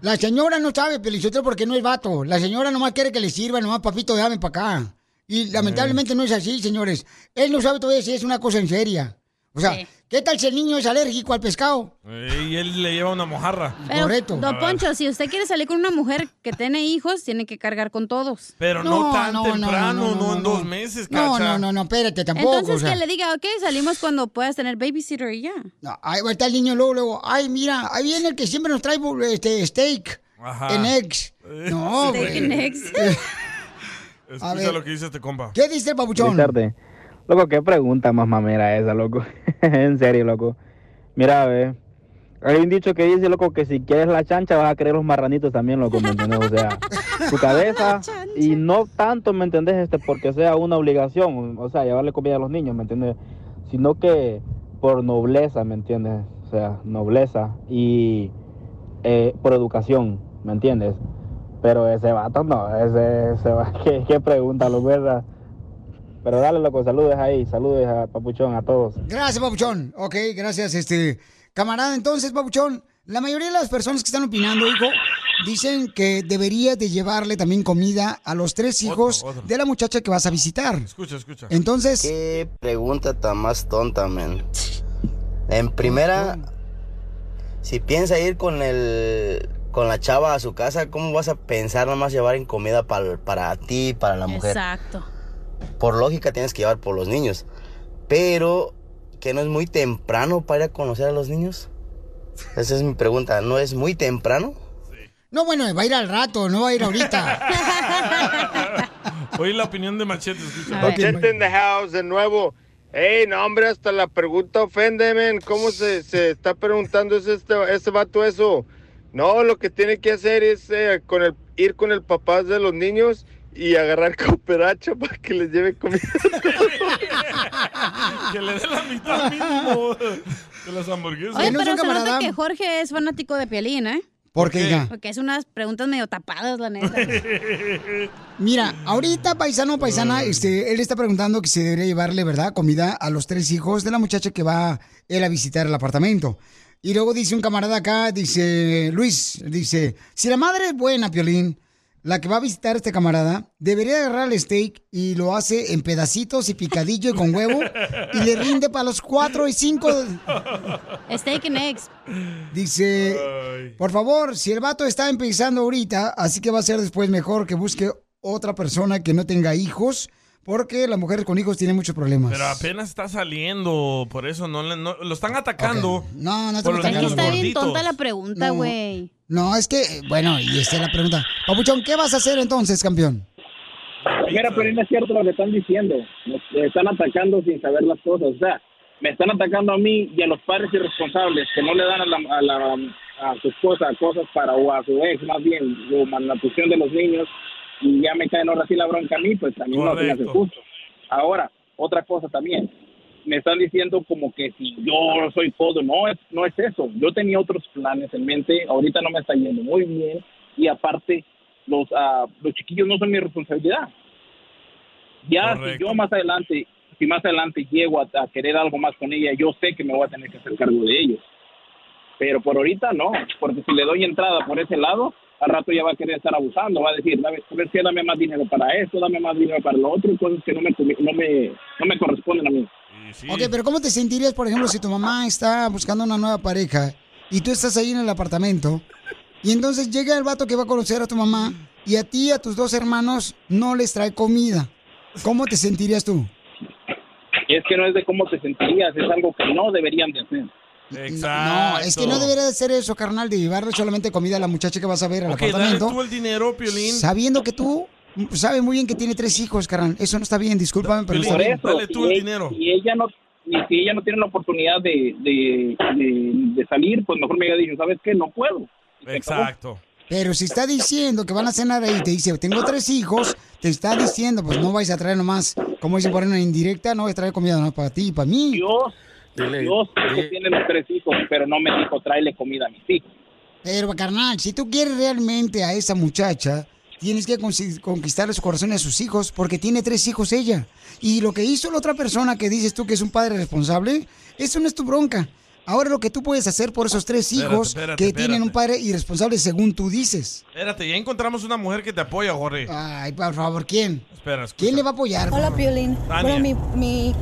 S2: La señora no sabe, Pelichotero, porque no es vato. La señora nomás quiere que le sirva, nomás, papito, déjame para acá. Y lamentablemente no es así, señores. Él no sabe todavía si es una cosa en seria. O sea, ¿qué tal si el niño es alérgico al pescado?
S4: Eh, Y él le lleva una mojarra. Ah.
S3: Pero, Don Poncho, si usted quiere salir con una mujer que tiene hijos, tiene que cargar con todos.
S4: Pero no, tan temprano, no, en dos meses,
S2: No,
S4: cacha.
S2: no, no, no, espérate, tampoco.
S3: Entonces
S2: o sea.
S3: que le diga, ok, salimos cuando puedas tener babysitter y ya.
S2: No, ahí va a estar el niño luego, luego, ay, mira, ahí viene el que siempre nos trae bu- este steak
S4: Ajá.
S2: en eggs.
S3: [laughs]
S2: No,
S3: Steak
S2: güey.
S3: and eggs.
S2: [laughs]
S4: Escucha
S2: A ver.
S4: lo que dice este compa.
S2: ¿Qué dice el
S15: Feliz
S2: papuchón?
S15: tarde. Loco, qué pregunta más mamera esa, loco. [laughs] en serio, loco. Mira, ve. Hay un dicho que dice, loco, que si quieres la chancha vas a querer los marranitos también, loco, ¿me entiendes? O
S2: [laughs]
S15: sea, tu cabeza y no tanto, ¿me entendés? Este, porque sea una obligación, o sea, llevarle comida a los niños, ¿me entiendes? Sino que por nobleza, ¿me entiendes? O sea, nobleza y eh, por educación, ¿me entiendes? Pero ese vato no, ese, ese va, [laughs] qué, qué pregunta, loco, ¿verdad? Pero dale, loco, saludes ahí, saludes a Papuchón, a todos.
S2: Gracias, Papuchón. Ok, gracias, este. Camarada, entonces, Papuchón, la mayoría de las personas que están opinando, hijo, dicen que deberías de llevarle también comida a los tres hijos de la muchacha que vas a visitar.
S4: Escucha, escucha.
S2: Entonces.
S27: Qué pregunta tan más tonta, men. En primera, si piensa ir con el con la chava a su casa, ¿cómo vas a pensar nada más llevar en comida para, para ti, para la mujer?
S4: [laughs]
S3: Exacto.
S27: Por lógica tienes que llevar por los niños. Pero que no es muy temprano para ir a conocer a los niños. Esa es mi pregunta, ¿no es muy temprano?
S2: No, bueno, va a ir al rato, no va a ir ahorita.
S4: Oí la opinión de Machete, escucha.
S17: Machete in the house, de nuevo. Ey, no, hombre, hasta la pregunta ofende, men. ¿Cómo se, se está preguntando ese, este, ese vato eso? No, lo que tiene que hacer es eh, con el, ir con el papá de los niños y agarrar [laughs] cooperacho para que les lleve comida.
S4: Que le dé la mitad mismo de las hamburguesas.
S3: Oye, pero se nota que Jorge es fanático de Piolín, ¿eh?
S2: ¿Por qué, hija?
S3: Porque es unas preguntas medio tapadas, la
S4: [laughs]
S3: neta.
S2: Mira, ahorita, paisano, paisana, este, él está preguntando que si debería llevarle, ¿verdad?, comida a los tres hijos de la muchacha que va él a visitar el apartamento. Y luego dice un camarada acá, dice, Luis, dice, si la madre es buena, Piolín, la que va a visitar a este camarada, debería agarrar el steak y lo hace en pedacitos y picadillo y con huevo y le rinde para los cuatro y cinco.
S3: Steak and eggs.
S2: Dice, por favor, si el vato está empezando ahorita, así que va a ser después mejor que busque otra persona que no tenga hijos, porque las mujeres con hijos tienen muchos problemas.
S4: Pero apenas está saliendo, por eso no, le- no- lo están atacando.
S2: No, no
S4: Por
S2: estamos
S4: los
S2: tan
S3: Es que está
S2: gorditos.
S3: bien tonta la pregunta,
S2: No.
S3: güey.
S2: No, es que, eh, bueno, y esta es la pregunta. Papuchón, ¿qué vas a hacer entonces, campeón?
S24: Mira, pero no es cierto lo que están diciendo. Nos están atacando sin saber las cosas. O sea, me están atacando a mí y a los padres irresponsables que no le dan a, la, a, la, a su esposa cosas para, o a su ex, más bien, o malnutrición de los niños. Y ya me caen ahora sí la bronca a mí, pues también no se me hace
S28: Correcto.
S24: justo. Ahora, otra cosa también. Me están diciendo como que si yo soy codo. No, es, no es eso. Yo tenía otros planes en mente. Ahorita no me está yendo muy bien. Y aparte, los, ah, los chiquillos no son mi responsabilidad. Ya si yo más adelante, si más adelante llego a, a querer algo más con ella, yo sé que me voy a tener que hacer cargo de ellos. Pero por ahorita no, porque si le doy entrada por ese lado, al rato ya va a querer estar abusando, va a decir, ¿sabes qué? Dame más dinero para esto, dame más dinero para lo otro, y cosas que no me, convi- no me, no me corresponden a mí.
S2: Ok, pero ¿cómo te sentirías, por ejemplo, si tu mamá está buscando una nueva pareja y tú estás ahí en el apartamento y entonces llega el vato que va a conocer a tu mamá y a ti y a tus dos hermanos no les trae comida? ¿Cómo te sentirías tú?
S24: Es que no es de cómo te sentirías, es algo que no deberían de hacer.
S2: No, es que no debería de ser eso, carnal, de llevarle solamente comida a la muchacha que vas a ver al
S4: Ok, dale
S2: apartamento.
S4: tú el dinero, Piolín.
S2: Sabiendo que tú sabes muy bien que tiene tres hijos, carnal. Eso no está bien, discúlpame, pero no está
S24: Por
S2: bien.
S24: eso, si e- si ella no, y si ella no tiene la oportunidad de, de, de- de salir, pues mejor me haya dicho, ¿sabes qué? No puedo.
S4: Exacto.
S2: Pero si está diciendo que van a cenar ahí, te dice, tengo tres hijos, te está diciendo, pues no vais a traer nomás, como dicen por ahí en indirecta, no vais a traer comida nomás para ti y para mí.
S24: Yo sé que tiene los tres hijos, pero no me dijo, tráele comida a mis hijos.
S2: Pero, carnal, si tú quieres realmente a esa muchacha, tienes que consi- conquistarle su corazón a sus hijos, porque tiene tres hijos ella. Y lo que hizo la otra persona que dices tú que es un padre responsable, eso no es tu bronca. Ahora lo que tú puedes hacer por esos tres
S4: Espérate,
S2: hijos
S4: espérate,
S2: que tienen
S4: espérate.
S2: un padre irresponsable según tú dices.
S4: Espérate, ya encontramos una mujer que te apoya, Jorge.
S2: Ay, por favor, ¿quién?
S4: Espera, escucha.
S2: ¿Quién le va a apoyar?
S8: Hola, Piolín.
S4: Tania.
S8: Bueno, mi, mi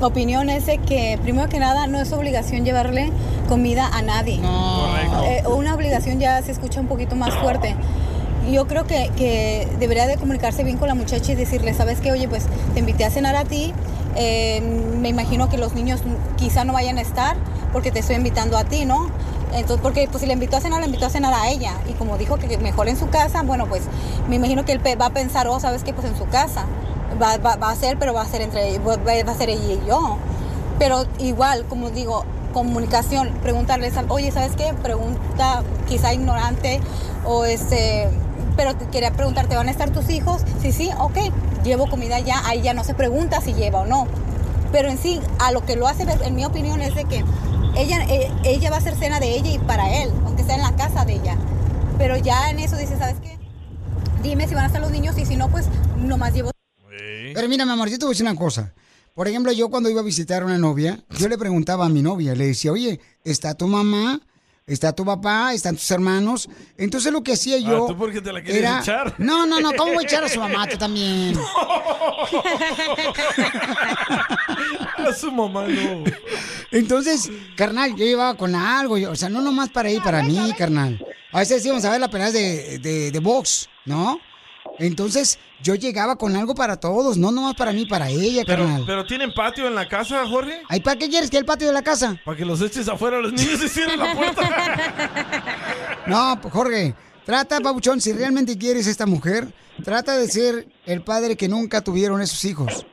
S8: opinión es de que, primero que nada, no es obligación llevarle comida a nadie.
S4: Correcto.
S8: Eh, una obligación ya se escucha un poquito más fuerte. Yo creo que, que debería de comunicarse bien con la muchacha y decirle, ¿sabes qué? Oye, pues te invité a cenar a ti. Eh, me imagino que los niños quizá no vayan a estar porque te estoy invitando a ti, ¿no? Entonces, porque pues, si le invitó a cenar, le invitó a cenar a ella. Y como dijo que mejor en su casa, bueno, pues me imagino que él pe- va a pensar, oh, ¿sabes qué? Pues en su casa. Va, va- va a ser, pero va a ser entre va, va a ser ella y yo. Pero igual, como digo, comunicación, preguntarles, oye, ¿sabes qué? Pregunta quizá ignorante o este, pero te quería preguntarte, ¿van a estar tus hijos? Sí, sí, ok, llevo comida ya, ahí ya no se pregunta si lleva o no. Pero en sí, a lo que lo hace, ver, en mi opinión, es de que ella, eh, ella va a hacer cena de ella y para él, aunque sea en la casa de ella. Pero ya en eso dice, ¿sabes qué? Dime si van a estar los niños y si no, pues nomás llevo...
S2: Pero mira, mi amor, yo te voy a decir una cosa. Por ejemplo, yo cuando iba a visitar a una novia, yo le preguntaba a mi novia, le decía, oye, ¿está tu mamá? ¿Está tu papá? ¿Están tus hermanos? Entonces lo que hacía
S4: Ah,
S2: yo...
S4: ¿tú por qué te la quieres echar?
S2: No, no, no, ¿cómo voy a echar a su
S4: [laughs]
S2: mamá? Tú también.
S4: A [laughs] su mamá no.
S2: [laughs] Entonces, carnal, yo llevaba con algo, yo- o sea, no nomás para ir, para mí, carnal. A veces íbamos a ver la pelea de, de, de box, ¿no? Entonces, yo llegaba con algo para todos, no nomás para mí, para ella, carnal.
S4: ¿Pero tienen patio en la casa, Jorge?
S2: Ay, ¿para qué quieres que el patio de la casa?
S4: Para que los eches afuera los niños y cierren la puerta.
S2: No, pues, Jorge, trata, Pabuchón, si realmente quieres a esta mujer, trata de ser el padre que nunca tuvieron esos hijos.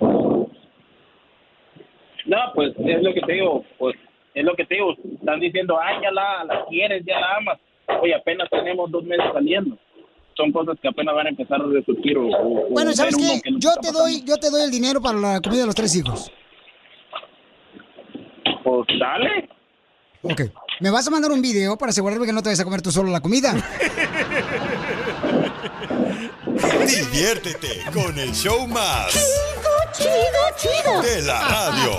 S24: No, pues es lo que te digo, pues es lo que te digo. Están diciendo, ay, ya la, la quieres, ya la amas. Oye, apenas tenemos dos meses saliendo. Son cosas que apenas van a empezar a resurgir. o- o-
S2: Bueno,
S24: o
S2: ¿sabes
S24: ver uno
S2: qué?
S24: que no
S2: Yo
S24: está
S2: te doy, yo te doy el dinero para la comida de los tres hijos.
S24: pasando. Pues dale.
S2: Ok. ¿Me vas a mandar un video para asegurarme que no te vas a comer tú solo la comida?
S5: Diviértete con el show más.
S6: Chido, chido, chido.
S5: De la radio.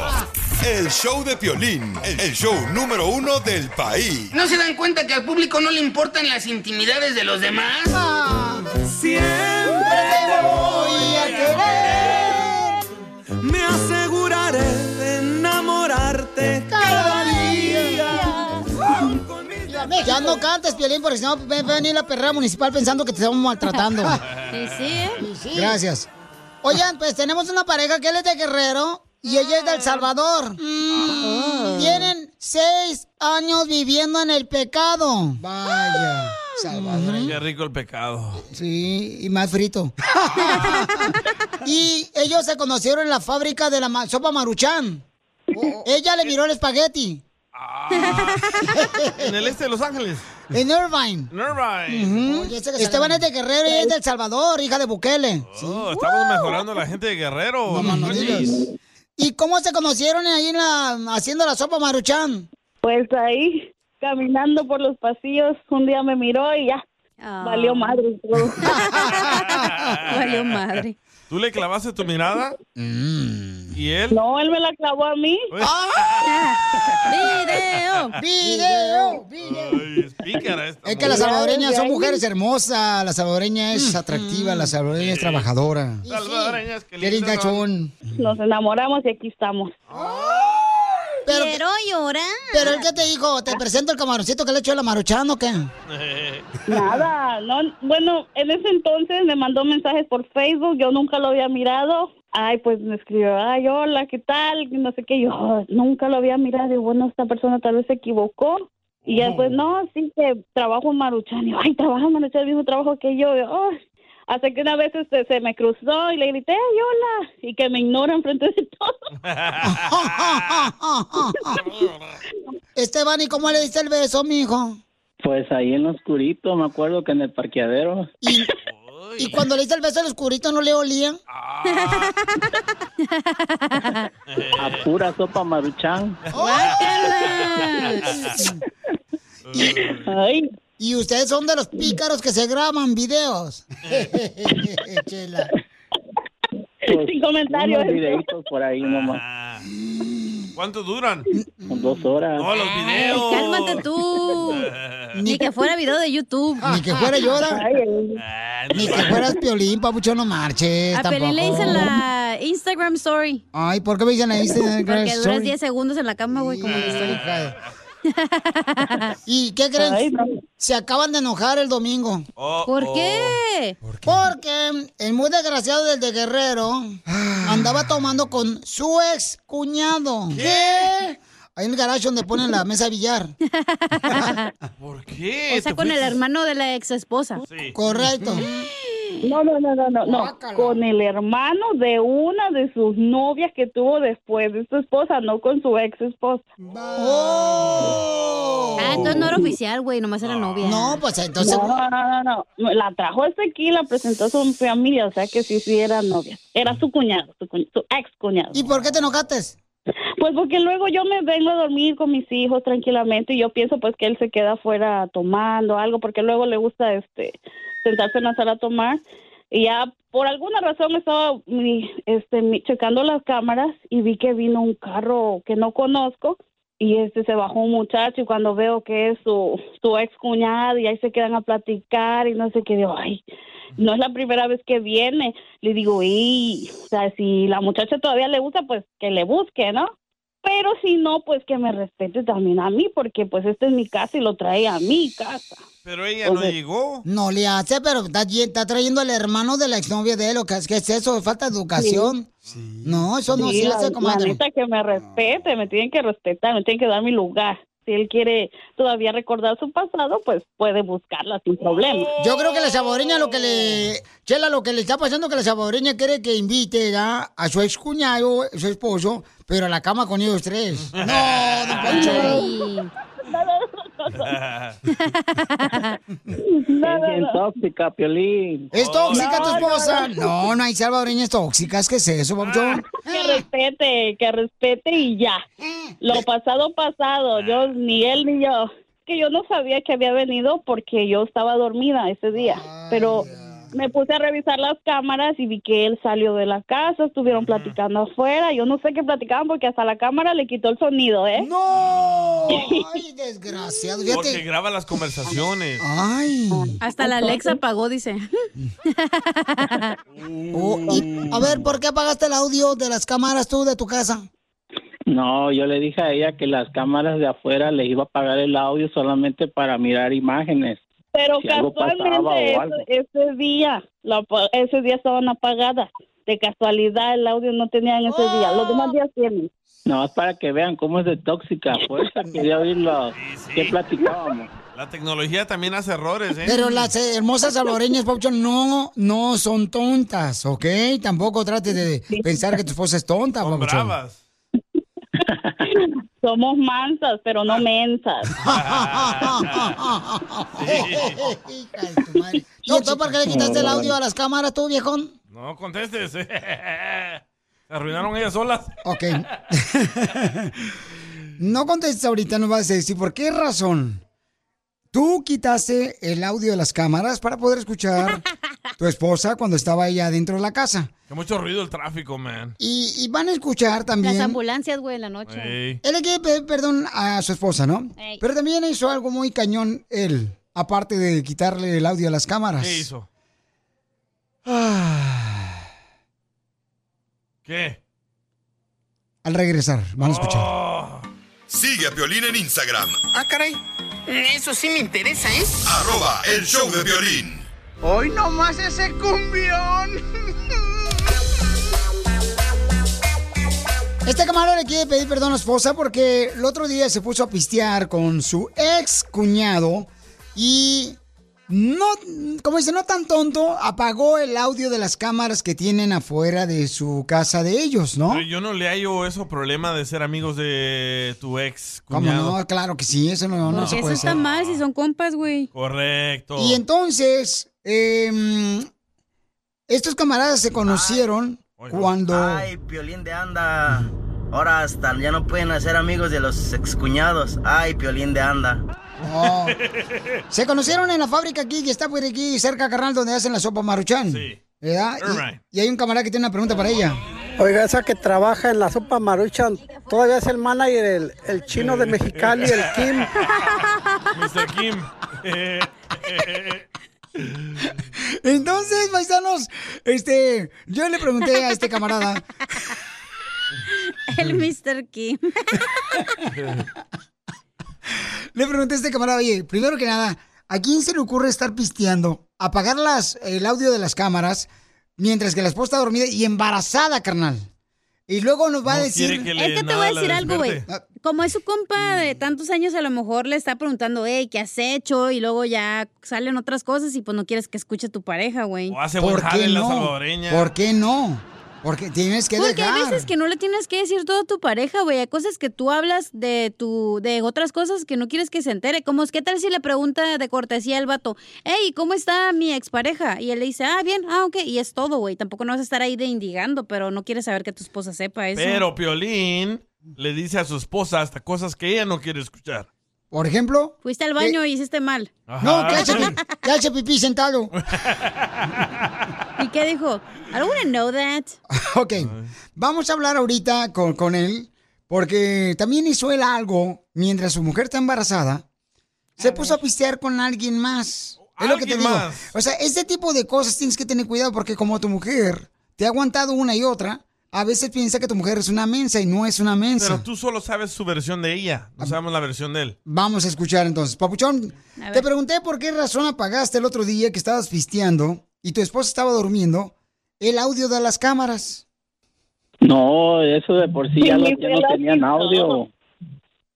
S5: El show de Piolín, el show número uno del país.
S6: ¿No se dan cuenta que al público no le importan las intimidades de los demás? Siempre te voy a querer. Me aseguraré de enamorarte cada día.
S2: Ya no cantes, Piolín, porque si no va a venir la perrera municipal pensando que te
S6: [laughs]
S2: estamos maltratando.
S3: Sí, sí, ¿eh?
S2: Gracias. Oigan, pues tenemos una pareja que él es de Guerrero y ella es de El Salvador.
S4: Mm.
S2: Tienen seis años viviendo en el pecado. Vaya, Salvador.
S4: Qué rico el pecado.
S2: Sí, y más frito. y ellos se conocieron en la fábrica de la ma- sopa maruchán.
S4: Oh.
S2: Ella le miró el espagueti.
S4: Ah. En el este de Los Ángeles.
S2: En Irvine.
S4: Irvine.
S2: Ujú. Esteban es de Guerrero y es de El Salvador, hija de Bukele.
S4: Oh, estamos mejorando la gente de Guerrero. Oye, [laughs]
S2: ¿Y cómo se conocieron ahí en la, haciendo la sopa maruchan?
S16: Pues ahí, caminando por los pasillos, un día me miró y ya,
S3: Ah.
S16: valió madre
S3: [laughs]
S16: todo.
S3: Valió madre.
S2: Mm.
S4: ¿Tú le clavaste tu mirada? ¿Y él?
S16: No, él me la clavó a mí.
S4: Pues, ah.
S3: ¡Video!
S2: ¡Video!
S4: Ay, es pícara esta.
S2: Es que las salvadoreñas son mujeres hermosas, la salvadoreña es atractiva, la salvadoreña es trabajadora.
S4: Salvadoreñas que
S2: Qué
S4: lindas son.
S2: cachón.
S16: Nos enamoramos y aquí estamos.
S3: Quiero llorar.
S2: Pero el que te dijo, te presento el camaroncito que le echó la maruchana o qué?
S16: Nada, no, bueno, en ese entonces me mandó mensajes por Facebook, yo nunca lo había mirado. Ay, pues me escribió, ay, hola, ¿qué tal? No sé qué, yo "Oh, nunca lo había mirado, y bueno, esta persona tal vez se equivocó. Y ya pues, no, sí que trabajo en Maruchan, y yo, ay, trabaja en Maruchan, el mismo trabajo que yo, y yo, "Oh". Hasta que una vez este, se me cruzó y le grité, ay, hola, y que me ignoran frente de
S2: todo. Esteban, ¿y cómo le diste el beso, mijo?
S19: Pues ahí en lo oscurito, me acuerdo que en el parqueadero.
S2: ¿Y cuando le diste el beso al oscurito no le olía?
S4: Eh.
S19: A pura sopa maruchan.
S2: Oh. Ay. Y ustedes son de los pícaros que se graban videos. Chela.
S19: Sin ¿eh? comentarios. Unos videitos por ahí nomás.
S4: ¿Cuánto duran?
S19: Dos horas.
S4: No, los videos.
S3: Cálmate
S4: [laughs]
S3: tú. Ni que fuera video de YouTube.
S2: Ni que fuera llora. Ni que fueras piolín, papucho, no marches.
S3: A Pelín le
S2: tampoco.
S3: dicen la Instagram Story.
S2: Ay, ¿por qué me dicen la Instagram
S3: Porque duras
S2: story?
S3: 10 segundos en la cama, güey, como la historia.
S2: ¿Y Ah, qué creen?
S3: Ay, no.
S2: Se acaban de enojar el domingo.
S10: Oh,
S4: Oh,
S3: ¿Por qué?
S2: Porque el muy desgraciado del de Guerrero andaba tomando con su ex cuñado. ¿Qué? Ahí en el garage donde ponen la mesa de billar.
S4: ¿Por qué?
S3: O sea, con el hermano de la ex esposa.
S2: Correcto.
S16: No, no, no, no, no, no.
S3: Guácala.
S16: Con el hermano de una de sus novias que tuvo después de su esposa, no con su ex esposa.
S3: Ah, entonces no era oficial, güey, nomás era novia.
S2: Oh. No, pues entonces-
S16: No, no, no, no, no. La trajo hasta aquí, la presentó a su familia, o sea que sí, sí, era novia. Era su cuñado, su, cuñ- su ex cuñado.
S2: ¿Y por qué te enojaste?
S16: Pues porque luego yo me vengo a dormir con mis hijos tranquilamente y yo pienso pues que él se queda afuera tomando algo porque luego le gusta este sentarse en la sala a tomar y ya por alguna razón estaba mi- este mi- checando las cámaras y vi que vino un carro que no conozco y este se bajó un muchacho y cuando veo que es su, su ex cuñada y ahí se quedan a platicar y no sé qué digo, ay, no es la primera vez que viene. Le digo, y, o sea, si la muchacha todavía le gusta, pues que le busque, ¿no? Pero si no, pues que me respete también a mí, porque pues esta es mi casa y lo trae a mi casa.
S4: Pero ella no llegó.
S2: No le hace, pero está, ye- está trayendo al hermano de la exnovia de él. ¿o ¿Qué es- qué es eso? ¿Falta de educación? No, eso no
S16: Sí,
S2: se
S16: la-
S2: hace,
S16: la
S2: comadre.
S16: neta que me respete, me tienen que respetar, me tienen que dar mi lugar. Si él quiere todavía recordar su pasado, pues puede buscarla sin problema.
S2: Yo creo que la saboreña lo que le... Chela, lo que le está pasando es que la saboreña quiere que invite ¿ya? a su ex cuñado, su esposo, pero a la cama con ellos [laughs] tres. No,
S4: oh.
S2: don
S4: [laughs]
S2: Poncho.
S19: Es bien tóxica, Piolín.
S2: ¿Es tóxica tu esposa? No, Ah, no hay salvadoreñas tóxicas. ¿Qué es eso, Poncho?
S16: Que respete, que respete y ya.
S2: Ah.
S16: Lo pasado, pasado. Yo, ni él ni yo. Que yo no sabía que había venido porque yo estaba dormida ese día.
S2: Ah,
S16: Pero me puse a revisar las cámaras y vi que él salió de la casa, estuvieron platicando afuera. Yo no sé qué platicaban porque hasta la cámara le quitó el sonido, ¿eh? [laughs]
S2: ¡No! ¡Ay, desgraciado!
S4: Porque graba las conversaciones.
S2: Ay.
S3: Hasta la Alexa pagó, dice.
S2: [laughs] Oh, y- a ver, ¿por qué apagaste el audio de las cámaras tú de tu casa?
S19: No, yo le dije a ella que las cámaras de afuera le iba a pagar el audio solamente para mirar imágenes.
S16: Pero
S19: Si algo pasaba o
S16: casualmente
S19: algo.
S16: ese, ese día, la pa- ese día estaban apagadas. De casualidad el audio no tenían ese día. Los demás días tienen.
S19: No, es para que vean cómo es de tóxica. Fuerza, quería oírlo. ¿Qué platicábamos?
S4: La tecnología también hace errores, ¿eh?
S2: Pero las eh, hermosas salvadoreñas, Pauchón, no, no son tontas, ¿ok? Tampoco trates de pensar que tu esposa es tonta, Pauchón.
S16: Somos mansas, pero no mensas.
S2: [laughs] ¿Y entonces por qué le quitaste el audio a las cámaras tú, viejón?
S4: No contestes. [laughs] Se arruinaron ellas solas.
S2: Ok. [laughs] No contestes ahorita, nos vas a decir por qué razón tú quitaste el audio de las cámaras para poder escuchar tu esposa cuando estaba ella dentro de la casa.
S4: Qué mucho ruido el tráfico, man.
S2: Y, y van a escuchar también.
S3: Las ambulancias, güey, en la noche.
S4: Ey.
S2: Él le quiere pedir perdón a su esposa, ¿no?
S3: Ey.
S2: Pero también hizo algo muy cañón él, aparte de quitarle el audio a las cámaras.
S4: ¿Qué hizo?
S2: Ah,
S4: ¿Qué?
S2: al regresar, van a escuchar.
S5: Sigue a Piolín en Instagram,
S6: Ah, caray. Mm, Eso sí me interesa, ¿eh?
S5: arroba el show de violín.
S6: Hoy nomás ese cumbión.
S2: Este camarón le quiere pedir perdón a su esposa porque el otro día se puso a pistear con su ex cuñado y no, como dice, no tan tonto, apagó el audio de las cámaras que tienen afuera de su casa de ellos, ¿no?
S4: Pero yo no le hallo eso problema de ser amigos de tu ex
S2: ¿Cómo
S4: cuñado.
S2: no? Claro que sí, eso no,
S3: Porque
S2: no se
S3: Pues eso
S2: puede
S3: está
S2: hacer.
S3: mal si son compas, güey.
S4: Correcto.
S2: Y entonces, em, estos camaradas se conocieron cuando...
S27: Ay, Piolín de anda. Ahora hasta ya no pueden hacer amigos de los excuñados. Ay, Piolín de anda.
S2: Oh. Se conocieron en la fábrica aquí, que está por aquí, cerca, carnal, donde hacen la sopa maruchan. ¿Verdad? Y-
S7: Alright.
S2: Y, hay un camarada que tiene una pregunta para ella.
S7: Oiga, esa que trabaja en la sopa marucha, todavía es el manager, el, el chino de Mexicali, el Kim.
S4: Mr. Kim. [laughs] Eh,
S2: Entonces, paisanos, este, yo le pregunté a este camarada.
S3: El Mr. Kim.
S2: Le pregunté a este camarada, oye, primero que nada, ¿a quién se le ocurre estar pisteando, apagar las, el audio de las cámaras, mientras que la esposa está dormida y embarazada, carnal? Y luego nos va a decir... Ah,
S3: es que te voy a decir algo, güey. Como es su compa de
S4: Mm.
S3: tantos años, a lo mejor le está preguntando, hey, ¿qué has hecho? Y luego ya salen otras cosas y pues no quieres que escuche tu pareja, güey.
S4: O hace buen
S2: ¿Por
S4: jale
S2: qué
S4: en la
S2: no?
S4: salvadoreña.
S2: ¿Por qué no? Porque tienes que
S3: Porque hay
S2: dejar.
S3: veces que no le tienes que decir todo a tu pareja, güey. Hay cosas que tú hablas de tu, de otras cosas que no quieres que se entere. Como es, ¿qué tal si le pregunta de cortesía al vato? Hey, ¿cómo está mi expareja? Y él le dice, ah, bien, ah, ok. Y es todo, güey. Tampoco no vas a estar ahí de indigando, pero no quieres saber que tu esposa sepa eso.
S4: Pero Piolín le dice a su esposa hasta cosas que ella no quiere escuchar.
S2: Por ejemplo...
S3: Fuiste al baño y hiciste mal.
S4: Ajá.
S2: eh, No, que hace,
S4: [laughs]
S2: pi- que hace pipí sentado.
S3: ¿Y qué dijo? I don't wanna know that.
S2: [laughs] Ok, vamos a hablar ahorita con, con él, porque también hizo él algo mientras su mujer está embarazada. Se puso a pistear con alguien más. Es lo que te
S4: Alguien
S2: digo.
S4: más.
S2: O sea, este tipo de cosas tienes que tener cuidado porque como tu mujer te ha aguantado una y otra, a veces piensa que tu mujer es una mensa y no es una
S4: Pero
S2: mensa.
S4: tú solo sabes su versión de ella. No sabemos la versión de él.
S2: Vamos a escuchar entonces. Papuchón, te pregunté por qué razón apagaste el otro día que estabas pisteando y tu esposa estaba durmiendo el audio de las cámaras.
S19: No, eso de por sí ya,
S2: Sí,
S19: lo-
S2: mi
S19: ya no
S2: abuela
S19: tenían
S2: sí,
S19: audio.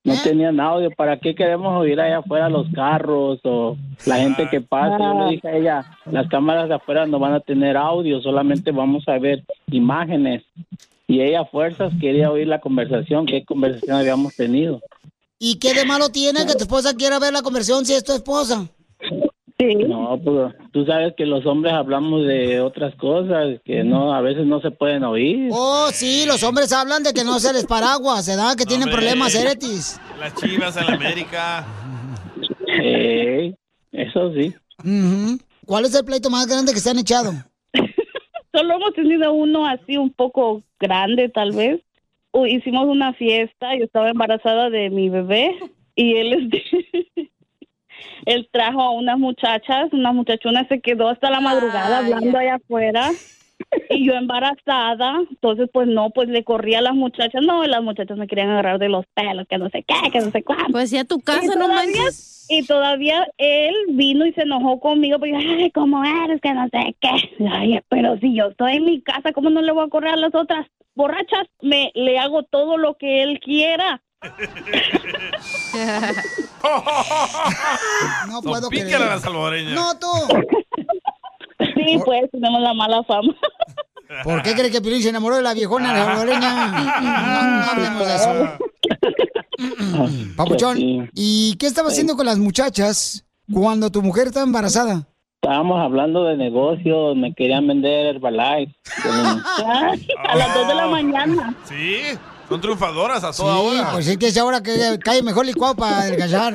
S19: No tenían audio. ¿Para qué queremos oír allá afuera los carros o la gente que pasa? Yo le dije a ella, las cámaras de afuera no van a tener audio, solamente vamos a ver imágenes. Y ella a fuerzas quería oír la conversación, qué conversación habíamos tenido.
S2: ¿Y qué de malo tiene que tu esposa quiera ver la conversión si es tu esposa?
S19: No, pues tú sabes que los hombres hablamos de otras cosas que no a veces no se pueden oír.
S2: Oh, sí, los hombres hablan de que no se les paraguas, se da que tienen
S4: Hombre.
S2: problemas eretis.
S4: Las chivas en la América.
S19: Ey, Eh, eso sí.
S2: Ujú. ¿Cuál es el pleito más grande que se han echado?
S16: [laughs] Solo hemos tenido uno así un poco grande, tal vez. O hicimos una fiesta, yo estaba embarazada de mi bebé y él, este, él trajo a unas muchachas, una muchachona se quedó hasta la
S3: Ah,
S16: madrugada hablando allá afuera. Y yo embarazada, entonces pues no, pues le corrí a las muchachas, no, las muchachas me querían agarrar de los pelos, que no sé qué, que no sé cuánto.
S3: Pues ya tu casa, no manches.
S16: Y todavía él vino y se enojó conmigo, porque, ay, ¿cómo eres? Que no sé qué. Ay, pero si yo estoy en mi casa, ¿cómo no le voy a correr a las otras borrachas? Me, le hago todo lo que él
S3: [laughs]
S16: quiera.
S2: no
S4: No, pícala la salvadoreña.
S2: tú.
S16: [laughs] Sí, pues tenemos la mala fama.
S2: [laughs] ¿Por qué cree que Piolín se enamoró de la viejona salvadoreña? No, no hablemos de eso. Papuchón, ¿y qué estaba haciendo con las muchachas cuando tu mujer estaba embarazada?
S19: Estábamos hablando de negocios, me querían vender Herbalife.
S16: a las 2 de
S4: Oh.
S16: la mañana.
S4: Sí, son triunfadoras a toda
S2: Sí,
S4: hora.
S2: pues es que es ahora que cae mejor licuado para adelgazar.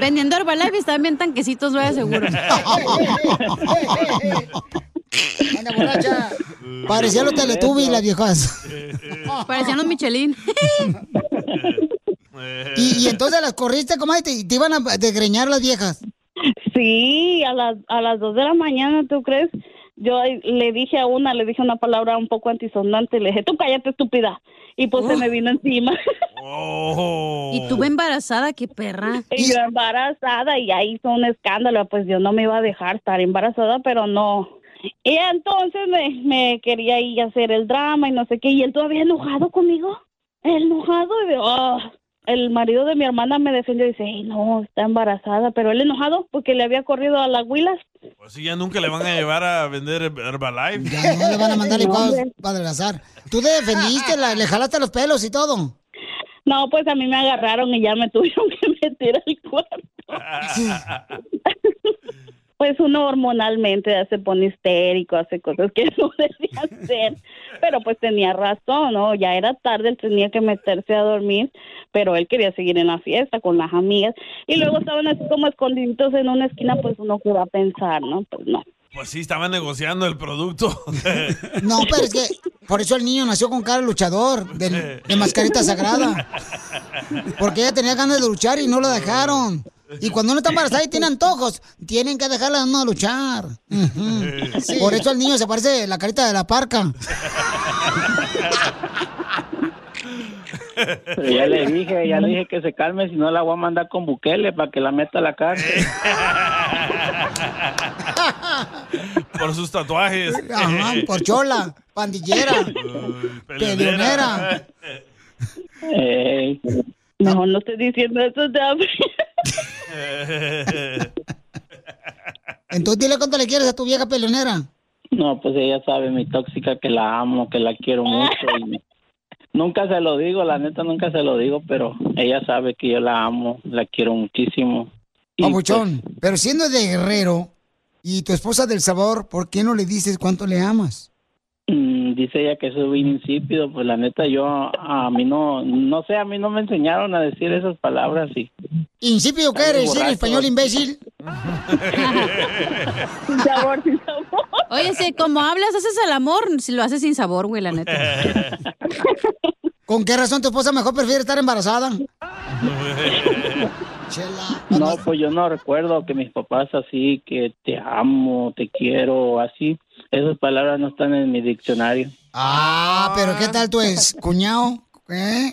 S3: Vendiendo Herbalife están bien tanquecitos, vaya seguro.
S2: Anda borracha. Parecían los Teletubbies las viejas.
S3: Parecían los Michelin.
S2: [laughs] Y, y entonces las corriste, comadre, y te, te iban a desgreñar las viejas.
S16: Sí, a las, a las 2 de la mañana, ¿tú crees? Yo eh, le dije a una, le dije una palabra un poco antisonante, le dije, tú cállate, estúpida. Y pues se me vino encima.
S3: Y tuve embarazada, qué perra.
S16: Oh. [laughs] y yo embarazada, y ahí hizo un escándalo, pues yo no me iba a dejar estar embarazada, pero no. Y entonces me, me quería ir a hacer el drama y no sé qué, y él todavía enojado conmigo, enojado, y de, "Ah". el marido de mi hermana me defendió y dice, "Ey, no, está embarazada, pero él enojado porque le había corrido a las huilas.
S4: Pues sí, ya nunca le van a llevar a vender Herbalife.
S2: Ya no le van a mandar licuados
S16: hombre.
S2: para adelgazar. Tú te defendiste, la- le jalaste los pelos y todo.
S16: No, pues a mí me agarraron y ya me [laughs] tuvieron que meter al cuarto. Pues uno hormonalmente ya se pone histérico, hace cosas que [laughs] no debía hacer. Pero pues tenía razón, ¿no? Ya era tarde, él tenía que meterse a dormir, pero él quería seguir en la fiesta con las amigas. Y luego estaban así como escondiditos en una esquina, pues uno que va a pensar, ¿no? Pues no.
S4: Pues sí, estaba negociando el
S2: [laughs]
S4: producto. [laughs]
S2: No, pero es que por eso el niño nació con cara de luchador, de, de mascarita sagrada. Porque ella tenía ganas de luchar y no lo dejaron. Y cuando uno está embarazada y tiene antojos, tienen que dejarla a uno luchar. Ujú.
S10: Sí.
S2: Por eso el niño se parece a la carita de la parca.
S19: Pero ya le dije, ya le dije que se calme, si no la voy a mandar con Bukele para que la meta a la cárcel.
S4: Por sus tatuajes.
S2: Ajá, por chola, pandillera, peleonera.
S16: No, no estoy diciendo eso de
S2: [laughs] Entonces dile cuánto le quieres a tu vieja peleonera.
S19: No, pues ella sabe, mi tóxica, que la amo, que la quiero mucho. y nunca se lo digo, la neta nunca se lo digo, pero ella sabe que yo la amo, la quiero muchísimo. Y,
S2: Papuchón, pero siendo de guerrero y tu esposa del sabor, ¿por qué no le dices cuánto le amas?
S19: Mm, Dice ella que eso es bien insípido, pues la neta yo a mí no, no sé, a mí no me enseñaron a decir esas palabras y
S2: ¿Incipio qué
S19: Ay,
S2: eres? ¿Eres
S19: borracho. [laughs]
S2: español imbécil?
S16: Sin sabor, sin sabor.
S3: Oye, si como hablas, haces el amor, si lo haces sin sabor, güey, la neta.
S2: ¿Con qué razón tu esposa mejor prefiere estar embarazada?
S19: no, pues yo no recuerdo que mis papás así, que te amo, te quiero, así, esas palabras no están en mi diccionario. [laughs]
S2: Ah, pero ¿qué tal tú es, cuñado? ¿Eh?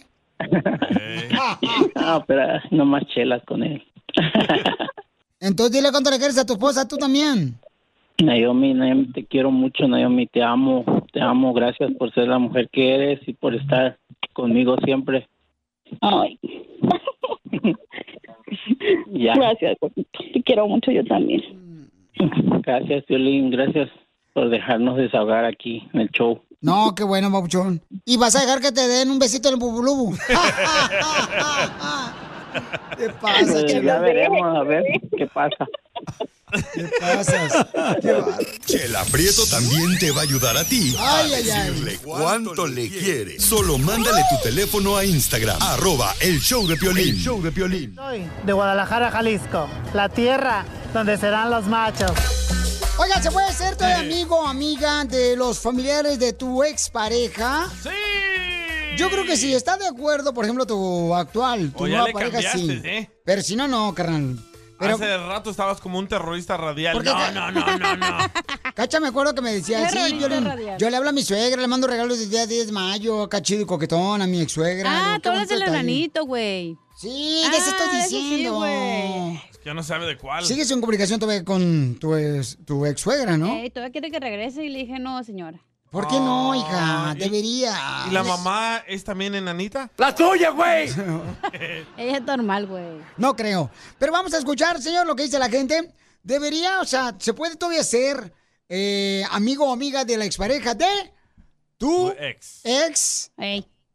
S19: No, Ah, pero no más chelas con él.
S2: Entonces dile cuánto le quieres a tu esposa, tú también.
S19: Naomi, Naomi, te quiero mucho, Naomi, te amo, te amo, gracias por ser la mujer que eres y por estar conmigo siempre.
S16: Ay.
S19: [laughs] Ya.
S16: Gracias, te quiero mucho yo también.
S19: Gracias, Violín, gracias por dejarnos desahogar aquí en el show.
S2: No, qué bueno, Papuchón. ¿Y vas a dejar que te den un besito en el [laughs] bubulubu? ¿Qué pasa,
S19: Pues
S2: Chela?
S19: ya veremos, a ver qué pasa.
S2: ¿Qué pasas?
S5: Chela Prieto también te va a ayudar a ti
S2: Ay,
S5: a
S2: ay, ay.
S5: decirle cuánto le quiere. Solo mándale tu teléfono a Instagram, arroba el show de Piolín. show de Piolín.
S29: Soy de Guadalajara, Jalisco, la tierra donde serán los machos.
S2: Oiga, ¿se puede ser tu amigo o amiga de los familiares de tu expareja? Sí. Yo creo que sí, está de acuerdo, por ejemplo, tu actual, tu
S4: O ya
S2: nueva
S4: le
S2: pareja, sí.
S4: cambiaste, ¿eh?
S2: Pero si no, no, carnal. Pero,
S4: Hace rato estabas como un terrorista radial.
S2: Porque
S4: No,
S2: te-
S4: no, no, no, no.
S2: Cacha, me acuerdo que me decía,
S3: Terrorista
S2: sí, yo le,
S3: radial.
S2: yo le hablo a mi suegra, le mando regalos del día 10 de mayo, acá chido y coquetón, a mi ex suegra.
S3: Ah, tú hablas del organito, güey. Ah,
S2: Sí, ¿qué se estoy diciendo?
S4: Es que ya no sabe de cuál.
S2: Sigues en comunicación todavía con tu ex, tu ex suegra, ¿no?
S3: Ey, todavía quiere que regrese y le dije, no, señora.
S2: ¿Por qué no, hija? Ah, Debería.
S4: ¿Y la mamá es también enanita?
S2: ¡La tuya, güey!
S3: Ella es normal, güey.
S2: No creo. Pero vamos a escuchar, señor, lo que dice la gente. Debería, o sea, se puede todavía ser eh, amigo o amiga de la expareja de tu
S4: [laughs] ex.
S2: ex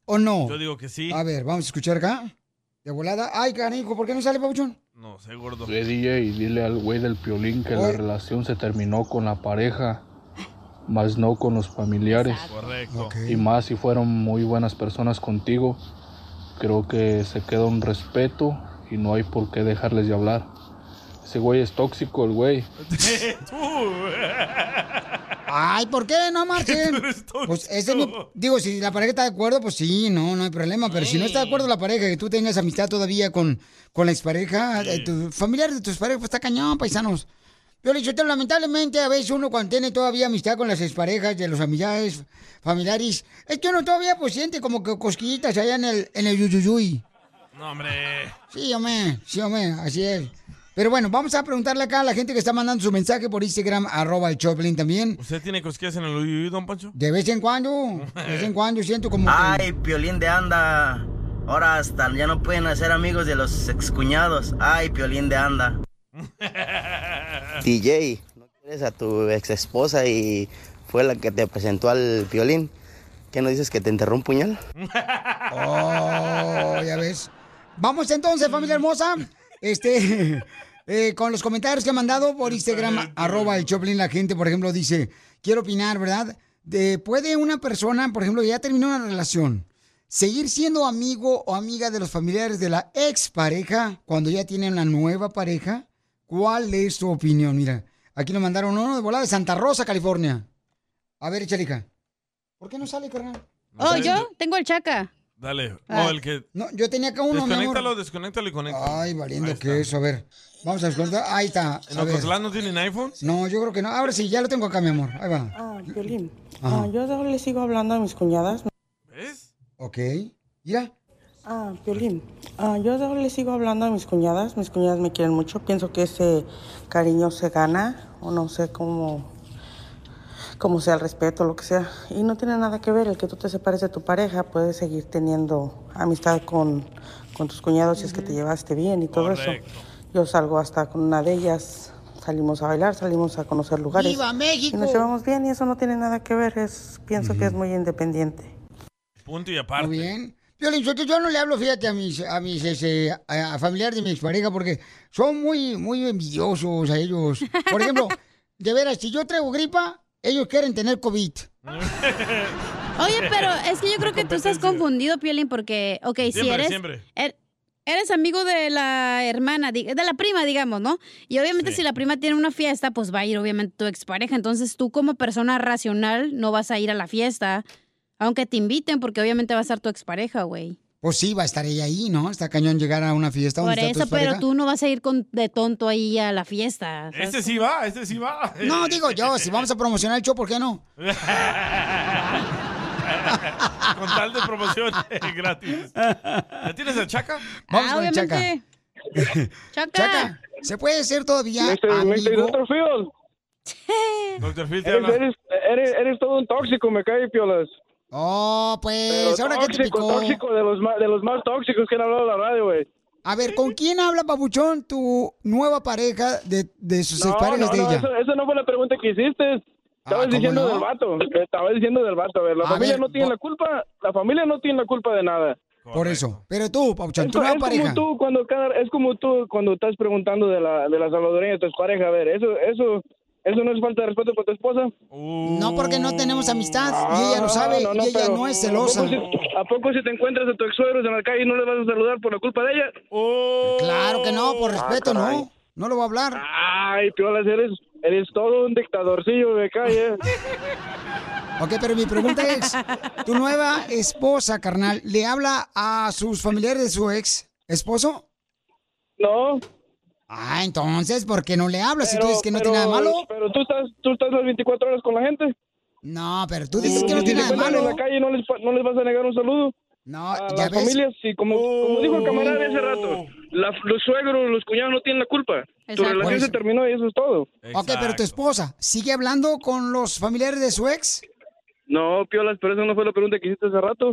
S2: o no.
S4: Yo digo que sí.
S2: A ver, vamos a escuchar acá. De volada. Ay, canijo, ¿por qué no sale, Pabuchón?
S4: No sé, gordo.
S1: Ve, DJ, Pues, dile al güey del piolín que la
S4: Oye.
S1: relación se terminó con la pareja, más no con los familiares.
S4: Correcto.
S1: Y más si fueron muy buenas personas contigo. Creo que se queda un respeto y no hay por qué dejarles de hablar. Ese güey es tóxico, el güey.
S4: Tú.
S2: Ay, ¿por qué no marchen? Pues ese es mi- digo, si la pareja está de acuerdo, pues sí, no, no hay problema. Pero si no está de acuerdo la pareja, que tú tengas amistad todavía con, con la expareja, eh, tu familiar de tus parejas, pues está cañón, paisanos. Yo le digo, lamentablemente a veces uno cuando tiene todavía amistad con las exparejas de los amistades familiares, es que uno todavía pues siente como que cosquillitas allá en el, en el yuyuyuy.
S4: No, hombre.
S2: Sí, hombre, sí, hombre, así es. Pero bueno, vamos a preguntarle acá a la gente que está mandando su mensaje por Instagram, arroba el Choplin también.
S4: ¿Usted tiene cosquillas en el uyuyuy, don Pancho?
S2: De vez en cuando, de vez en cuando siento como... que-
S27: Ay, Piolín de anda. Ahora hasta ya no pueden hacer amigos de los excuñados. Ay, Piolín de anda. DJ, ¿no quieres a tu ex esposa y fue la que te presentó al Piolín? ¿Qué no dices que te enterró un puñal?
S2: Oh, ya ves. Vamos entonces, familia hermosa. Este, [laughs] eh, con los comentarios que han mandado por Instagram, arroba el Choplin, la gente, por ejemplo, dice, quiero opinar, ¿verdad? De- ¿Puede una persona, por ejemplo, ya terminó una relación, seguir siendo amigo o amiga de los familiares de la expareja cuando ya tiene una nueva pareja? ¿Cuál es tu opinión? Mira, aquí nos mandaron uno de volada de Santa Rosa, California. A ver, Chalica. ¿Por qué no sale, carnal?
S3: Oh, yo tengo el chaca.
S4: Dale.
S2: Ah.
S4: O el que...
S2: No, yo tenía acá uno, mi amor.
S4: Desconéctalo, desconéctalo y conéctalo.
S2: Ay, valiendo que eso, a ver. Vamos a descontar. Ahí está.
S4: ¿En
S2: a ver.
S4: Ocotlán no tienen iPhone?
S2: No, yo creo que no. Ahora sí, ya lo tengo acá, mi amor. Ahí va.
S28: Ah, Piolín.
S2: Ajá.
S28: Ah, yo de- le sigo hablando a mis cuñadas.
S2: Ok. Mira.
S28: Ah, Piolín. Ah, yo de- le sigo hablando a mis cuñadas. Mis cuñadas me quieren mucho. Pienso que ese cariño se gana. O no sé cómo, cómo sea el respeto, lo que sea. Y no tiene nada que ver el que tú te separes de tu pareja. Puedes seguir teniendo amistad con, con tus cuñados si es que te llevaste bien y todo
S4: Correcto.
S28: eso. Yo salgo hasta con una de ellas. Salimos a bailar, salimos a conocer lugares.
S2: ¡Viva
S28: Y
S2: México!
S28: nos llevamos bien y eso no tiene nada que ver. Es, pienso que es muy independiente.
S4: Punto y aparte.
S2: Muy bien. Yo, le- yo, yo no le hablo, fíjate, a mis, a mis este, a, a familiares de mi expareja porque son muy, muy envidiosos a ellos. Por ejemplo, de veras, si yo traigo gripa, ellos quieren tener COVID.
S3: Oye,
S2: [laughs]
S3: pero es que yo creo que tú estás confundido, Piolín, porque, ok, si
S2: Siempre,
S3: eres...
S2: siempre.
S3: er- eres amigo de la hermana, di- de la prima, digamos, ¿no? Y obviamente si la prima tiene una fiesta, pues va a ir obviamente tu expareja. Entonces tú como persona racional no vas a ir a la fiesta, aunque te inviten, porque obviamente va a estar tu expareja, güey.
S2: Pues sí, va a estar ella ahí, ¿no? Está cañón llegar a una fiesta donde
S3: Por
S2: está tu
S3: eso, pero
S2: expareja.
S3: tú no vas a ir con, de tonto ahí a la fiesta. ¿sabes?
S4: Este sí va, este sí va.
S2: No, digo yo, si vamos a promocionar el show, ¿por qué no?
S4: Con tal de promoción [laughs] gratis. ¿Ya tienes el chaca?
S28: Ah,
S2: Vamos con el [laughs] Chaca.
S3: Chaca.
S2: Chaca, ¿se puede ser todavía
S18: Mr. Mr.
S2: amigo?
S18: Dr. Phil.
S4: [laughs] Doctor Phil te
S18: Eres,
S4: habla.
S18: eres, eres, eres todo un tóxico, me cae, Piolas.
S2: Oh, pues, ¿ahora qué te
S18: tóxico,
S2: picó?
S18: tóxico, de los, más, de los más tóxicos que han hablado en la radio, güey.
S2: A ver, ¿con quién habla Papuchón tu nueva pareja de, de sus
S18: No,
S2: exparejas
S18: no,
S2: de
S18: no,
S2: ella?
S18: eso, eso no fue la pregunta que hiciste.
S2: Ah,
S18: Estabas
S2: ¿cómo
S18: diciendo
S2: no?
S18: del vato. Estabas diciendo del vato. A ver, la
S2: A
S18: familia
S2: ver,
S18: no tiene
S2: vo-
S18: la culpa. La familia no tiene la culpa de nada.
S2: Por eso. Pero tú, Papuchón,
S18: Es
S2: tu
S18: co-
S2: nueva
S18: es
S2: pareja.
S18: Como tú cuando, cada- es como tú cuando estás preguntando de la, de la salvadoreña de tu pareja. A ver, eso, eso, eso no es falta de respeto para tu esposa.
S2: No, porque no tenemos amistad y ella lo
S18: Ah,
S2: sabe
S18: no, no,
S2: y ella
S18: pero
S2: no es
S18: ¿A
S2: celosa.
S18: poco, si, a poco si te encuentras a tu ex suegros en la calle y no le vas a saludar por la culpa de ella? Ah,
S2: Claro que no, por respeto,
S18: caray.
S2: no. No lo va a hablar.
S18: Ay, Piolas, eres, eres todo un dictadorcillo de calle.
S2: [laughs] Ok, pero mi pregunta
S18: [laughs]
S2: es, ¿tu nueva esposa, carnal, le habla a sus familiares de su ex esposo?
S18: No.
S2: Ah, entonces, ¿por qué no le hablas si tú
S18: Pero-
S2: dices que no
S18: pero-
S2: tiene nada de malo?
S18: Pero tú estás, tú estás las 24 horas con la gente.
S2: No, pero tú dices que no
S18: Si
S2: tiene
S18: te
S2: nada de
S18: encuentran en
S2: malo.
S18: la calle no les, pa- no les vas a negar un saludo.
S2: No,
S18: a
S2: ya ves.
S18: las
S2: Oh.
S18: familias, sí, como, como dijo el camarada hace rato, la- los suegros, los cuñados no tienen la culpa.
S2: Exacto.
S18: Tu
S2: Por
S18: relación
S2: eso.
S18: se terminó y eso es todo.
S2: Ok, pero tu esposa, ¿sigue hablando con los familiares de su ex?
S18: No, Piolas, pero esa no fue la pregunta que hiciste hace rato.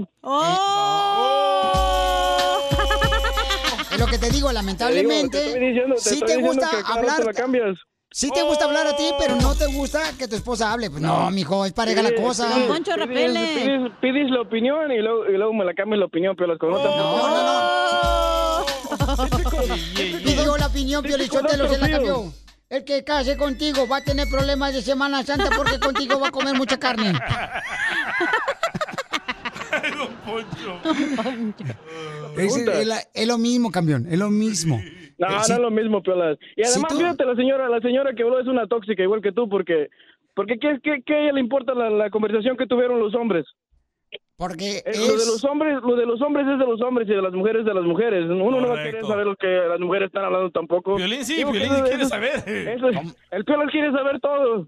S2: Es lo que te digo, lamentablemente.
S18: Te digo, te estoy diciendo- te
S2: sí
S18: estoy
S2: te
S18: diciendo
S2: gusta
S18: que cada rato
S2: hablar.
S18: la Oh. cambias.
S2: Sí te gusta hablar a ti, pero no te gusta que tu esposa hable. Pues no, mijo, es pareja la
S18: Pides-
S2: cosa.
S18: pides- pides- Pides, pides la opinión y luego, y luego me la cambias la opinión, Piolas, con otra.
S2: Pidió la opinión,
S18: Sí, sí,
S2: Piolichotelo,
S18: correcto,
S2: se la
S18: Pio.
S2: cambió. El que case contigo va a tener problemas de Semana Santa porque contigo va a comer mucha carne. Es,
S18: Puta.
S2: es la- es lo mismo, campeón, es lo mismo.
S18: No,
S2: Eh, Sí.
S18: no es lo mismo, Piolas. Y
S2: Si
S18: además,
S2: tú-
S18: fíjate, la señora, la señora que habló es una tóxica igual que tú porque Porque ¿qué, qué, qué a ella le importa la, la conversación que tuvieron los hombres?
S2: Porque
S18: Eh, lo de los hombres, lo de los hombres es de los hombres y de las mujeres de las mujeres. Uno no va a querer
S4: Correcto.
S18: saber lo que las mujeres están hablando tampoco.
S4: Piolín sí,
S18: Digo que
S4: Piolín
S18: eso-
S4: quiere
S18: eso-
S4: saber.
S18: eso- el Piolas quiere saber todo.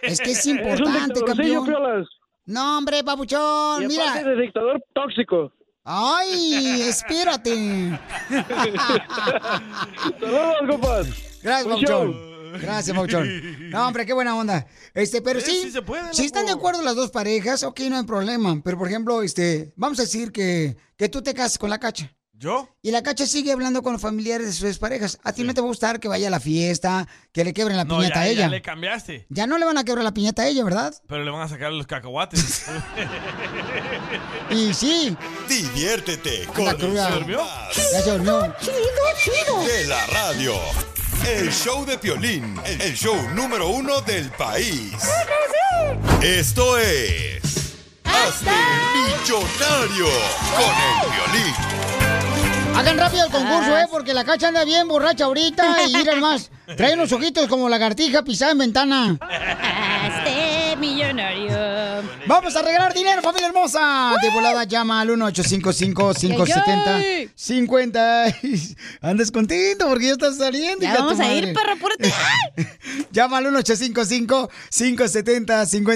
S2: Es
S18: [laughs]
S2: que es
S18: un
S2: importante,
S18: dictadorcillo,
S2: campeón.
S18: Piolas.
S2: No, hombre,
S18: Y
S2: papuchón,
S18: aparte
S2: mira.
S18: de dictador tóxico.
S2: Ay, espérate.
S18: Saludos, compas.
S2: Gracias,
S18: Un
S2: Papuchón. Gracias, Papuchón. No, hombre, qué buena onda. Este, pero sí,
S18: sí se puede,
S2: si están de acuerdo las dos parejas, ok, no hay problema. Pero, por ejemplo, este, vamos a decir que, que tú te casas con la cacha.
S4: ¿Yo?
S2: Y la cacha sigue hablando con los familiares de sus parejas. A ti no te va a gustar que vaya a la fiesta, que le quebren la
S4: No,
S2: piñata
S4: ya,
S2: a
S4: ya
S2: ella.
S4: le cambiaste.
S2: Ya no le van a quebrar la piñata a ella, ¿verdad?
S4: Pero le van a sacar
S2: [laughs]
S4: los cacahuates. [laughs]
S2: Y sí.
S5: Diviértete con
S2: Anda cruda.
S5: ¿Se durmió?
S2: Ya se durmió.
S5: Chido, chido. De la radio. El show de Piolín, el el show número uno del país. Esto es... ¡Hazte millonario con el Piolín!
S2: Hagan rápido el concurso, eh, porque la cacha anda bien borracha ahorita y miren más. Trae unos ojitos como lagartija pisada en ventana.
S3: Hazte Este millonario.
S2: Vamos a regalar dinero, familia hermosa. De volada llama al 1-855-570-50. Andas contento porque ya estás saliendo.
S3: Ya
S2: hija de tu
S3: vamos a
S2: madre.
S3: ir, perro,
S2: [laughs]
S3: apúrate.
S2: Llama al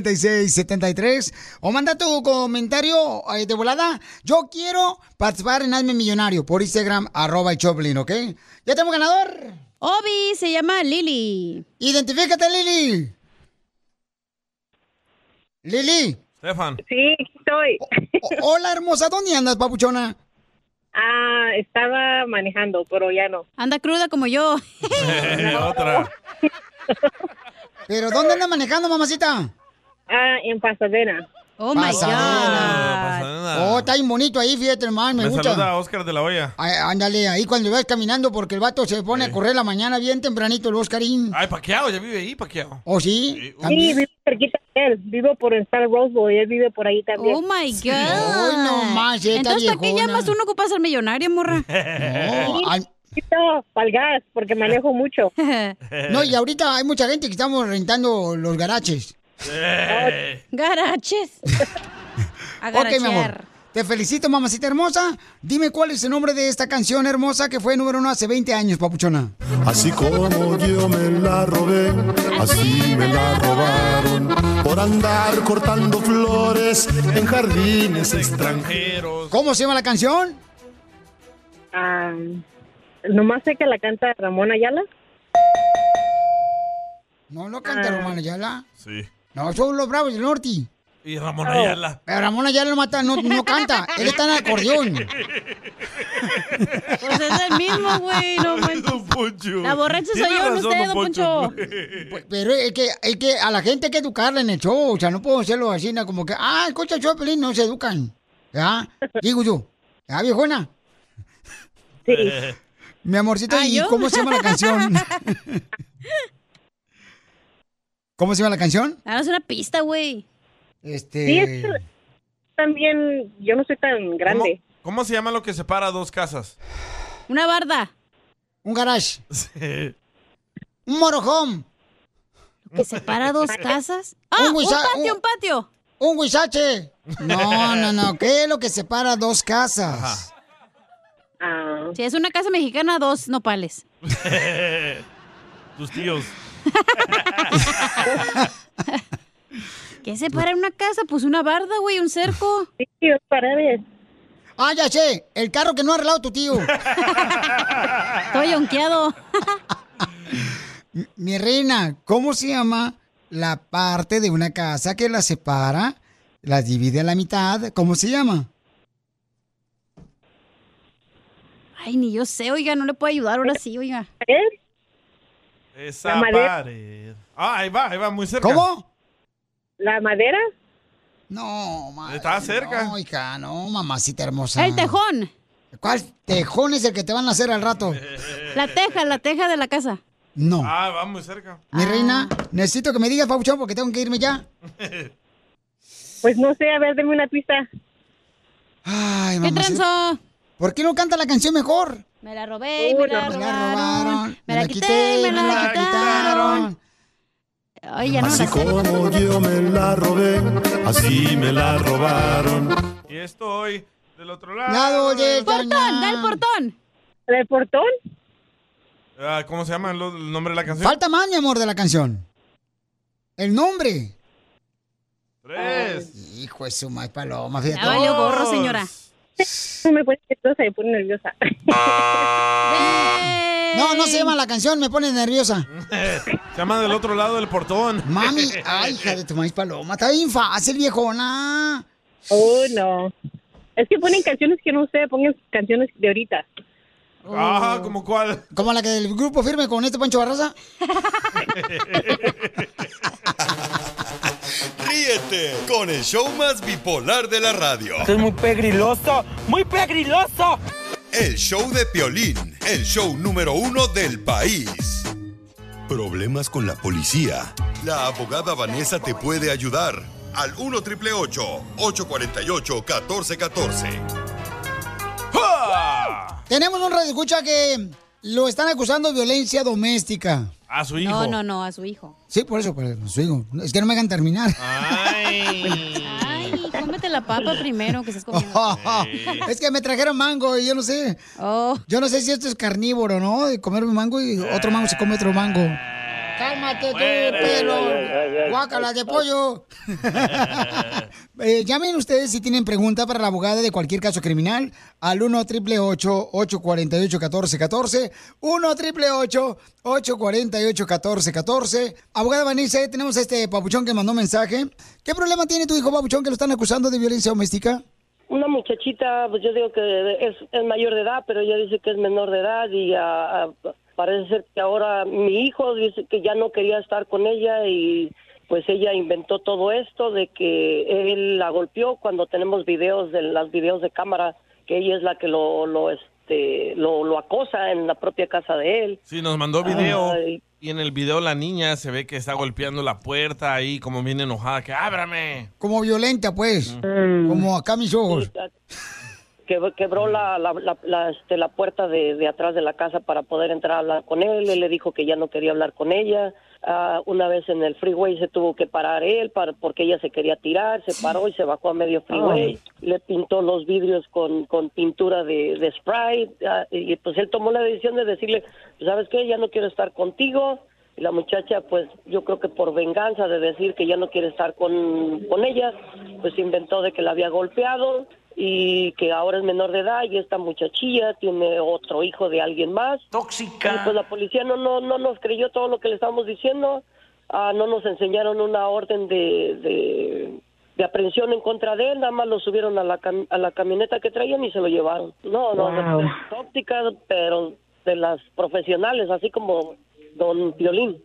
S2: 1-855-570-5673 o manda tu comentario eh, de volada. Yo quiero participar en Hazme Millonario por Instagram, arroba el Choplin, ¿ok? ¿Ya tenemos ganador?
S3: Obi se llama Lili.
S2: ¡Identifícate, Lili! Lili. [laughs]
S4: Stefan.
S30: Sí, estoy.
S2: hola, hermosa. ¿Dónde andas, papuchona?
S30: Ah, estaba manejando, pero ya no.
S3: Anda cruda como yo.
S4: [laughs] Otra.
S2: ¿Pero dónde anda manejando, mamacita?
S30: Ah, en Pasadena.
S3: Oh,
S2: Pasadena.
S4: Pasadena.
S2: Oh, está bien bonito ahí, fíjate, hermano, me,
S4: Me
S2: gusta.
S4: saluda Oscar de la Hoya.
S2: Ay, ándale, ahí cuando vas caminando, porque el vato se pone a correr la mañana bien tempranito, el Oscarín.
S4: Ay, Paqueado, ya vive ahí, Paqueado.
S2: ¿O sí?
S30: Sí, vivo cerquita de él. Vivo por el Star Roseville y él vive por ahí también.
S3: Oh my God.
S30: Ay, no más,
S2: eh,
S30: esta
S3: Entonces, ¿para qué
S30: viejona.
S3: llamas tú no ocupas ser millonaria, morra?
S30: Para el gas, porque manejo mucho.
S2: [laughs] No, y ahorita hay mucha gente que estamos rentando los garaches. [laughs]
S3: Garaches.
S2: Ok, mi amor. Te felicito, mamacita hermosa. Dime cuál es el nombre de esta canción hermosa que fue número uno hace 20 años, papuchona.
S12: Así como yo me la robé, así me la robaron. Por andar cortando flores en jardines extranjeros.
S2: ¿Cómo se llama la canción?
S30: Ah, nomás sé que la canta Ramón Ayala.
S2: No lo canta
S3: Ah.
S30: Ah.
S2: Román Ayala.
S4: Sí.
S2: No, son los bravos del norte.
S4: Y
S3: Oh.
S4: Ramón Ayala.
S2: Oh. Pero Ramón Ayala no, mata, no, no canta, él está en el acordeón.
S3: Pues es el mismo, güey. No manches. La borracha soy yo, no usted, don Poncho.
S2: Pues, Pero es que, es que a la gente hay que educarla en el show. O sea, no puedo hacerlo así, ¿no? como que, ah, escucha el show, Pelín, no se educan. ¿Ya? Digo yo. ¿Ya, viejona? Mi amorcito,
S3: ¿Ah,
S2: ¿y
S3: yo?
S2: cómo se llama la
S3: [laughs]
S2: canción? ¿Cómo se llama la canción?
S3: Danos una pista, güey.
S2: Este...
S30: Sí, es que también yo no soy tan grande.
S4: ¿Cómo se llama lo que separa
S2: [laughs]
S4: dos casas?
S3: Una barda.
S2: Un garage. Un morojón.
S3: ¿Que separa
S2: [laughs]
S3: dos casas? ¡Ah!
S2: Un
S3: Un,
S2: guisa-
S3: patio,
S2: un-
S3: un patio.
S2: Un huizache. No, no, no. ¿Qué es lo que separa dos casas?
S30: Ah.
S3: Si es una casa mexicana, dos
S2: [laughs]
S3: nopales.
S4: Tus tíos.
S3: ¿Qué separa una casa? Pues una barda, güey, un cerco.
S30: [laughs] Sí, dos paredes.
S2: Ah, ya sé. El carro que no ha arreglado tu tío.
S3: [laughs] Estoy onqueado.
S2: Mi reina, ¿cómo se llama la parte de una casa que la separa, la divide a la mitad? ¿Cómo se llama?
S3: Ay, ni yo sé, oiga, no le puedo ayudar ahora sí, oiga.
S30: ¿Eh?
S4: Esa
S30: La madera.
S4: pared. Ah, ahí va, ahí va, muy cerca.
S30: ¿La madera?
S2: No, madre.
S4: Estaba cerca.
S2: No, hija, no, mamacita hermosa.
S3: El tejón.
S2: ¿Cuál tejón es el que te van a hacer al rato?
S3: La teja, la teja de la casa.
S2: No.
S4: Ah, va muy cerca. [laughs]
S2: Mi reina,
S30: Ah.
S2: necesito que me digas, Pauchón, porque tengo que irme ya.
S30: Pues no sé, a ver, deme una pista.
S2: Ay,
S3: ¿Qué
S2: mamacita.
S3: transo?
S2: ¿Por qué no canta la canción mejor?
S3: Me la robé y me la robaron.
S2: robaron,
S3: Me la quité y me la quitaron. Ay, ya no me
S12: Así
S3: la sé.
S12: como yo me la robé, así me la robaron.
S4: Y estoy del otro lado.
S3: portón, da el portón.
S30: ¿Del portón?
S4: Ah, ¿Cómo se llama el, el nombre de la canción?
S2: Falta más, mi amor, de la canción. El nombre.
S4: Tres.
S2: Hijo de su madre paloma, fíjate.
S30: Ya valió gorro,
S3: Ah, señora.
S30: No me puede decir todo, se me pone
S3: [laughs]
S30: nerviosa.
S2: No, no se llama la canción, me pone nerviosa.
S4: [laughs] se llama del otro lado del portón. [laughs]
S2: Mami, ay, hija de tu maíz paloma, está bien fácil, viejona.
S30: Oh, no. Es que ponen canciones que no sé, pongan canciones de ahorita.
S4: Ah, ¿como cuál?
S2: Oh. ¿Como la que del grupo firme con este Pancho Barraza?
S5: [laughs] Ríete con el show más bipolar de la radio.
S10: Esto es muy
S5: pegriloso, muy pegriloso. El show de Piolín, el show número uno del país. Problemas con la policía. La abogada Vanessa te puede ayudar al 1 triple 848 1414.
S2: Tenemos un radio escucha que lo están acusando de violencia doméstica.
S4: A su
S3: No, no, no, a su hijo.
S2: Sí, por eso, por eso, su hijo. Es que no me hagan terminar.
S3: Ay, cómete la
S30: [laughs]
S3: papa primero que estás comiendo.
S4: Ah,
S2: [laughs] es que me trajeron mango y yo no sé.
S3: Oh.
S2: Yo no sé si esto es carnívoro, ¿no? De comer un mango y otro mango se come otro mango. Cálmate tú, pelo. Guácala de pollo. Eh, llamen ustedes si tienen pregunta para la abogada de cualquier caso criminal al 1 triple 848 1414 1 triple 848 1414 Abogada Vanessa, ahí tenemos a este papuchón que mandó mensaje. ¿Qué problema tiene tu hijo papuchón que lo están acusando de violencia doméstica?
S13: Una muchachita, pues yo digo que es, es mayor de edad, pero ella dice que es menor de edad y ah, ah, parece ser que ahora mi hijo dice que ya no quería estar con ella y pues ella inventó todo esto de que él la golpeó cuando tenemos videos de las videos de cámara que ella es la que lo lo este lo, lo acosa en la propia casa de él.
S4: Sí, nos mandó video.
S13: Ay.
S4: Y en el video la niña se ve que está golpeando la puerta ahí como bien enojada. Que ábrame.
S2: Como violenta, pues. Como acá mis ojos.
S13: que quebró la, la, la, la, este, la puerta de, de atrás de la casa para poder entrar a hablar con él. Él le dijo que ya no quería hablar con ella. Ah, una vez en el freeway se tuvo que parar él para, porque ella se quería tirar, se paró y se bajó a medio freeway. Le pintó los vidrios con, con pintura de, de spray. Ah, y pues él tomó la decisión de decirle, "Pues, ¿sabes qué? Ya no quiero estar contigo. Y la muchacha, pues yo creo que por venganza de decir que ya no quiere estar con, con ella, pues inventó de que la había golpeado y que ahora es menor de edad y esta muchachilla tiene otro hijo de alguien más. Tóxica. Y pues la policía no, no, no nos creyó todo lo que le estábamos diciendo, Ah, no nos enseñaron una orden de, de, de aprehensión en contra de él, nada más lo subieron a la, cam- a la camioneta que traían y se lo llevaron. No, no, no,
S30: Wow.
S13: tóxica, pero de las profesionales, así como don Violín.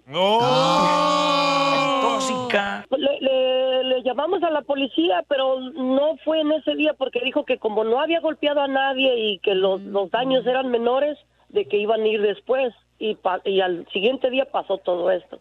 S13: Tóxica. Le, le- le llamamos a la policía, pero no fue en ese día porque dijo que como no había golpeado a nadie y que los, los daños eran menores, de que iban a ir después. Y, pa- y al siguiente día pasó todo esto.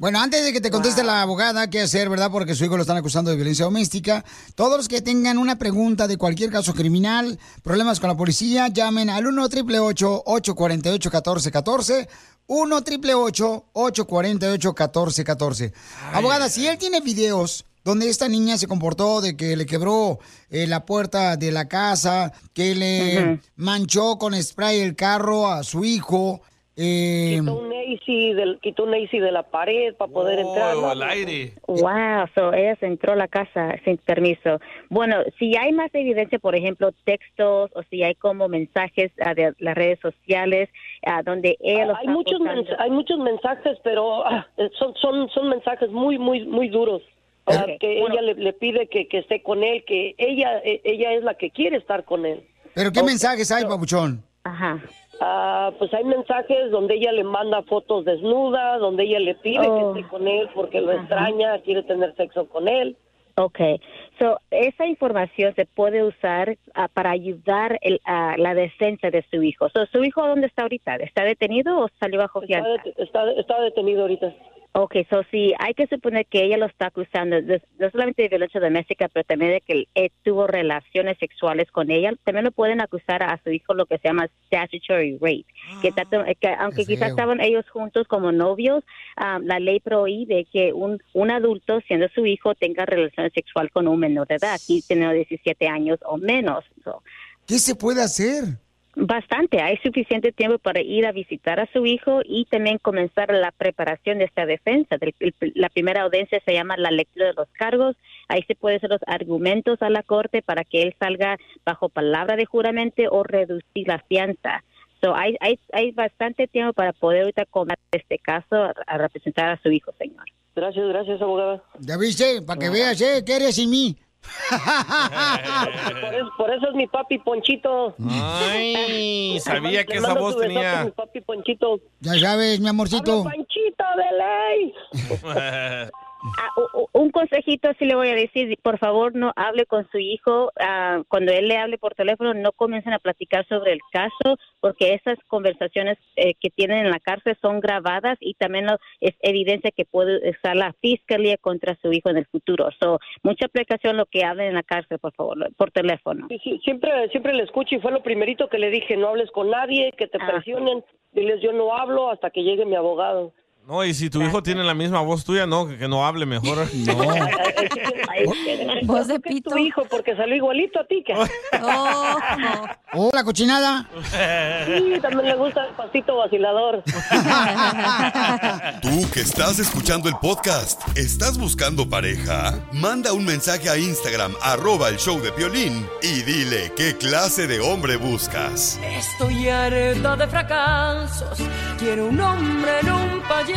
S2: Bueno, antes de que te conteste la abogada qué hacer, ¿verdad? Porque su hijo lo están acusando de violencia doméstica. Todos los que tengan una pregunta de cualquier caso criminal, problemas con la policía, llamen al 1 888 848 1414 1 888 848 1414 Abogada, si él tiene videos donde esta niña se comportó de que le quebró eh, la puerta de la casa, que le
S13: Ujú.
S2: manchó con spray el carro a su hijo. eh,
S13: Quitó un AC del, quitó un AC de la pared para poder entrar. ¿no?
S30: Wow, so ella se entró a la casa sin permiso. Bueno, si hay más evidencia, por ejemplo, textos o si hay como mensajes ah, de las redes sociales ah, donde ella los
S13: hay
S30: está
S13: muchos
S30: acosando.
S13: mens- hay muchos mensajes pero ah, son son son mensajes muy muy muy duros Ah, que ella le, le pide que, que esté con él que ella e- ella es la que quiere estar con él
S2: ¿Pero qué mensajes hay, Papuchón?
S13: ajá pues hay mensajes donde ella le manda fotos desnuda donde ella le pide
S30: Oh.
S13: que esté con él porque lo extraña quiere tener sexo con él
S30: Okay, so esa información se puede usar ah, para ayudar el- a la defensa de su hijo. So, ¿Su hijo dónde está ahorita? ¿Está detenido o salió bajo
S13: está,
S30: fianza?
S13: det- está, está detenido ahorita
S30: Ok, so sí, hay que suponer que ella lo está acusando, de- no solamente de violencia doméstica, pero también de que él tuvo relaciones sexuales con ella. También lo pueden acusar a su hijo lo que se llama statutory rape,
S2: Ah,
S30: que, tanto- que aunque
S12: Qué
S30: quizás
S12: feo.
S30: estaban ellos juntos como novios, ah, la ley prohíbe que un, un adulto, siendo su hijo, tenga relaciones sexual con un menor de edad, 15 o 17 años o menos. So,
S2: ¿Qué se puede hacer?
S30: Bastante, hay suficiente tiempo para ir a visitar a su hijo y también comenzar la preparación de esta defensa. Del- el- La primera audiencia se llama la lectura de los cargos, ahí se pueden hacer los argumentos a la corte para que él salga bajo palabra de juramento o reducir la fianza. So, hay, hay, hay bastante tiempo para poder ahorita comer este caso a, a representar a su hijo, señor.
S13: Gracias, gracias, abogada.
S2: Ya viste, para que veas, ¿eh? ¿Qué eres sin mí?
S13: por, eso, por eso es mi papi Ponchito. [laughs]
S4: Ay, sabía
S13: Le
S4: que esa
S13: mando
S4: voz
S13: su besote, Mi
S4: tenía.
S13: papi Ponchito.
S2: Ya sabes, mi amorcito.
S30: Panchito de ley. Ah, u- u- un consejito sí le voy a decir, por favor no hable con su hijo, ah, cuando él le hable por teléfono no comiencen a platicar sobre el caso porque esas conversaciones eh, que tienen en la cárcel son grabadas y también lo- es evidencia que puede usar la fiscalía contra su hijo en el futuro. So, mucha precaución lo que hablen en la cárcel, por favor, lo- por teléfono.
S13: Sí, sí, siempre, siempre le escucho y fue lo primerito que le dije, no hables con nadie, que te presionen. Diles, yo no hablo hasta que llegue mi abogado.
S4: No, y si tu hijo tiene la misma voz tuya, no, que, que no hable mejor. No.
S13: [laughs] Voz de pito. Tu hijo, porque salió igualito a ti. que-
S2: ¡Oh,
S3: [laughs]
S2: la cochinada!
S13: [laughs] Sí, también le gusta el pastito [laughs] vacilador.
S5: Tú que estás escuchando el podcast, ¿estás buscando pareja? Manda un mensaje a Instagram, arroba el show de violín, y dile qué clase de hombre buscas.
S10: Estoy harta de fracasos. Quiero un hombre en un payaso.